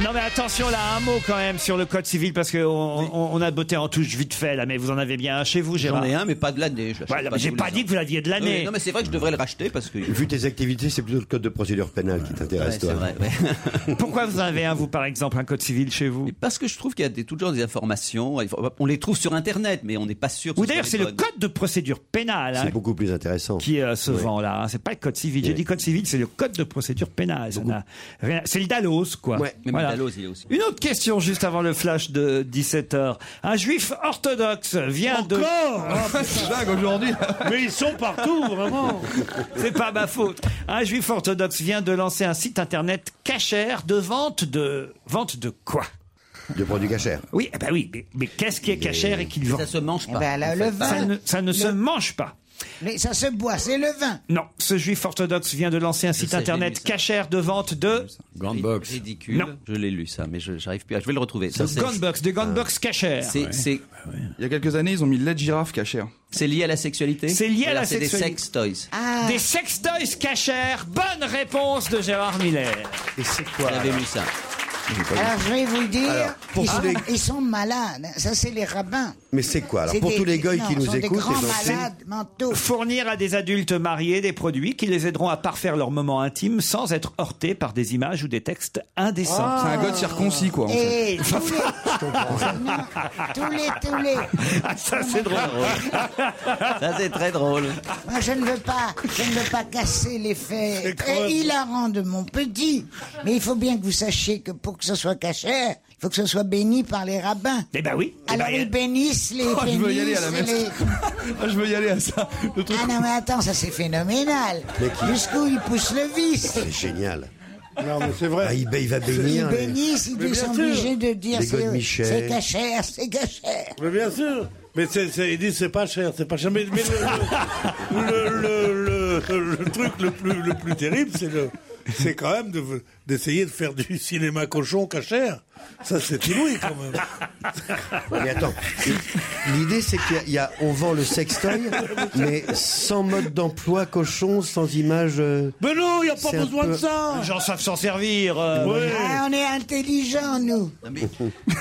Speaker 3: Non mais attention là, un mot quand même sur le code civil parce qu'on on, on a botté en touche vite fait là, mais vous en avez bien un chez vous, Gérard.
Speaker 9: j'en ai un mais pas de l'année je l'achète
Speaker 3: Voilà, mais j'ai
Speaker 9: tous
Speaker 3: pas
Speaker 9: les
Speaker 3: dit
Speaker 9: ans.
Speaker 3: que vous l'aviez de l'année.
Speaker 9: Oui, Euh, non mais c'est vrai que je devrais le racheter parce que
Speaker 10: Vu tes activités, c'est plutôt le code de procédure pénale qui t'intéresse,
Speaker 9: Ouais,
Speaker 10: toi.
Speaker 9: c'est vrai, ouais.
Speaker 3: Pourquoi vous en avez un, vous, par exemple, un code civil chez vous
Speaker 9: Parce que je trouve qu'il y a des, tout le genre des informations. il faut- On les trouve sur Internet, mais on n'est pas sûr. que
Speaker 3: Ou
Speaker 9: ce
Speaker 3: d'ailleurs
Speaker 9: soit
Speaker 3: c'est
Speaker 9: les
Speaker 3: le
Speaker 9: bonnes.
Speaker 3: code de procédure pénale hein,
Speaker 10: C'est beaucoup plus intéressant.
Speaker 3: qui euh, se vend là, hein. c'est pas le code civil. J'ai dit code civil, c'est le code de procédure pénale. ça n'a rien- C'est le Dallos quoi.
Speaker 9: Ouais, mais
Speaker 3: Voilà.
Speaker 9: le Dalloz, il est aussi.
Speaker 3: Une autre question juste avant le flash de 17h. Un juif orthodoxe vient de... Oh,
Speaker 6: C'est dingue aujourd'hui.
Speaker 5: Mais ils sont partout, vraiment.
Speaker 3: C'est pas ma faute. Un juif orthodoxe vient de lancer un site internet cachère de vente de vente de quoi
Speaker 10: De produits cachers.
Speaker 3: Oui, eh ben oui, mais, mais qu'est-ce qui est cachère et qu'il vend
Speaker 9: Ça se mange
Speaker 4: Eh
Speaker 9: pas.
Speaker 4: ben, alors,
Speaker 9: en
Speaker 4: le
Speaker 9: fait.
Speaker 4: vin,
Speaker 3: Ça ne, ça ne se mange pas.
Speaker 4: mais ça se boit, c'est le vin.
Speaker 3: Non, ce juif orthodoxe vient de lancer un site
Speaker 9: sais, j'ai
Speaker 3: internet
Speaker 9: vu ça.
Speaker 3: cachère de vente de
Speaker 9: Rid-
Speaker 7: box.
Speaker 9: Ridicule.
Speaker 3: Non.
Speaker 9: Je l'ai lu ça, mais je j'arrive plus. à- Je vais le retrouver. Ça,
Speaker 3: de
Speaker 9: c'est- Ah.
Speaker 3: Gunbox, de Gunbox cachère.
Speaker 9: C'est c'est-
Speaker 6: Il y a quelques années, ils ont mis l'aide girafe cachère.
Speaker 9: Bah c'est lié à la sexualité.
Speaker 3: C'est lié à la
Speaker 9: Voilà, C'est des
Speaker 3: sexualité.
Speaker 9: sex toys.
Speaker 3: Des sextoys cachères. Bonne réponse de Gérard Miller.
Speaker 10: Et c'est quoi
Speaker 9: J'avais lu ça.
Speaker 4: Alors je vais vous le dire,
Speaker 10: Alors, pour
Speaker 4: ils,
Speaker 10: tous
Speaker 4: sont,
Speaker 10: les-
Speaker 4: ils sont malades. Ça c'est les rabbins.
Speaker 10: Mais c'est quoi Alors,
Speaker 4: C'est
Speaker 10: pour
Speaker 4: des-
Speaker 10: tous les gars
Speaker 4: non,
Speaker 10: qui
Speaker 4: ce sont
Speaker 10: nous
Speaker 4: des
Speaker 10: écoutent,
Speaker 4: grands
Speaker 10: eh ben, c'est-
Speaker 4: malades mentaux.
Speaker 3: Fournir à des adultes mariés des produits qui les aideront à parfaire leur moment intime sans être heurtés par des images ou des textes indécents.
Speaker 6: Ah. C'est un god circoncis quoi. en fait.
Speaker 9: Eh,
Speaker 4: Et tous les, Non, tous les, tous les.
Speaker 3: Ah, ça c'est drôle.
Speaker 9: Ça c'est très drôle.
Speaker 4: Moi, je ne veux pas, je ne veux pas casser l'effet
Speaker 5: creux.
Speaker 4: hilarant de mon petit. Mais il faut bien que vous sachiez que pour que ce soit cachère, faut que ce soit béni par les rabbins.
Speaker 3: Eh ben oui.
Speaker 4: Alors
Speaker 3: ben,
Speaker 4: ils bénissent les
Speaker 3: Oh, je veux y aller à la
Speaker 4: bénissent
Speaker 3: messe.
Speaker 4: les-
Speaker 6: je veux y aller à ça.
Speaker 4: Ah non mais attends, ça c'est phénoménal.
Speaker 10: Mais qui-
Speaker 4: Jusqu'où ils poussent le vice
Speaker 10: C'est génial.
Speaker 4: Non, mais
Speaker 10: c'est vrai. il, ba- il va hein, bénir.
Speaker 4: Ils bénissent,
Speaker 10: les-
Speaker 4: ils sont obligés de dire
Speaker 10: Les God
Speaker 4: c'est euh,
Speaker 10: Michel.
Speaker 4: c'est cachère, c'est cachère.
Speaker 5: Mais bien sûr. Mais c'est, c'est, ils disent c'est pas cher, c'est pas cher. Mais, mais le, le- le- le- le truc le plus, le plus terrible, c'est le, c'est quand même de, d'essayer de faire du cinéma cochon cachère. Ça, c'est inouï quand même.
Speaker 10: Mais attends, l'idée c'est qu'il y a- il y a, on vend le sextoy, mais sans mode d'emploi cochon, sans image. euh,
Speaker 5: Mais non, il n'y a pas
Speaker 10: c'est un
Speaker 5: besoin de
Speaker 10: peu-
Speaker 5: ça.
Speaker 3: Les gens savent s'en servir. euh,
Speaker 4: Ah, on est intelligents, nous.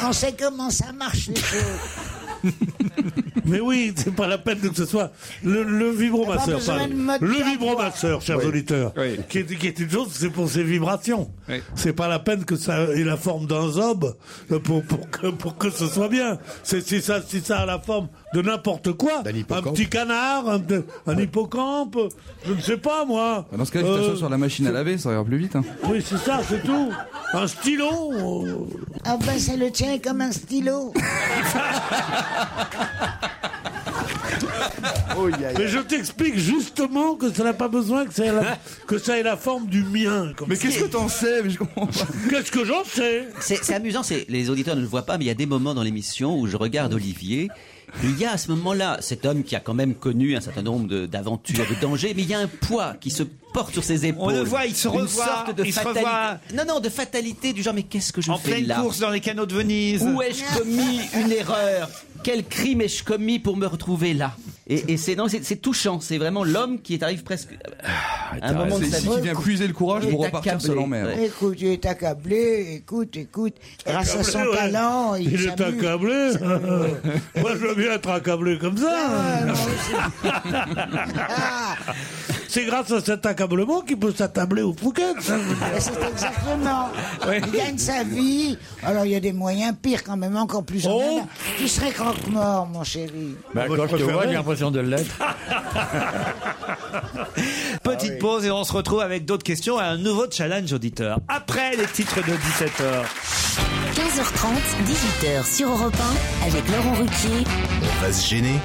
Speaker 4: on sait comment ça marche, les choses.
Speaker 5: Mais oui, c'est pas la peine que ce soit le, le
Speaker 4: Pas
Speaker 5: vibromasseur.
Speaker 4: besoin
Speaker 5: pardon.
Speaker 4: de mode hein.
Speaker 5: Le
Speaker 4: quatre
Speaker 5: vibromasseur, chers
Speaker 4: Oui.
Speaker 5: auditeurs, Qui, est, qui est une chose, c'est pour ses vibrations. C'est pas la peine que ça ait la forme d'un zob euh, pour, pour, que, pour que ce soit bien. C'est si ça, si ça a la forme de n'importe quoi, un petit canard, un, un hippocampe, je ne sais pas moi.
Speaker 6: Bah, Dans ce cas, je
Speaker 5: Euh,
Speaker 6: t'assois sur la machine à laver, ça ira plus vite. hein.
Speaker 5: Oui, c'est ça, c'est tout. Un stylo. euh,
Speaker 4: Ah ben, c'est le tien est comme un stylo.
Speaker 5: Mais je t'explique justement que ça n'a pas besoin que ça ait la, que ça ait la forme du mien. comme
Speaker 6: Mais
Speaker 5: ça.
Speaker 6: qu'est-ce que t'en sais Mais je comprends pas.
Speaker 5: Qu'est-ce que j'en sais
Speaker 9: C'est c'est amusant, c'est les auditeurs ne le voient pas, mais il y a des moments dans l'émission où je regarde Olivier. Il y a à ce moment-là cet homme qui a quand même connu un certain nombre de- d'aventures, de, dangers, mais il y a un poids qui se porte sur ses épaules.
Speaker 3: le voit, il se
Speaker 9: Une
Speaker 3: revoit,
Speaker 9: sorte de
Speaker 3: il se
Speaker 9: fatalité.
Speaker 3: revoit.
Speaker 9: Non, non, de fatalité du genre mais qu'est-ce que je
Speaker 3: En
Speaker 9: fais
Speaker 3: pleine
Speaker 9: là
Speaker 3: course dans les canaux de Venise.
Speaker 9: Où ai-je commis une erreur Quel crime ai-je commis pour me retrouver là Et, et c'est non, c'est c'est touchant. C'est vraiment l'homme qui arrive presque à un
Speaker 6: Ah, t'as-
Speaker 9: moment de
Speaker 6: c'est
Speaker 9: sa
Speaker 6: ici qu'il vient puiser le courage
Speaker 9: Il
Speaker 6: pour
Speaker 9: est
Speaker 6: repartir
Speaker 9: accablé.
Speaker 6: seul en mer.
Speaker 9: Ouais.
Speaker 4: Écoute, il est accablé, écoute, écoute. Grâce à son
Speaker 5: Accablé, ouais.
Speaker 4: talent, il,
Speaker 5: Il est
Speaker 4: s'amuse.
Speaker 5: accablé. Moi, je veux bien être accablé comme ça. C'est grâce à cet accablement qu'il peut s'attabler au hein. Fouquet.
Speaker 4: Mais C'est exactement. Il gagne sa vie. Alors, il y a des moyens pires quand même, encore plus. Oh tu serais croque-mort, mon chéri.
Speaker 8: Bah,
Speaker 5: Moi,
Speaker 8: quand je
Speaker 5: je
Speaker 8: te vois,
Speaker 5: préférerais.
Speaker 8: j'ai l'impression de l'être.
Speaker 9: Ah
Speaker 3: Petite pause et on se retrouve avec d'autres questions et un nouveau challenge auditeur. Après les titres de 17h.
Speaker 1: 15h30, 18h sur Europe 1 avec Laurent Ruquier.
Speaker 2: On va se gêner.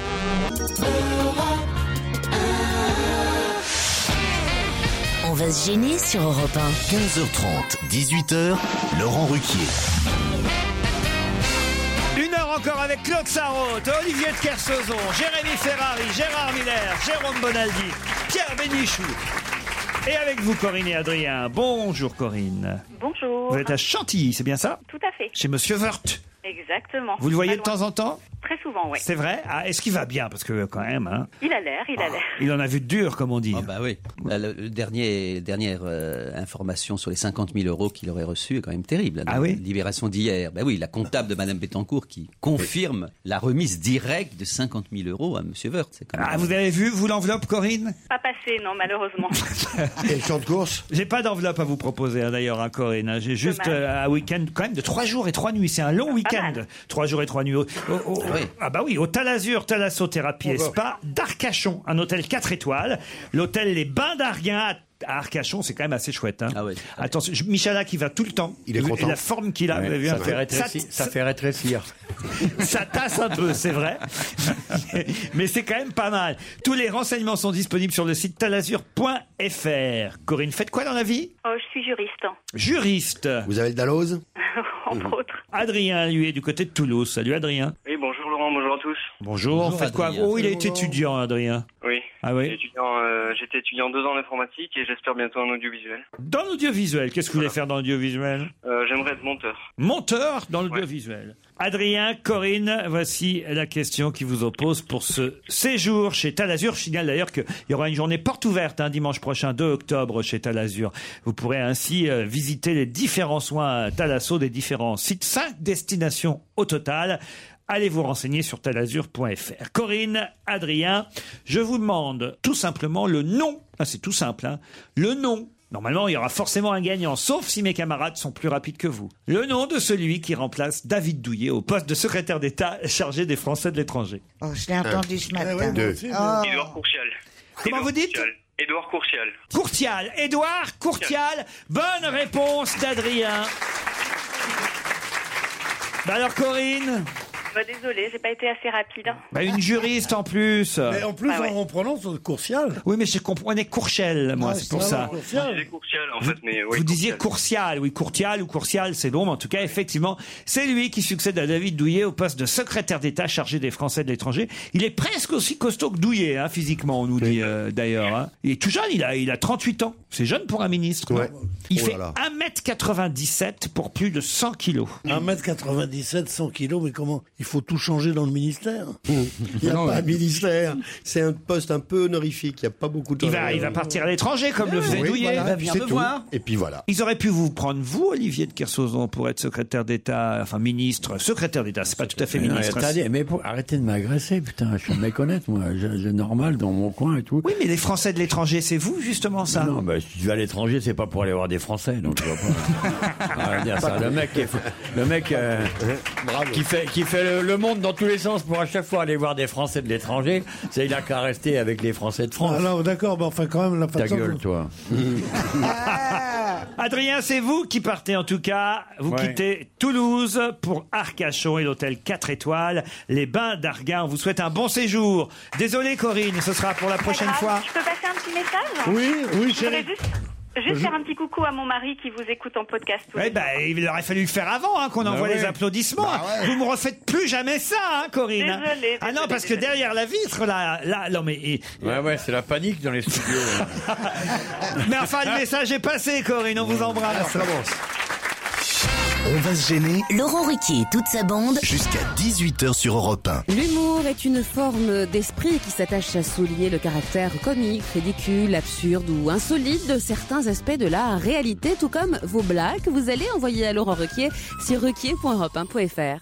Speaker 1: On va se gêner sur Europe 1.
Speaker 2: 15h30, 18h, Laurent Ruquier.
Speaker 3: Une heure encore avec Claude Sarraute, Olivier de Kersauzon, Jérémy Ferrari, Gérard Miller, Jérôme Bonaldi, Pierre Bénichou. Et avec vous, Corinne et Adrien. Bonjour, Corinne.
Speaker 15: Bonjour.
Speaker 3: Vous êtes à Chantilly, c'est bien ça
Speaker 15: Tout à fait.
Speaker 3: Chez Monsieur Wörth.
Speaker 15: Exactement.
Speaker 3: Vous le voyez de
Speaker 15: Pas loin.
Speaker 3: temps en temps
Speaker 15: Très souvent, oui.
Speaker 3: C'est vrai Ah, Est-ce qu'il va bien Parce que, quand même, hein,
Speaker 15: Il a l'air, il a l'air.
Speaker 3: il en a vu de dur, comme on dit.
Speaker 9: Ah bah oui. Là, Le, le dernier, dernière euh, information sur les 50 000 euros qu'il aurait reçus est quand même terrible. hein, dans
Speaker 3: Ah oui
Speaker 9: la Libération d'hier. Bah oui, la comptable de Madame Bettencourt qui confirme la remise directe de 50 000 euros à Monsieur Wörth. C'est quand même-
Speaker 3: Ah, vous avez vu, vous, l'enveloppe, Corinne
Speaker 15: Pas passé, non, malheureusement.
Speaker 3: Et le champ de course J'ai pas d'enveloppe à vous proposer, hein, d'ailleurs, à Corinne. hein. J'ai juste
Speaker 15: Dommage.
Speaker 3: euh, un week-end, quand même, de trois jours et trois nuits. C'est un long week-end. Trois jours et trois nuits. Au- au- au- Ah bah oui, au Talazur, Thalassothérapie et Spa d'Arcachon, un hôtel 4 étoiles. L'hôtel Les Bains d'Arguin à à Arcachon, c'est quand même assez chouette. hein. Attention, je- Michalak, qui va tout le temps.
Speaker 8: Ah Il est
Speaker 3: Vous-
Speaker 8: content.
Speaker 3: La forme qu'il a,
Speaker 8: Ouais,
Speaker 3: vous avez vu
Speaker 8: ça
Speaker 3: un peu.
Speaker 8: fait rétrécir- ça fait rétrécir.
Speaker 3: Ça tasse un peu, c'est vrai. Mais c'est quand même pas mal. Tous les renseignements sont disponibles sur le site talazur.fr. Corinne, faites quoi dans la vie
Speaker 15: Oh, je suis juriste.
Speaker 3: Juriste. Vous avez le Dalloz
Speaker 15: Entre autres.
Speaker 3: Adrien, lui, est du côté de Toulouse. Salut Adrien.
Speaker 17: Oui, bonjour Laurent, bonjour à tous.
Speaker 3: Bonjour.
Speaker 17: Bonjour,
Speaker 3: faites quoi
Speaker 17: Adrien.
Speaker 3: Oh, il est
Speaker 17: Bonjour.
Speaker 3: étudiant, Adrien.
Speaker 17: Oui.
Speaker 3: Ah oui.
Speaker 17: J'ai étudiant, euh, J'étais étudiant deux ans en informatique et j'espère bientôt en audiovisuel.
Speaker 3: Dans l'audiovisuel, qu'est-ce que vous voulez faire dans l'audiovisuel
Speaker 17: Euh, J'aimerais être monteur.
Speaker 3: Monteur dans l'audiovisuel. Adrien, Corinne, voici la question qui vous oppose pour ce séjour chez Talazur. Je signale d'ailleurs qu'il y aura une journée porte ouverte hein, dimanche prochain, 2 octobre, chez Talazur. Vous pourrez ainsi euh, visiter les différents soins Talasso des différents sites. Cinq destinations au total. Allez vous renseigner sur talazur.fr. Corinne, Adrien, je vous demande tout simplement le nom. Ah, c'est tout simple, hein, le nom Normalement, il y aura forcément un gagnant, sauf si mes camarades sont plus rapides que vous. Le nom de celui qui remplace David Douillet au poste de secrétaire d'État chargé des Français de l'étranger.
Speaker 4: Oh, je l'ai entendu ce matin. Oh.
Speaker 17: Édouard Courcial.
Speaker 3: Ah. Comment vous dites
Speaker 17: Édouard Courcial.
Speaker 3: Courtial, Édouard Courtial. Bonne réponse d'Adrien. Bah alors Corinne
Speaker 15: Bah, désolée, j'ai pas été assez rapide.
Speaker 3: Bah une juriste en plus
Speaker 5: Mais en plus,
Speaker 15: Ah ouais.
Speaker 5: on, on prononce Courcial.
Speaker 3: Oui, mais je comprenais Courchel, moi,
Speaker 5: Ah,
Speaker 3: c'est pour
Speaker 5: ça
Speaker 3: ça.
Speaker 5: va, Courcial.
Speaker 11: C'est Courcial, en fait, mais oui.
Speaker 3: Vous disiez Courcial, oui, Courtial ou Courcial, c'est bon, mais en tout cas, effectivement, c'est lui qui succède à David Douillet au poste de secrétaire d'État chargé des Français de l'étranger. Il est presque aussi costaud que Douillet, hein, physiquement, on nous dit euh, d'ailleurs. hein. Il est tout jeune, il a, il a 38 ans. C'est jeune pour un ministre. non Il
Speaker 5: Oh
Speaker 3: fait
Speaker 5: là
Speaker 3: 1m97 pour plus de 100 kilos.
Speaker 5: 1m97, 100 kilos, mais comment Il faut tout changer dans le ministère.
Speaker 10: Mmh.
Speaker 5: Il n'y a
Speaker 10: Non,
Speaker 5: pas
Speaker 10: mais-
Speaker 5: de ministère.
Speaker 10: C'est un poste un peu honorifique, il n'y a pas beaucoup de
Speaker 3: Il va, il va partir à l'étranger, comme le faisait
Speaker 10: Euh, Oui,
Speaker 3: Douillet.
Speaker 10: voilà, puis c'est tout. Et puis voilà.
Speaker 3: Ils auraient pu vous prendre, vous, Olivier de Kersauzon, pour être secrétaire d'État, enfin ministre, secrétaire d'État, c'est pas tout à fait
Speaker 20: Mais non, mais
Speaker 3: ministre. hein.
Speaker 20: attendez, mais pour- arrêtez de m'agresser, putain, je suis méconnaître, moi. Je, je- normal dans mon coin et tout.
Speaker 3: Oui, mais les Français de l'étranger, c'est vous, justement, ça
Speaker 20: Non, bah, si tu vas à l'étranger, c'est pas pour aller voir des Français, donc tu vois pas. Ah, je veux dire, ça, le mec, qui est- le mec euh, qui fait, qui fait le, le monde dans tous les sens pour à chaque fois aller voir des Français de l'étranger, c'est il a qu'à rester avec les Français de France.
Speaker 5: Ah non, d'accord, mais enfin, quand même, la
Speaker 20: Ta
Speaker 5: façon
Speaker 20: gueule,
Speaker 5: dont-
Speaker 20: toi.
Speaker 3: Adrien, c'est vous qui partez en tout cas. Vous
Speaker 20: Ouais.
Speaker 3: quittez Toulouse pour Arcachon et l'hôtel 4 étoiles, les Bains d'Arga. On vous souhaite un bon séjour. Désolé, Corinne, ce sera pour la prochaine fois.
Speaker 15: Je peux passer un petit message
Speaker 3: Oui, oui,
Speaker 15: Je voudrais
Speaker 3: chérie.
Speaker 15: juste, juste faire un petit coucou à mon mari qui vous écoute en podcast.
Speaker 3: Eh ben, il aurait fallu le faire avant hein, qu'on
Speaker 20: Bah
Speaker 3: envoie
Speaker 20: ouais.
Speaker 3: les applaudissements.
Speaker 20: Bah ouais.
Speaker 3: Vous me refaites plus jamais ça, hein, Corinne. hein.
Speaker 15: Désolée,
Speaker 3: ah non,
Speaker 15: désolée,
Speaker 3: parce que
Speaker 15: désolée.
Speaker 3: derrière la vitre, là, là, non mais, et-
Speaker 20: Ouais, ouais, c'est la panique dans les studios.
Speaker 3: mais enfin, le message est passé, Corinne. On vous
Speaker 20: Ah,
Speaker 3: embrasse.
Speaker 2: On va se gêner
Speaker 1: Laurent Ruquier et toute sa bande.
Speaker 2: jusqu'à 18h sur Europe 1.
Speaker 18: L'humour est une forme d'esprit qui s'attache à souligner le caractère comique, ridicule, absurde ou insolite de certains aspects de la réalité, tout comme vos blagues que vous allez envoyer à Laurent Ruquier sur ruquier.europe1.fr.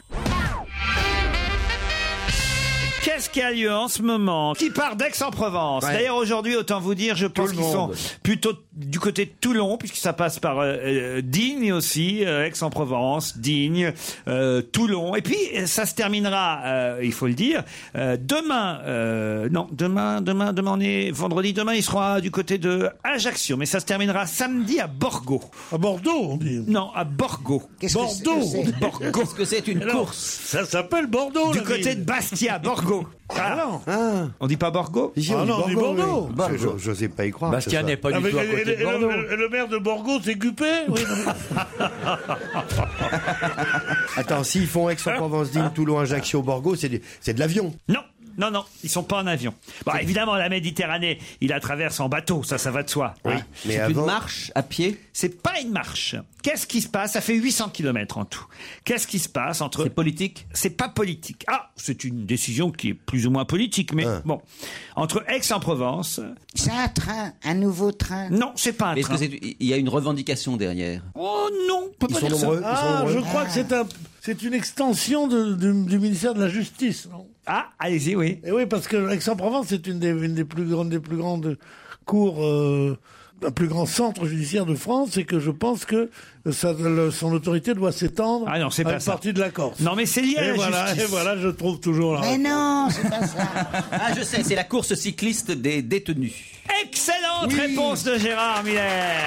Speaker 3: Qu'est-ce qu'il y a lieu en ce moment Qui part d'Aix-en-Provence
Speaker 20: Ouais.
Speaker 3: D'ailleurs, aujourd'hui, autant vous dire, je pense
Speaker 20: le
Speaker 3: qu'ils sont
Speaker 20: monde.
Speaker 3: plutôt du côté de Toulon, puisque ça passe par euh, euh, Digne aussi, euh, Aix-en-Provence, Digne, euh, Toulon. Et puis, euh, ça se terminera, euh, il faut le dire, euh, demain. euh, non, demain, demain, demain, on est vendredi. Demain, il sera du côté de Ajaccio, mais ça se terminera samedi à Borgo. À Bordeaux, on dit Non, à Borgo. Bordeaux Borgo. Est-ce que c'est une course
Speaker 5: Ça s'appelle Bordeaux,
Speaker 3: Du
Speaker 5: la
Speaker 3: côté
Speaker 5: ville.
Speaker 3: de Bastia, Borgo. Ah non On dit pas Borgo
Speaker 10: Si, on
Speaker 5: Ah
Speaker 10: dit
Speaker 5: non, on dit Bordeaux.
Speaker 10: oui.
Speaker 5: Bordeaux.
Speaker 10: Je- je- J'osais pas y croire.
Speaker 20: Bastien
Speaker 10: ce
Speaker 20: n'est
Speaker 10: soir.
Speaker 5: Ah, mais et- et- et le- le- et le maire de Borgo, c'est Cupé oui, non,
Speaker 10: Attends, s'ils font Aix-en-Provence, Digne, Toulon, Ajaccio, Borgo, c'est des- c'est de l'avion.
Speaker 3: Non, non, non, ils sont pas en avion. Bon, évidemment, la Méditerranée, il la traverse en bateau, ça, ça va de soi.
Speaker 10: Oui,
Speaker 3: hein.
Speaker 10: mais C'est une avant-
Speaker 3: marche à pied C'est pas une marche. Qu'est-ce qui se passe Ça fait 800 km en tout. Qu'est-ce qui se passe entre... C'est politique C'est pas politique. Ah, c'est une décision qui est plus ou moins politique, mais
Speaker 5: Ah.
Speaker 3: bon. Entre Aix-en-Provence...
Speaker 4: C'est un train, un nouveau train.
Speaker 3: Non, c'est pas un
Speaker 9: Mais est-ce que c'est- il y a une revendication derrière
Speaker 3: Oh non on peut
Speaker 9: Ils sont
Speaker 5: dire ça.
Speaker 9: nombreux, ils
Speaker 5: Ah,
Speaker 9: sont nombreux.
Speaker 5: je crois que c'est un- c'est une extension de- du, du ministère de la Justice.
Speaker 3: Ah, allez-y, oui.
Speaker 5: Et oui, parce que Aix-en-Provence, c'est une des, une des plus grandes, des plus grandes cours, euh, un plus grand centre judiciaire de France, et que je pense que ça- le- son autorité doit s'étendre
Speaker 3: Ah non, c'est
Speaker 5: à
Speaker 3: pas
Speaker 5: une
Speaker 3: ça.
Speaker 5: partie de la Corse.
Speaker 3: Non, mais c'est lié à
Speaker 5: et
Speaker 3: la
Speaker 5: voilà,
Speaker 3: justice.
Speaker 5: Et voilà, je trouve toujours là.
Speaker 4: Mais non, c'est pas ça.
Speaker 9: Ah, je sais, c'est la course cycliste des détenus.
Speaker 3: Excellente
Speaker 9: Oui.
Speaker 3: réponse de Gérard Miller.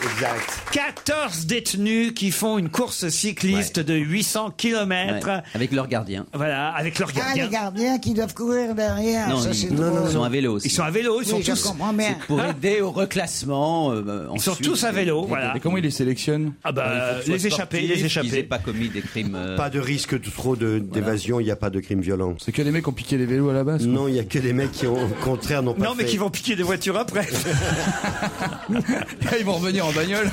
Speaker 10: Exact.
Speaker 3: 14 détenus qui font une course cycliste de 800 km.
Speaker 9: Ouais, Avec leur gardien.
Speaker 3: Voilà, avec leur
Speaker 4: Ah,
Speaker 3: gardien.
Speaker 4: les gardiens qui doivent courir
Speaker 9: Ah,
Speaker 4: derrière. ça, c'est drôle.
Speaker 9: ils sont à vélo aussi.
Speaker 3: Ils sont à vélo, ils
Speaker 4: Oui,
Speaker 3: sont
Speaker 4: je
Speaker 3: tous.
Speaker 4: comprends bien.
Speaker 9: C'est pour aider au reclassement. euh,
Speaker 3: Ils sont
Speaker 9: ensuite.
Speaker 3: tous à vélo, voilà.
Speaker 9: Et
Speaker 6: Comment il les sélectionne
Speaker 3: Ah bah,
Speaker 9: Il faut qu'ils
Speaker 3: les
Speaker 9: soient
Speaker 3: échappés,
Speaker 9: sportifs,
Speaker 3: les
Speaker 9: Qu'ils
Speaker 3: échappés.
Speaker 9: aient pas commis des crimes. euh,
Speaker 10: Pas de risque de- trop de- d'évasion, il n'y a pas de crime violent.
Speaker 6: C'est que les mecs ont piqué les vélos à la base. quoi.
Speaker 10: Non, il n'y a que des mecs qui, ont, au contraire, n'ont pas
Speaker 3: Non, mais
Speaker 10: fait.
Speaker 3: qui vont piquer des voitures après.
Speaker 6: Ils vont revenir en bagnole.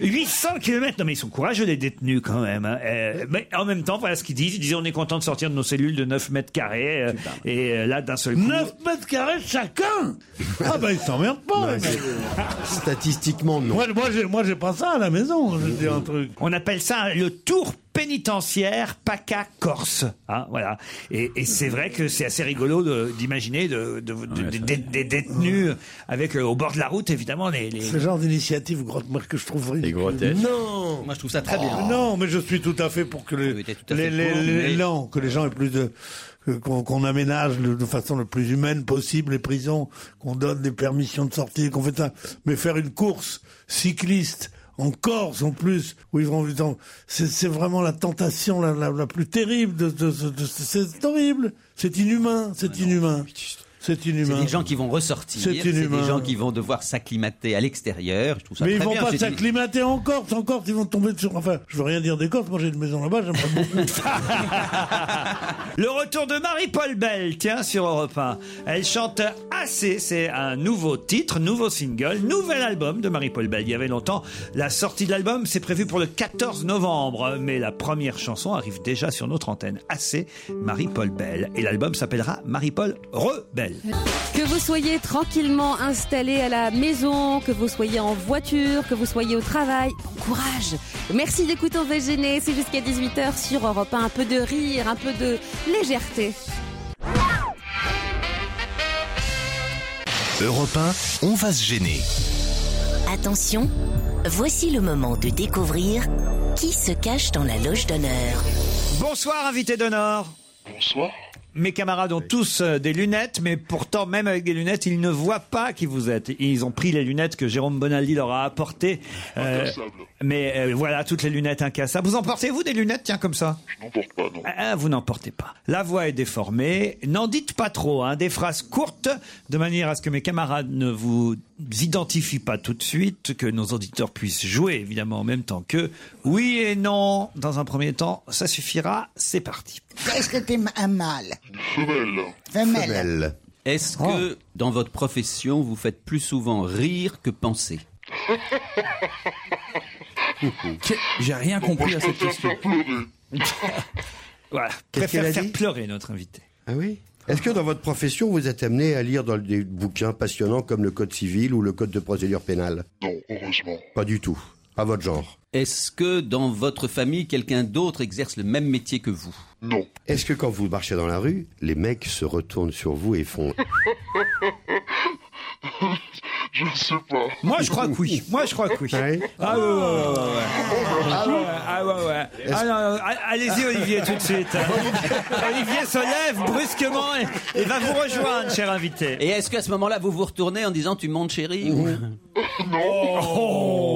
Speaker 3: 800 km Non, mais ils sont courageux, les détenus, quand même. hein. Euh, mais en même temps, voilà ce qu'ils disent. Ils disent on est content de sortir de nos cellules de 9 mètres carrés. euh, et euh, là, d'un seul coup.
Speaker 5: 9 mètres carrés chacun Ah bah ils s'emmerdent pas les mecs.
Speaker 10: Statistiquement, non.
Speaker 5: Moi, moi, j'ai- moi j'ai pas ça à la maison, je dis un truc.
Speaker 3: On appelle ça le tour pénitentiaire PACA Corse. Hein, voilà. Et, et c'est vrai que c'est assez rigolo de- d'imaginer de- de- de- des- des détenus avec euh, au bord de la route, évidemment, les. les-
Speaker 5: Ce genre d'initiative grotte moi, que je trouve ridicule.
Speaker 20: grotesques.
Speaker 5: Non Oh.
Speaker 9: Moi, je trouve ça très bien.
Speaker 5: Non, mais je suis tout à fait pour que les,
Speaker 9: Oui, t'es tout à fait
Speaker 5: les, les-
Speaker 9: pour,
Speaker 5: les-
Speaker 9: mais-
Speaker 5: non, que les gens aient plus de que- qu'on qu'on aménage de, de façon le plus humaine possible les prisons, qu'on donne des permissions de sortie, qu'on fait ça, mais faire une course cycliste en Corse en plus, où ils vont. dans- C'est c'est vraiment la tentation la, la- la plus terrible. De, de- de- de- c'est horrible. C'est inhumain. C'est inhumain. C'est
Speaker 9: Ah C'est
Speaker 5: inhumain.
Speaker 9: des gens qui vont ressortir,
Speaker 5: C'est
Speaker 9: c'est des
Speaker 5: inhumain.
Speaker 9: gens qui vont devoir s'acclimater à l'extérieur. Je trouve ça
Speaker 5: Mais ils
Speaker 9: très
Speaker 5: vont
Speaker 9: bien,
Speaker 5: pas
Speaker 9: j'ai dit-
Speaker 5: s'acclimater en Corse, en Corse, ils vont tomber sur. Enfin, je veux rien dire des Corses, moi j'ai une maison là-bas, j'aimerais beaucoup.
Speaker 3: Le retour de Marie-Paul Bell, tiens, sur Europe 1. Elle chante Assez, c'est un nouveau titre, nouveau single, nouvel album de Marie-Paul Bell. Il y avait longtemps, la sortie de l'album, c'est prévu pour le 14 novembre, mais la première chanson arrive déjà sur notre antenne. Assez, Marie-Paul Bell. Et l'album s'appellera Marie-Paul Rebelle.
Speaker 18: Que vous soyez tranquillement installé à la maison, que vous soyez en voiture, que vous soyez au travail, bon courage. Merci d'écouter On va se gêner, E, c'est jusqu'à 18h sur Europe 1. Un peu de rire, un peu de légèreté.
Speaker 2: Europe 1, on va se gêner.
Speaker 1: Attention, voici le moment de découvrir qui se cache dans la loge d'honneur.
Speaker 3: Bonsoir, invité d'honneur. Bonsoir. Mes camarades ont tous euh, des lunettes, mais pourtant, même avec des lunettes, ils ne voient pas qui vous êtes. Ils ont pris les lunettes que Jérôme Bonaldi leur a apportées. Euh, mais euh, voilà, toutes les lunettes incassables. Vous en portez-vous des lunettes, tiens, comme ça Je n'en porte pas, non. Ah, vous n'en portez pas. La voix est déformée. N'en dites pas trop, hein, des phrases courtes, de manière à ce que mes camarades ne vous identifient pas tout de suite, que nos auditeurs puissent jouer, évidemment, en même temps que oui et non, dans un premier temps, ça suffira. C'est parti.
Speaker 4: Est-ce que t'es un mâle
Speaker 9: Femelle.
Speaker 4: Femelle.
Speaker 9: Est-ce que dans votre profession, vous faites plus souvent rire que penser
Speaker 6: J'ai rien compris à cette question.
Speaker 3: Voilà.
Speaker 10: Qu'est-ce
Speaker 3: Préfère
Speaker 10: qu'elle a
Speaker 3: faire
Speaker 10: dit
Speaker 3: pleurer notre invité.
Speaker 10: Ah oui Est-ce que dans votre profession, vous êtes amené à lire dans des bouquins passionnants comme le Code civil ou le Code de procédure pénale
Speaker 11: Non, heureusement.
Speaker 10: Pas du tout. Pas votre genre.
Speaker 9: Est-ce que dans votre famille, quelqu'un d'autre exerce le même métier que vous
Speaker 10: Non. Est-ce que quand vous marchez dans la rue, les mecs se retournent sur vous et font
Speaker 11: Je sais pas.
Speaker 3: Moi, je crois que oui. Moi, je crois que oui. Ah ouais, ouais, ouais, ouais, ouais. Ah ouais, ah ouais, ouais. Ah non, non, a- allez-y, Olivier, tout de
Speaker 11: Bah,
Speaker 3: suite. Olivier se lève brusquement et, et va vous rejoindre, cher invité. Mhm.
Speaker 9: Et est-ce qu'à ce moment-là, vous vous retournez en disant tu montes, chérie ou-
Speaker 3: Oh,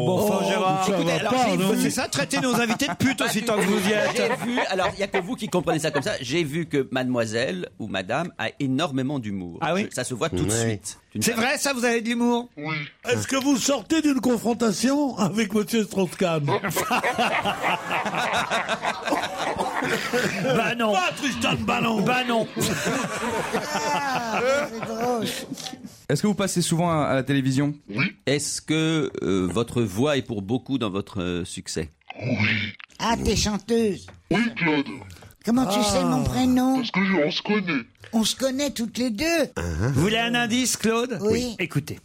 Speaker 3: bon sang,
Speaker 9: Oh,
Speaker 3: Gérard.
Speaker 9: Écoutez, alors, j'ai vu-
Speaker 3: c'est ça, traitez nos invités de pute aussi tant que vous y êtes.
Speaker 9: J'ai vu, alors il n'y a que vous qui comprenez ça comme ça, j'ai vu que mademoiselle ou madame a énormément d'humour. Ah oui Ça se voit tout de
Speaker 10: Ouais.
Speaker 9: suite. Une
Speaker 3: C'est
Speaker 9: femme-
Speaker 3: vrai, ça, vous avez de l'humour
Speaker 11: Oui.
Speaker 5: Est-ce que vous sortez d'une confrontation avec Monsieur Strauss-Kahn
Speaker 3: Bah non.
Speaker 5: Pas Tristan Ballon. Ah,
Speaker 3: Bah non.
Speaker 6: Est-ce que vous passez souvent à, à la télévision
Speaker 9: Est-ce que euh, votre voix est pour beaucoup dans votre euh, succès
Speaker 4: Ah, t'es chanteuse Oui, Claude. Comment tu
Speaker 3: Ah.
Speaker 4: sais mon prénom Parce que on se connaît. On se connaît toutes les deux.
Speaker 3: Vous voulez un indice, Claude
Speaker 4: Oui.
Speaker 3: Écoutez.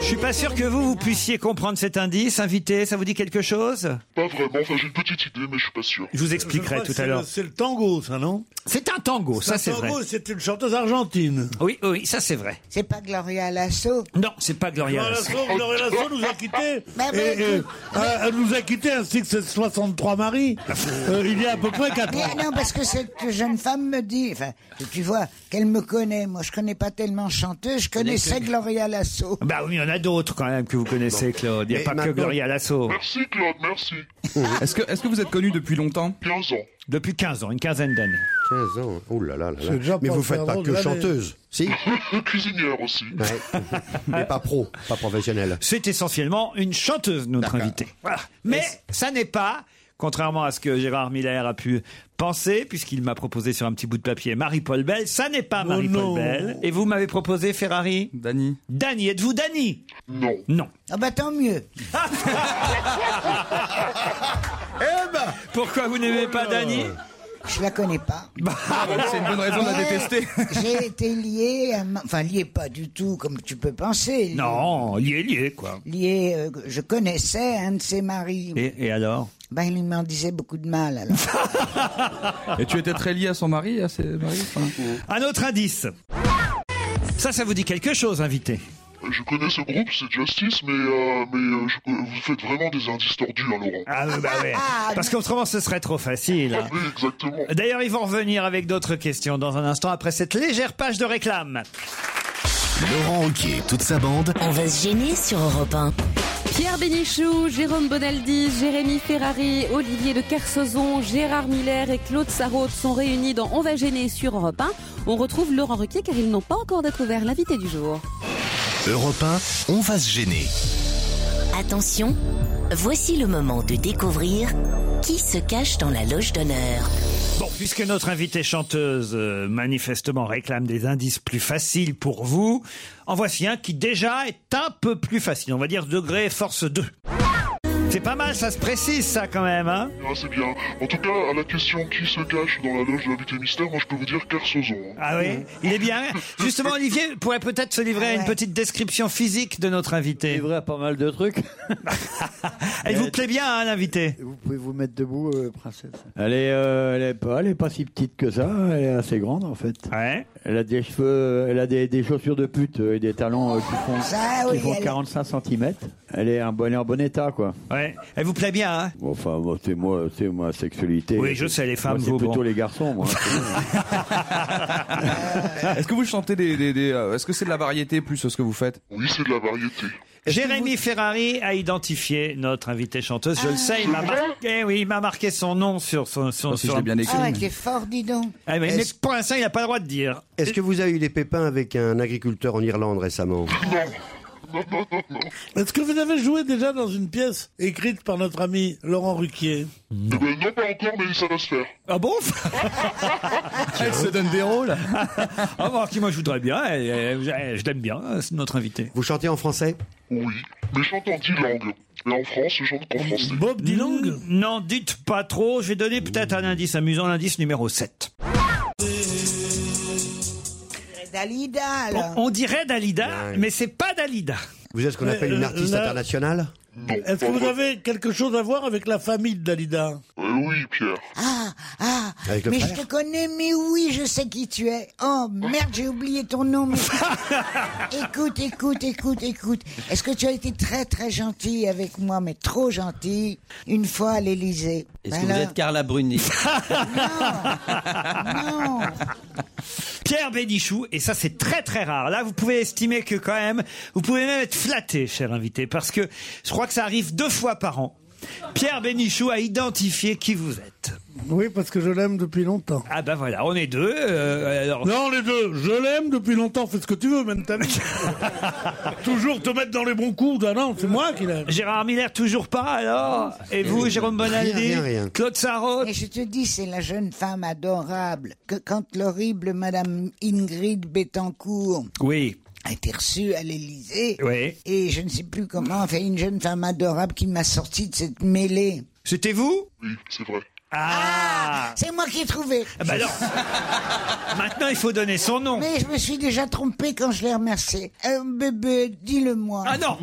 Speaker 3: Je suis pas sûr que vous, vous puissiez comprendre cet indice, invité. Ça vous dit quelque chose
Speaker 11: Pas vraiment, enfin j'ai une petite idée, mais je suis pas sûr.
Speaker 3: Je vous expliquerai tout à l'heure.
Speaker 5: C'est le tango, ça, non
Speaker 3: C'est un tango, ça c'est vrai.
Speaker 5: tango, c'est une chanteuse argentine.
Speaker 3: Oui, oui, ça c'est vrai.
Speaker 4: C'est pas Gloria Lasso
Speaker 3: Non, c'est pas Gloria.
Speaker 5: Gloria
Speaker 3: Lasso.
Speaker 5: Lasso, Gloria Lasso nous a quittés.
Speaker 4: Mais
Speaker 5: et,
Speaker 4: oui.
Speaker 5: euh, euh, elle nous a quittés ainsi que ses 63 maris. euh, il y a à peu près 4 ans.
Speaker 4: Mais non, parce que cette jeune femme me dit, enfin, tu vois, qu'elle me connaît. Moi, je connais pas tellement chanteuse, je connaissais Gloria Lasso.
Speaker 3: Bah oui, il y en a d'autres quand même que vous connaissez, Claude. Il n'y a
Speaker 10: Mais
Speaker 3: pas que
Speaker 10: maintenant-
Speaker 3: Gloria Lasso.
Speaker 11: Merci Claude, merci.
Speaker 6: Est-ce que, est-ce que vous êtes connu depuis longtemps
Speaker 11: 15 ans.
Speaker 3: Depuis 15 ans, une quinzaine d'années.
Speaker 10: 15 ans Oh là là là là.
Speaker 5: C'est déjà
Speaker 10: Mais
Speaker 5: pas
Speaker 10: vous
Speaker 5: le
Speaker 10: faites pas
Speaker 5: Fernand
Speaker 10: que
Speaker 5: de l'année.
Speaker 10: chanteuse, si
Speaker 11: Cuisinière aussi.
Speaker 10: Ouais. Mais pas pro, pas professionnel.
Speaker 3: C'est essentiellement une chanteuse, notre invitée. Voilà. Mais ça n'est pas, contrairement à ce que Gérard Miller a pu penser, puisqu'il m'a proposé sur un petit bout de papier Marie-Paul Bell, ça n'est
Speaker 4: Oh
Speaker 3: pas
Speaker 5: non.
Speaker 3: Marie-Paul Bell. Et vous m'avez proposé Ferrari
Speaker 6: Dani.
Speaker 3: Dani, êtes-vous Dani
Speaker 11: Non.
Speaker 3: Non.
Speaker 4: Ah bah tant mieux.
Speaker 3: Pourquoi vous n'aimez pas Dani
Speaker 4: Je la connais pas.
Speaker 6: C'est une bonne raison de la
Speaker 4: Mais
Speaker 6: détester.
Speaker 4: J'ai été lié, à ma- enfin lié pas du tout comme tu peux penser.
Speaker 3: Non, lié, lié, quoi.
Speaker 4: Lié, euh, je connaissais un de ses maris.
Speaker 3: Et, et alors
Speaker 4: Ben il m'en disait beaucoup de mal alors.
Speaker 9: Ah,
Speaker 6: Et tu étais très lié à son mari, à ses maris enfin
Speaker 3: Un autre indice. Ça, ça vous dit quelque chose, invité
Speaker 11: Je connais ce groupe, c'est Justice, mais, euh, mais euh, je- vous faites vraiment des indices tordus, hein, Laurent.
Speaker 3: Ah oui, bah ouais. Parce qu'autrement, ce serait trop facile. hein.
Speaker 11: Oui, exactement.
Speaker 3: D'ailleurs, ils vont revenir avec d'autres questions dans un instant après cette légère page de réclame.
Speaker 2: Laurent Ruquier et toute sa bande.
Speaker 1: On va se gêner sur Europe 1.
Speaker 18: Pierre Bénichou, Jérôme Bonaldi, Jérémy Ferrari, Olivier de Kersozon, Gérard Miller et Claude Sarraute sont réunis dans On va gêner sur Europe 1. On retrouve Laurent Ruquier car ils n'ont pas encore découvert l'invité du jour.
Speaker 2: Europe 1, on va se gêner.
Speaker 1: Attention, voici le moment de découvrir qui se cache dans la loge d'honneur.
Speaker 3: Bon, puisque notre invitée chanteuse euh, manifestement réclame des indices plus faciles pour vous, en voici un qui déjà est un peu plus facile. On va dire degré force 2. C'est pas mal, ça se précise ça quand même, hein
Speaker 11: Ah, c'est bien. En tout cas, à la question qui se cache dans la loge de l'invité mystère, moi je peux vous dire Kersozon. hein.
Speaker 3: Ah oui Il est bien. Justement, Olivier pourrait peut-être se livrer à une petite description physique de notre invité. Livrer à pas mal de trucs. Il vous plaît bien, hein, l'invité
Speaker 21: Vous pouvez vous mettre debout, euh, princesse.
Speaker 20: Elle est, euh, elle est pas, elle est pas si petite que ça. Elle est assez grande en fait. Elle a des cheveux, euh, elle a des, des chaussures de pute euh, et des talons euh, qui font,
Speaker 4: Ça, Ah oui,
Speaker 20: qui font
Speaker 4: elle-
Speaker 20: 45 cm. Elle est, un bon, elle est en bon état quoi.
Speaker 3: Ouais. Elle vous plaît bien, hein
Speaker 20: Bon, enfin, moi, c'est moi, c'est ma sexualité.
Speaker 3: Oui, je sais, les femmes,
Speaker 20: Moi, C'est
Speaker 3: vous,
Speaker 20: plutôt
Speaker 3: bon.
Speaker 20: les garçons, moi.
Speaker 6: Est-ce que vous chantez des, des, des, euh, est-ce que c'est de la variété plus euh, ce que vous faites
Speaker 11: Oui, c'est de la variété.
Speaker 3: Jérémy Ferrari a identifié notre invitée chanteuse. Je le sais, il m'a marqué, oui, il m'a marqué son nom sur son, son- sur-
Speaker 4: Ah ouais, t'es fort, dis donc.
Speaker 3: Ah, mais, mais
Speaker 4: Est-ce-
Speaker 3: pour l'instant, il n'a pas le droit de dire.
Speaker 10: Est-ce que vous avez eu des pépins avec un agriculteur en Irlande récemment
Speaker 5: Est-ce que vous avez joué déjà dans une pièce écrite par notre ami Laurent Ruquier
Speaker 11: Eh ben, non, pas encore, mais ça va se faire.
Speaker 3: Ah bon Ah, Elle se donne des rôles. ah, bon, qui moi, je voudrais bien. elle- elle- Je je l'aime bien, euh, c'est notre invitée.
Speaker 10: Vous chantez en français
Speaker 11: Oui, mais je chante en 10 langues. Et en France, je chante qu'en français.
Speaker 3: Bob Dylan N'en dites pas trop. Je vais donner peut-être un indice amusant, l'indice numéro 7.
Speaker 4: Dalida, alors.
Speaker 3: On dirait Dalida, mais c'est pas Dalida.
Speaker 10: Vous êtes ce qu'on
Speaker 5: Mais,
Speaker 10: appelle une
Speaker 5: euh,
Speaker 10: artiste
Speaker 5: là-
Speaker 10: internationale
Speaker 5: Est-ce que vous avez quelque chose à voir avec la famille de Dalida
Speaker 11: Oui, Pierre.
Speaker 4: Ah, ah,
Speaker 5: Avec le
Speaker 4: mais
Speaker 5: frère.
Speaker 4: je te connais, mais oui, je sais qui tu es. Oh, merde, j'ai oublié ton nom. mais- écoute, écoute, écoute, écoute. Est-ce que tu as été très, très gentil avec moi, mais trop gentil, une fois à l'Élysée
Speaker 3: Bah
Speaker 4: Ben
Speaker 9: Est-ce que vous êtes Carla Bruni
Speaker 3: Oh. Pierre Bénichou, et ça c'est très très rare. Là, vous pouvez estimer que quand même, vous pouvez même être flatté, cher invité, parce que je crois que ça arrive deux fois par an. Pierre Bénichou a identifié qui vous êtes.
Speaker 5: Oui, parce que je l'aime depuis longtemps.
Speaker 3: Ah ben voilà, on est deux. euh, alors...
Speaker 5: Non, les deux, je l'aime depuis longtemps, fais ce que tu veux, même ta vie. Toujours te mettre dans les bons coups, ah non, c'est moi qui l'aime.
Speaker 3: Gérard Miller, toujours pas alors Et vous, Jérôme Bonaldi Claude Sarraute
Speaker 4: Et je te dis, c'est la jeune femme adorable que quand l'horrible Madame Ingrid Bettencourt
Speaker 3: Oui.
Speaker 4: a été reçue à l'Élysée,
Speaker 3: Oui.
Speaker 4: et je ne sais plus comment, enfin une jeune femme adorable qui m'a sorti de cette mêlée.
Speaker 3: C'était vous
Speaker 11: Oui, c'est vrai.
Speaker 3: Ah,
Speaker 4: C'est moi qui ai trouvé.
Speaker 3: Ah bah alors, maintenant il faut donner son nom.
Speaker 4: Mais je me suis déjà trompé quand je l'ai remercié. Euh, bébé, dis-le-moi.
Speaker 3: Ah non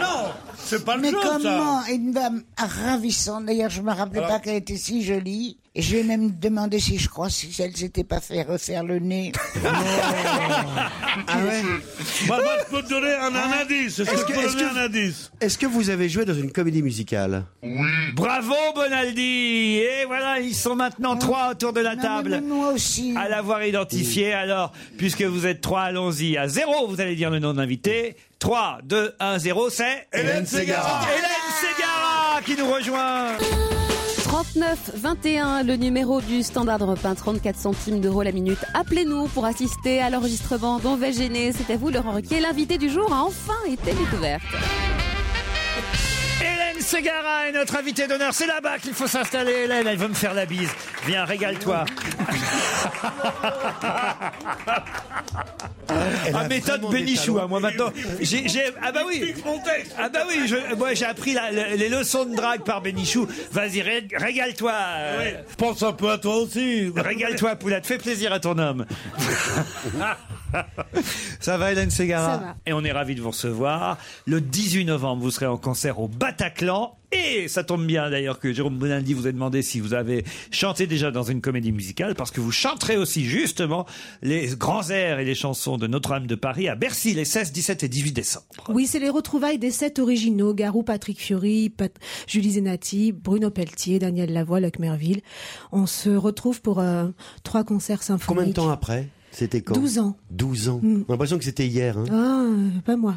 Speaker 5: Non C'est pas le
Speaker 4: Mais
Speaker 5: jeu, ça.
Speaker 4: comment Une femme ravissante. D'ailleurs, je me rappelais
Speaker 5: Alors-
Speaker 4: pas qu'elle était si jolie. Et je lui ai même demandé si je crois si elle s'était pas fait refaire le nez.
Speaker 5: Ah ouais bah, bah, je peux te donner un, un
Speaker 10: Ah.
Speaker 5: indice. Est-ce que je peux donner un indice
Speaker 10: Est-ce que vous avez joué dans une comédie musicale
Speaker 3: Bravo Bonaldi Et voilà, ils sont maintenant trois autour de la table. À l'avoir identifié, alors, puisque vous êtes trois, allons-y. À zéro, vous allez dire le nom de l'invité. 3, 2, 1, 0, c'est...
Speaker 20: Hélène Ségara.
Speaker 3: Hélène Ségara qui nous rejoint
Speaker 18: 39 21, le numéro du standard repas, 34 centimes d'euros la minute. Appelez-nous pour assister à l'enregistrement d'On va gêner. C'est à vous, Laurent Ruquier. L'invité du jour a enfin été découverte.
Speaker 3: Hélène Ségara est notre invitée d'honneur. C'est là-bas qu'il faut s'installer, Hélène. Elle veut me faire la bise. Viens, régale-toi. ah, méthode Bénichou, hein, moi maintenant. J'ai, j'ai- ah bah oui. Ah bah oui, je- moi j'ai appris la- la- les leçons de drague par Bénichou. Vas-y, ré- régale-toi.
Speaker 5: Pense un peu à toi aussi.
Speaker 3: Régale-toi, Poulette. Fais plaisir à ton homme. Ça va, Hélène Ségara
Speaker 22: Ça va.
Speaker 3: Et on est ravis de vous recevoir. Le 18 novembre, vous serez en concert au Bataclan. Et ça tombe bien d'ailleurs que Jérôme Bonaldi vous ait demandé si vous avez chanté déjà dans une comédie musicale, parce que vous chanterez aussi justement les grands airs et les chansons de Notre-Dame de Paris à Bercy les 16, 17 et 18 décembre.
Speaker 22: Oui, c'est les retrouvailles des sept originaux, Garou, Patrick Fiori, Pat- Julie Zenati, Bruno Pelletier, Daniel Lavoie, Luc Merville. On se retrouve pour euh, trois concerts symphoniques.
Speaker 10: Combien de temps après C'était quand
Speaker 22: 12 ans. Mm. euh,
Speaker 10: 12 ans. J'ai l'impression que c'était hier. hein.
Speaker 22: Ah, euh, pas moi.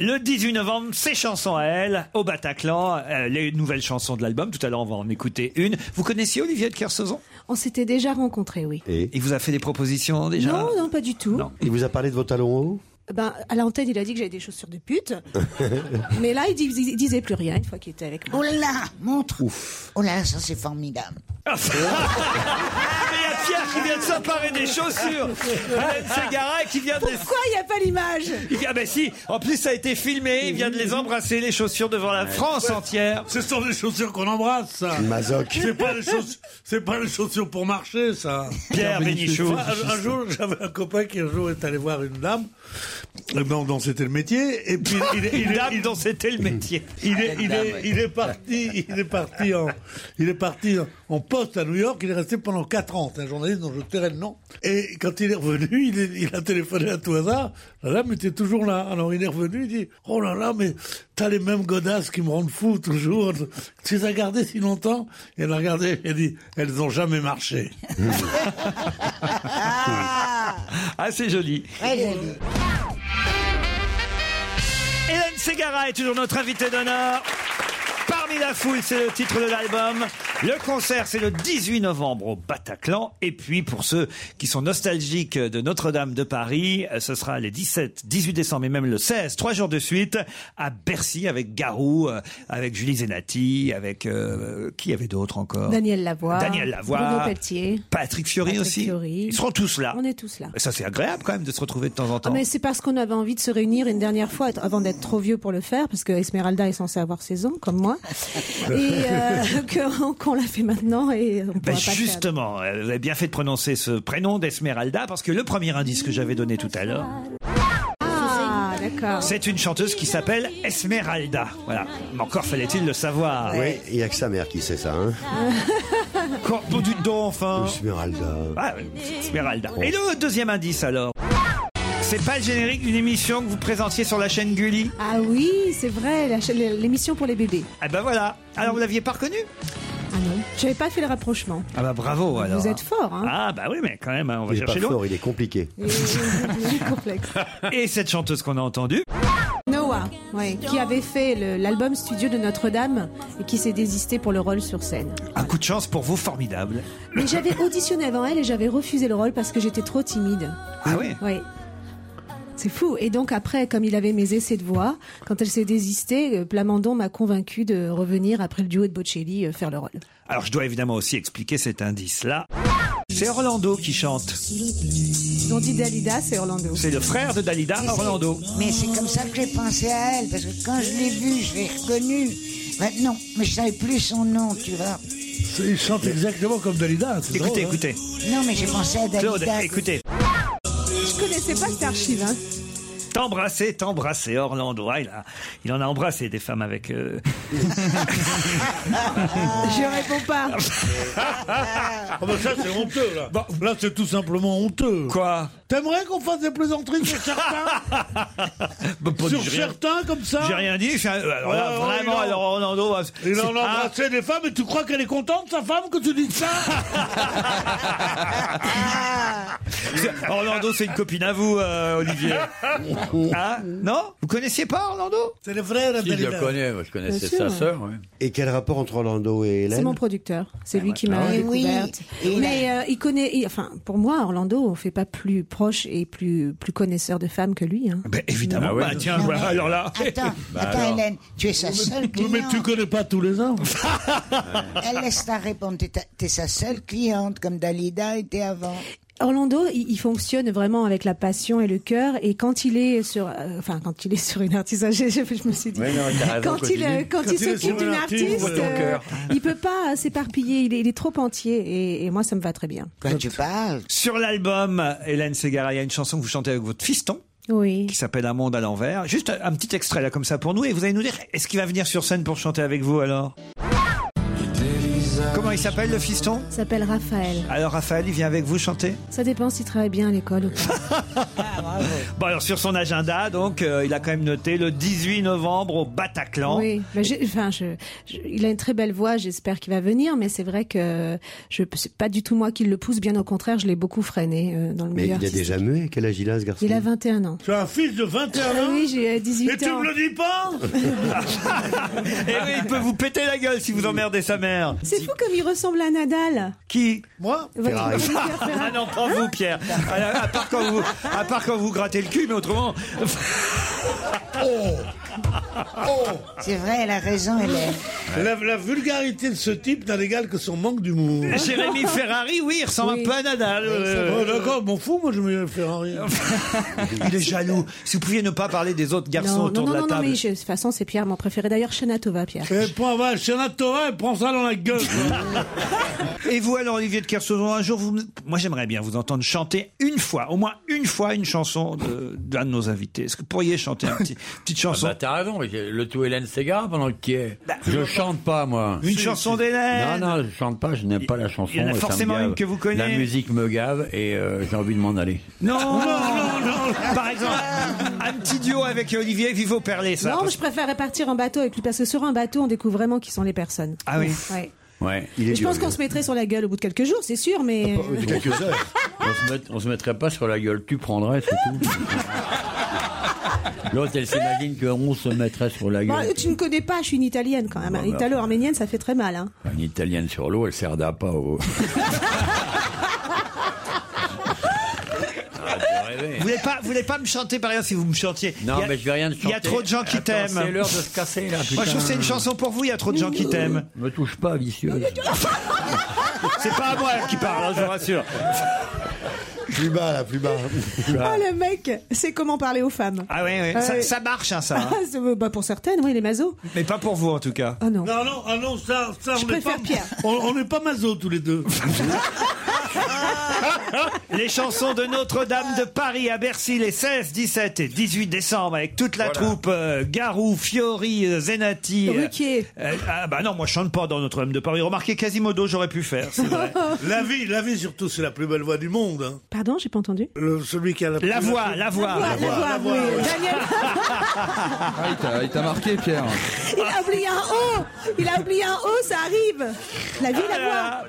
Speaker 3: Le 18 novembre, ses chansons à elle, au Bataclan, euh, les nouvelles chansons de l'album. Tout à l'heure, on va en écouter une. Vous connaissiez Olivier de Kersauzon
Speaker 22: On s'était déjà rencontrés, oui.
Speaker 3: et Il vous a fait des propositions déjà
Speaker 22: Non, non, pas du tout.
Speaker 10: Il vous a parlé de vos talons hauts
Speaker 22: Ben, à l'antenne, il a dit que j'avais des chaussures de pute. mais là, il, dis- il disait plus rien une fois qu'il était avec moi.
Speaker 4: Oh là là, montre. Ouf. Oh là là, ça c'est formidable.
Speaker 3: Ah, Mais il y a Pierre qui vient de s'emparer des chaussures. Alain Segara qui vient de les...
Speaker 22: Pourquoi il n'y a pas l'image
Speaker 3: Il vient- Ah ben si, en plus ça a été filmé, il vient de les embrasser les chaussures devant la France entière.
Speaker 5: Ce sont des chaussures qu'on embrasse, ça.
Speaker 10: Mazoc.
Speaker 5: C'est pas les chaussures, c'est pas les chaussures pour marcher, ça.
Speaker 3: Pierre Bénichou.
Speaker 5: Enfin, Ah,
Speaker 20: Ah,
Speaker 5: Un, un jour, j'avais un copain qui un jour est allé voir une dame euh, dont, dont c'était le métier, et puis il,
Speaker 3: Une dame dont c'était le métier. Ah,
Speaker 5: Il est, il est, il est parti, il est parti en, il est parti en- en poste à New York. Il est resté pendant 4 ans. C'est un journaliste dont je tairai le nom. Et quand il est revenu, il, est- il a téléphoné à tout hasard. La dame était toujours là. Alors il est revenu, il dit, oh là là, mais t'as les mêmes godasses qui me rendent fou toujours. Tu les as gardées si longtemps? Et elle a regardé, elle dit, elles ont jamais marché.
Speaker 3: Ah c'est joli. Hélène Segara est toujours notre invitée d'honneur. Parmi la foule, c'est le titre de l'album. Le concert, c'est le 18 novembre au Bataclan. Et puis, pour ceux qui sont nostalgiques de Notre-Dame de Paris, euh, ce sera les 17, 18 décembre et même le 16, trois jours de suite, à Bercy avec Garou, euh, avec Julie Zenati, avec euh, qui y avait d'autres encore
Speaker 22: Daniel Lavoie.
Speaker 3: Daniel Lavoie. Ah.
Speaker 22: Bruno Pelletier.
Speaker 3: Patrick Fiori
Speaker 22: Patrick
Speaker 3: aussi.
Speaker 22: Fiori.
Speaker 3: Ils seront tous là.
Speaker 22: On est tous là.
Speaker 3: Ça, c'est agréable quand même de se retrouver de temps en
Speaker 22: Ah,
Speaker 3: temps.
Speaker 22: mais c'est parce qu'on avait envie de se réunir une dernière fois avant d'être trop vieux pour le faire, parce que Esmeralda est censée avoir 16 ans, comme moi, et euh, que- qu'on l'a fait maintenant et on pourra
Speaker 3: Ben
Speaker 22: pas faire.
Speaker 3: justement, euh, vous avez bien fait de prononcer ce prénom d'Esmeralda parce que le premier indice que j'avais donné tout à l'heure,
Speaker 22: Ah, d'accord.
Speaker 3: c'est une chanteuse qui s'appelle Esmeralda. Voilà. Mais encore fallait-il le savoir.
Speaker 10: Oui, il n'y a que sa mère qui sait ça. Hein.
Speaker 3: Quand on dit don, enfin.
Speaker 10: Esmeralda.
Speaker 3: Ah, oui, Esmeralda. Et le deuxième indice alors C'est pas le générique d'une émission que vous présentiez sur la chaîne Gulli
Speaker 22: Ah oui, c'est vrai, la cha- l'émission pour les bébés.
Speaker 3: Ah ben voilà. Alors vous l'aviez pas reconnu
Speaker 22: Ah non, j'avais pas fait le rapprochement.
Speaker 3: Ah bah bravo alors.
Speaker 22: Vous êtes fort, hein.
Speaker 3: Ah bah oui mais quand même, hein, on va
Speaker 10: Il est
Speaker 3: chercher
Speaker 10: pas
Speaker 3: l'autre.
Speaker 10: fort, il est compliqué.
Speaker 22: C'est complexe.
Speaker 3: Et cette chanteuse qu'on a entendue
Speaker 22: Noah, ouais, qui avait fait le- l'album studio de Notre-Dame et qui s'est désisté pour le rôle sur scène.
Speaker 3: Un coup de chance pour vous, formidable.
Speaker 22: Mais j'avais auditionné avant elle et j'avais refusé le rôle parce que j'étais trop timide.
Speaker 3: Ah oui
Speaker 22: Oui. C'est fou. Et donc après, comme il avait mes essais de voix, quand elle s'est désistée, euh, Plamondon m'a convaincu de revenir après le duo de Bocelli euh, faire le rôle.
Speaker 3: Alors je dois évidemment aussi expliquer cet indice-là. C'est Orlando qui chante.
Speaker 22: Ils ont dit Dalida, c'est Orlando.
Speaker 3: C'est le frère de Dalida,
Speaker 4: Mais c'est-
Speaker 3: Orlando.
Speaker 4: Mais c'est comme ça que j'ai pensé à elle, parce que quand je l'ai vue, je l'ai reconnue. Maintenant, mais je savais plus son nom, tu vois.
Speaker 5: Il chante exactement comme Dalida. c'est
Speaker 3: Écoutez,
Speaker 5: drôle, hein.
Speaker 3: écoutez.
Speaker 4: Non, mais j'ai pensé à Dalida.
Speaker 3: Claude, écoutez.
Speaker 22: Je connaissais pas cette archive. Hein.
Speaker 3: T'embrasser, t'embrasser, Orlando. Ah, il, a- il en a embrassé des femmes avec... euh,
Speaker 22: Je réponds pas.
Speaker 5: Ah bah ça c'est honteux là. Là c'est tout simplement honteux.
Speaker 3: Quoi
Speaker 5: T'aimerais qu'on fasse des plaisanteries sur certains
Speaker 3: bah, pas
Speaker 5: Sur
Speaker 3: du- j'ai rien-
Speaker 5: certains comme ça
Speaker 3: J'ai rien dit. j'ai- Alors là,
Speaker 5: Ouais, ouais,
Speaker 3: vraiment,
Speaker 5: il en-
Speaker 3: alors Orlando... bah,
Speaker 5: Il
Speaker 3: c'est-
Speaker 5: en a
Speaker 3: Ah,
Speaker 5: embrassé des femmes et tu crois qu'elle est contente sa femme que tu dis ça
Speaker 3: c'est- Orlando, c'est une copine à vous, euh, Olivier. Hein non Vous connaissiez pas Orlando
Speaker 5: C'est le frère
Speaker 7: Si, je le connais, moi, je connaissais
Speaker 22: Bien sûr.
Speaker 7: sa sœur. oui.
Speaker 10: Et quel rapport entre Orlando et
Speaker 22: C'est
Speaker 10: Hélène
Speaker 22: mon producteur. C'est lui qui m'a
Speaker 10: Ah ouais.
Speaker 22: découverte.
Speaker 4: Oui, et
Speaker 22: Mais euh, il connaît. il- enfin, pour moi, Orlando, on fait pas plus proche et plus plus connaisseur de femmes que lui. Hein.
Speaker 3: Ben, évidemment.
Speaker 7: Ah ouais.
Speaker 3: Bah, tiens, voilà, alors là...
Speaker 4: Attends,
Speaker 7: Bah
Speaker 4: attends
Speaker 7: alors.
Speaker 4: Hélène, Ben, tu es sa seule
Speaker 5: Oui,
Speaker 4: cliente.
Speaker 5: mais tu connais pas tous les hommes.
Speaker 4: Elle laisse ta répondre. T'es, ta- t'es sa seule cliente, comme Dalida était avant.
Speaker 22: Orlando, il, il fonctionne vraiment avec la passion et le cœur. Et quand il est sur, euh, enfin, quand il est sur une artiste, je, je- je me suis dit,
Speaker 7: Ouais, non, t'as raison,
Speaker 22: quand il, euh,
Speaker 7: continue.
Speaker 22: quand
Speaker 5: Quand
Speaker 22: il
Speaker 5: il est sur
Speaker 22: s'occupe
Speaker 5: une
Speaker 22: d'une
Speaker 5: artiste,
Speaker 22: artiste,
Speaker 5: voilà.
Speaker 22: euh, il peut pas euh, s'éparpiller. Il est, il est trop entier. Et, et moi, ça me va très bien.
Speaker 4: Quand tu parles.
Speaker 3: Sur l'album, Hélène Ségara, il y a une chanson que vous chantez avec votre fiston.
Speaker 22: Oui.
Speaker 3: qui s'appelle Un monde à l'envers. Juste un petit extrait là comme ça pour nous et vous allez nous dire est-ce qu'il va venir sur scène pour chanter avec vous alors
Speaker 23: Comment il s'appelle le fiston
Speaker 22: Il s'appelle Raphaël.
Speaker 23: Alors Raphaël, il vient avec vous chanter
Speaker 22: Ça dépend s'il travaille bien à l'école ou pas.
Speaker 3: Bon, alors sur son agenda, donc, euh, il a quand même noté le 18 novembre au Bataclan.
Speaker 22: Oui, mais j'ai- enfin, je- je- il a une très belle voix, j'espère qu'il va venir, mais c'est vrai que je c'est pas du tout moi qui le pousse, bien au contraire, je l'ai beaucoup freiné euh, dans le
Speaker 10: Mais
Speaker 22: milieu
Speaker 10: il y a
Speaker 22: artistique.
Speaker 10: déjà muet. Quel âge il a ce garçon
Speaker 22: Il a 21 ans.
Speaker 5: Tu as un fils de 21 ans
Speaker 22: Oui, j'ai euh, 18 ans.
Speaker 5: Et tu me le dis pas
Speaker 3: Et oui, il peut vous péter la gueule si vous emmerdez sa mère.
Speaker 22: C'est fou comme il ressemble à Nadal.
Speaker 3: Qui
Speaker 23: Moi
Speaker 3: Ferrari. Ah non, pas vous, Pierre. Ah, À, à part quand vous, à part quand vous grattez le cul, mais autrement.
Speaker 4: C'est vrai, elle a raison, elle est.
Speaker 5: La, la vulgarité de ce type n'a d'égal que son manque d'humour. hein.
Speaker 3: Jérémy Ferrari, oui, il ressemble un peu à Nadal. euh.
Speaker 5: Oh, D'accord, m'en fous, moi je mets Ferrari.
Speaker 3: Il est jaloux. Si vous pouviez ne pas parler des autres garçons
Speaker 22: non, non,
Speaker 3: autour
Speaker 22: non,
Speaker 3: de la
Speaker 22: non, non,
Speaker 3: table.
Speaker 22: mais je- de toute façon, c'est Pierre mon préféré. D'ailleurs, Shanatova, Pierre.
Speaker 5: Et point, va, Shana Torah, elle prend ça dans la gueule.
Speaker 3: Et vous, alors, Olivier de Kersauzon, un jour, vous... me- moi j'aimerais bien vous entendre chanter une fois, au moins une fois, une chanson de- d'un de, nos invités. Est-ce que vous pourriez chanter une petite chanson
Speaker 7: Ah bah, t'as raison, mais j'ai- le tout Hélène Ségara pendant qu'il est. je chante pas, moi.
Speaker 3: Bah, Une chanson d'Hélène
Speaker 7: Non, non, je chante pas, je n'aime pas la chanson.
Speaker 3: il y en
Speaker 7: et
Speaker 3: a
Speaker 7: ça me
Speaker 3: forcément
Speaker 7: gave.
Speaker 3: une que vous connaissez.
Speaker 7: La musique me gave et euh, j'ai envie de m'en aller.
Speaker 3: Non, non,
Speaker 5: bah.
Speaker 3: non, non. Par exemple, un petit duo avec Olivier Vivo Perlé, ça.
Speaker 22: Ah bah. non, mais je préférerais partir en bateau avec lui parce que sur un bateau, on découvre vraiment qui sont les personnes.
Speaker 3: Ah oui.
Speaker 22: Ouais.
Speaker 7: Ouais.
Speaker 22: Et je pense qu'on se mettrait sur la gueule au bout de quelques jours, c'est sûr,
Speaker 3: Ah,
Speaker 22: mais.
Speaker 7: Au bout de quelques heures. on, se met- on se mettrait pas sur la gueule, tu prendrais, c'est tout. L'autre, elle s'imagine qu'on se mettrait sur la
Speaker 22: Bon,
Speaker 7: gueule.
Speaker 22: Bah, tu ne connais pas, je suis une italienne quand même. hein.
Speaker 7: Ouais, bah,
Speaker 22: Italo-arménienne, ça fait très mal. Hein.
Speaker 7: Une italienne sur l'eau, elle sert d'appât au. Ah,
Speaker 3: Vous voulez pas, vous voulez pas me chanter par exemple si vous me chantiez
Speaker 7: Non,
Speaker 3: Il y a-
Speaker 7: mais je vais rien te
Speaker 3: Il y a
Speaker 7: chanter.
Speaker 3: trop de gens qui
Speaker 7: Attends,
Speaker 3: t'aiment.
Speaker 7: c'est l'heure de se casser, là,
Speaker 3: Moi, je trouve
Speaker 7: putain. Euh,
Speaker 3: que c'est une chanson pour vous. Il y a trop de gens qui t'aiment.
Speaker 7: Me touche pas, vicieuse.
Speaker 3: C'est pas à moi qui parle, hein, je vous rassure.
Speaker 10: Plus bas, là, plus bas.
Speaker 22: Oh, le mec, c'est comment parler aux femmes.
Speaker 3: Ah oui, oui.
Speaker 22: Ah
Speaker 3: ça,
Speaker 22: oui.
Speaker 3: ça marche, hein, ça. hein.
Speaker 22: Ah, c'est- bah, pour certaines, oui, les masos.
Speaker 3: Mais pas pour vous, en tout cas.
Speaker 22: Ah non.
Speaker 5: Non, non, ah non, ça, ça
Speaker 22: Je
Speaker 5: on n'est pas,
Speaker 22: préfère Pierre.
Speaker 5: on, on est pas maso tous les deux.
Speaker 3: Les chansons de Notre-Dame de Paris à Bercy les 16, 17 et 18 décembre avec toute la troupe euh, Garou, Fiori, euh, Zenati. euh,
Speaker 22: Ruquier.
Speaker 3: euh, ah bah non, moi je chante pas dans Notre-Dame de Paris. Remarquez, Quasimodo, j'aurais pu faire. c'est vrai.
Speaker 5: La vie, la vie surtout, c'est la plus belle voix du monde. hein.
Speaker 22: Pardon, j'ai pas entendu.
Speaker 5: Le- celui qui a la,
Speaker 3: La
Speaker 5: plus-
Speaker 3: voix, la voix.
Speaker 22: La voix, la voix, oui. Daniel.
Speaker 6: Ah, il t'a- il t'a marqué, Pierre.
Speaker 22: Il a oublié un O Il a oublié un O, ça arrive La vie, la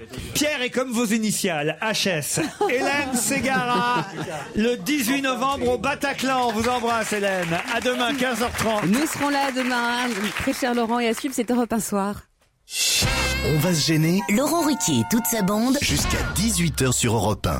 Speaker 22: voix
Speaker 3: Pierre est comme vos initiales, HS. Hélène Ségara, le 18 novembre au Bataclan. On vous embrasse, Hélène. À demain, 15h30.
Speaker 18: Nous serons là demain, hein. très cher Laurent, et à suivre, c'est Europe un soir.
Speaker 1: On va se gêner.
Speaker 24: Laurent Ruquier et toute sa bande.
Speaker 1: Jusqu'à 18h sur Europe 1.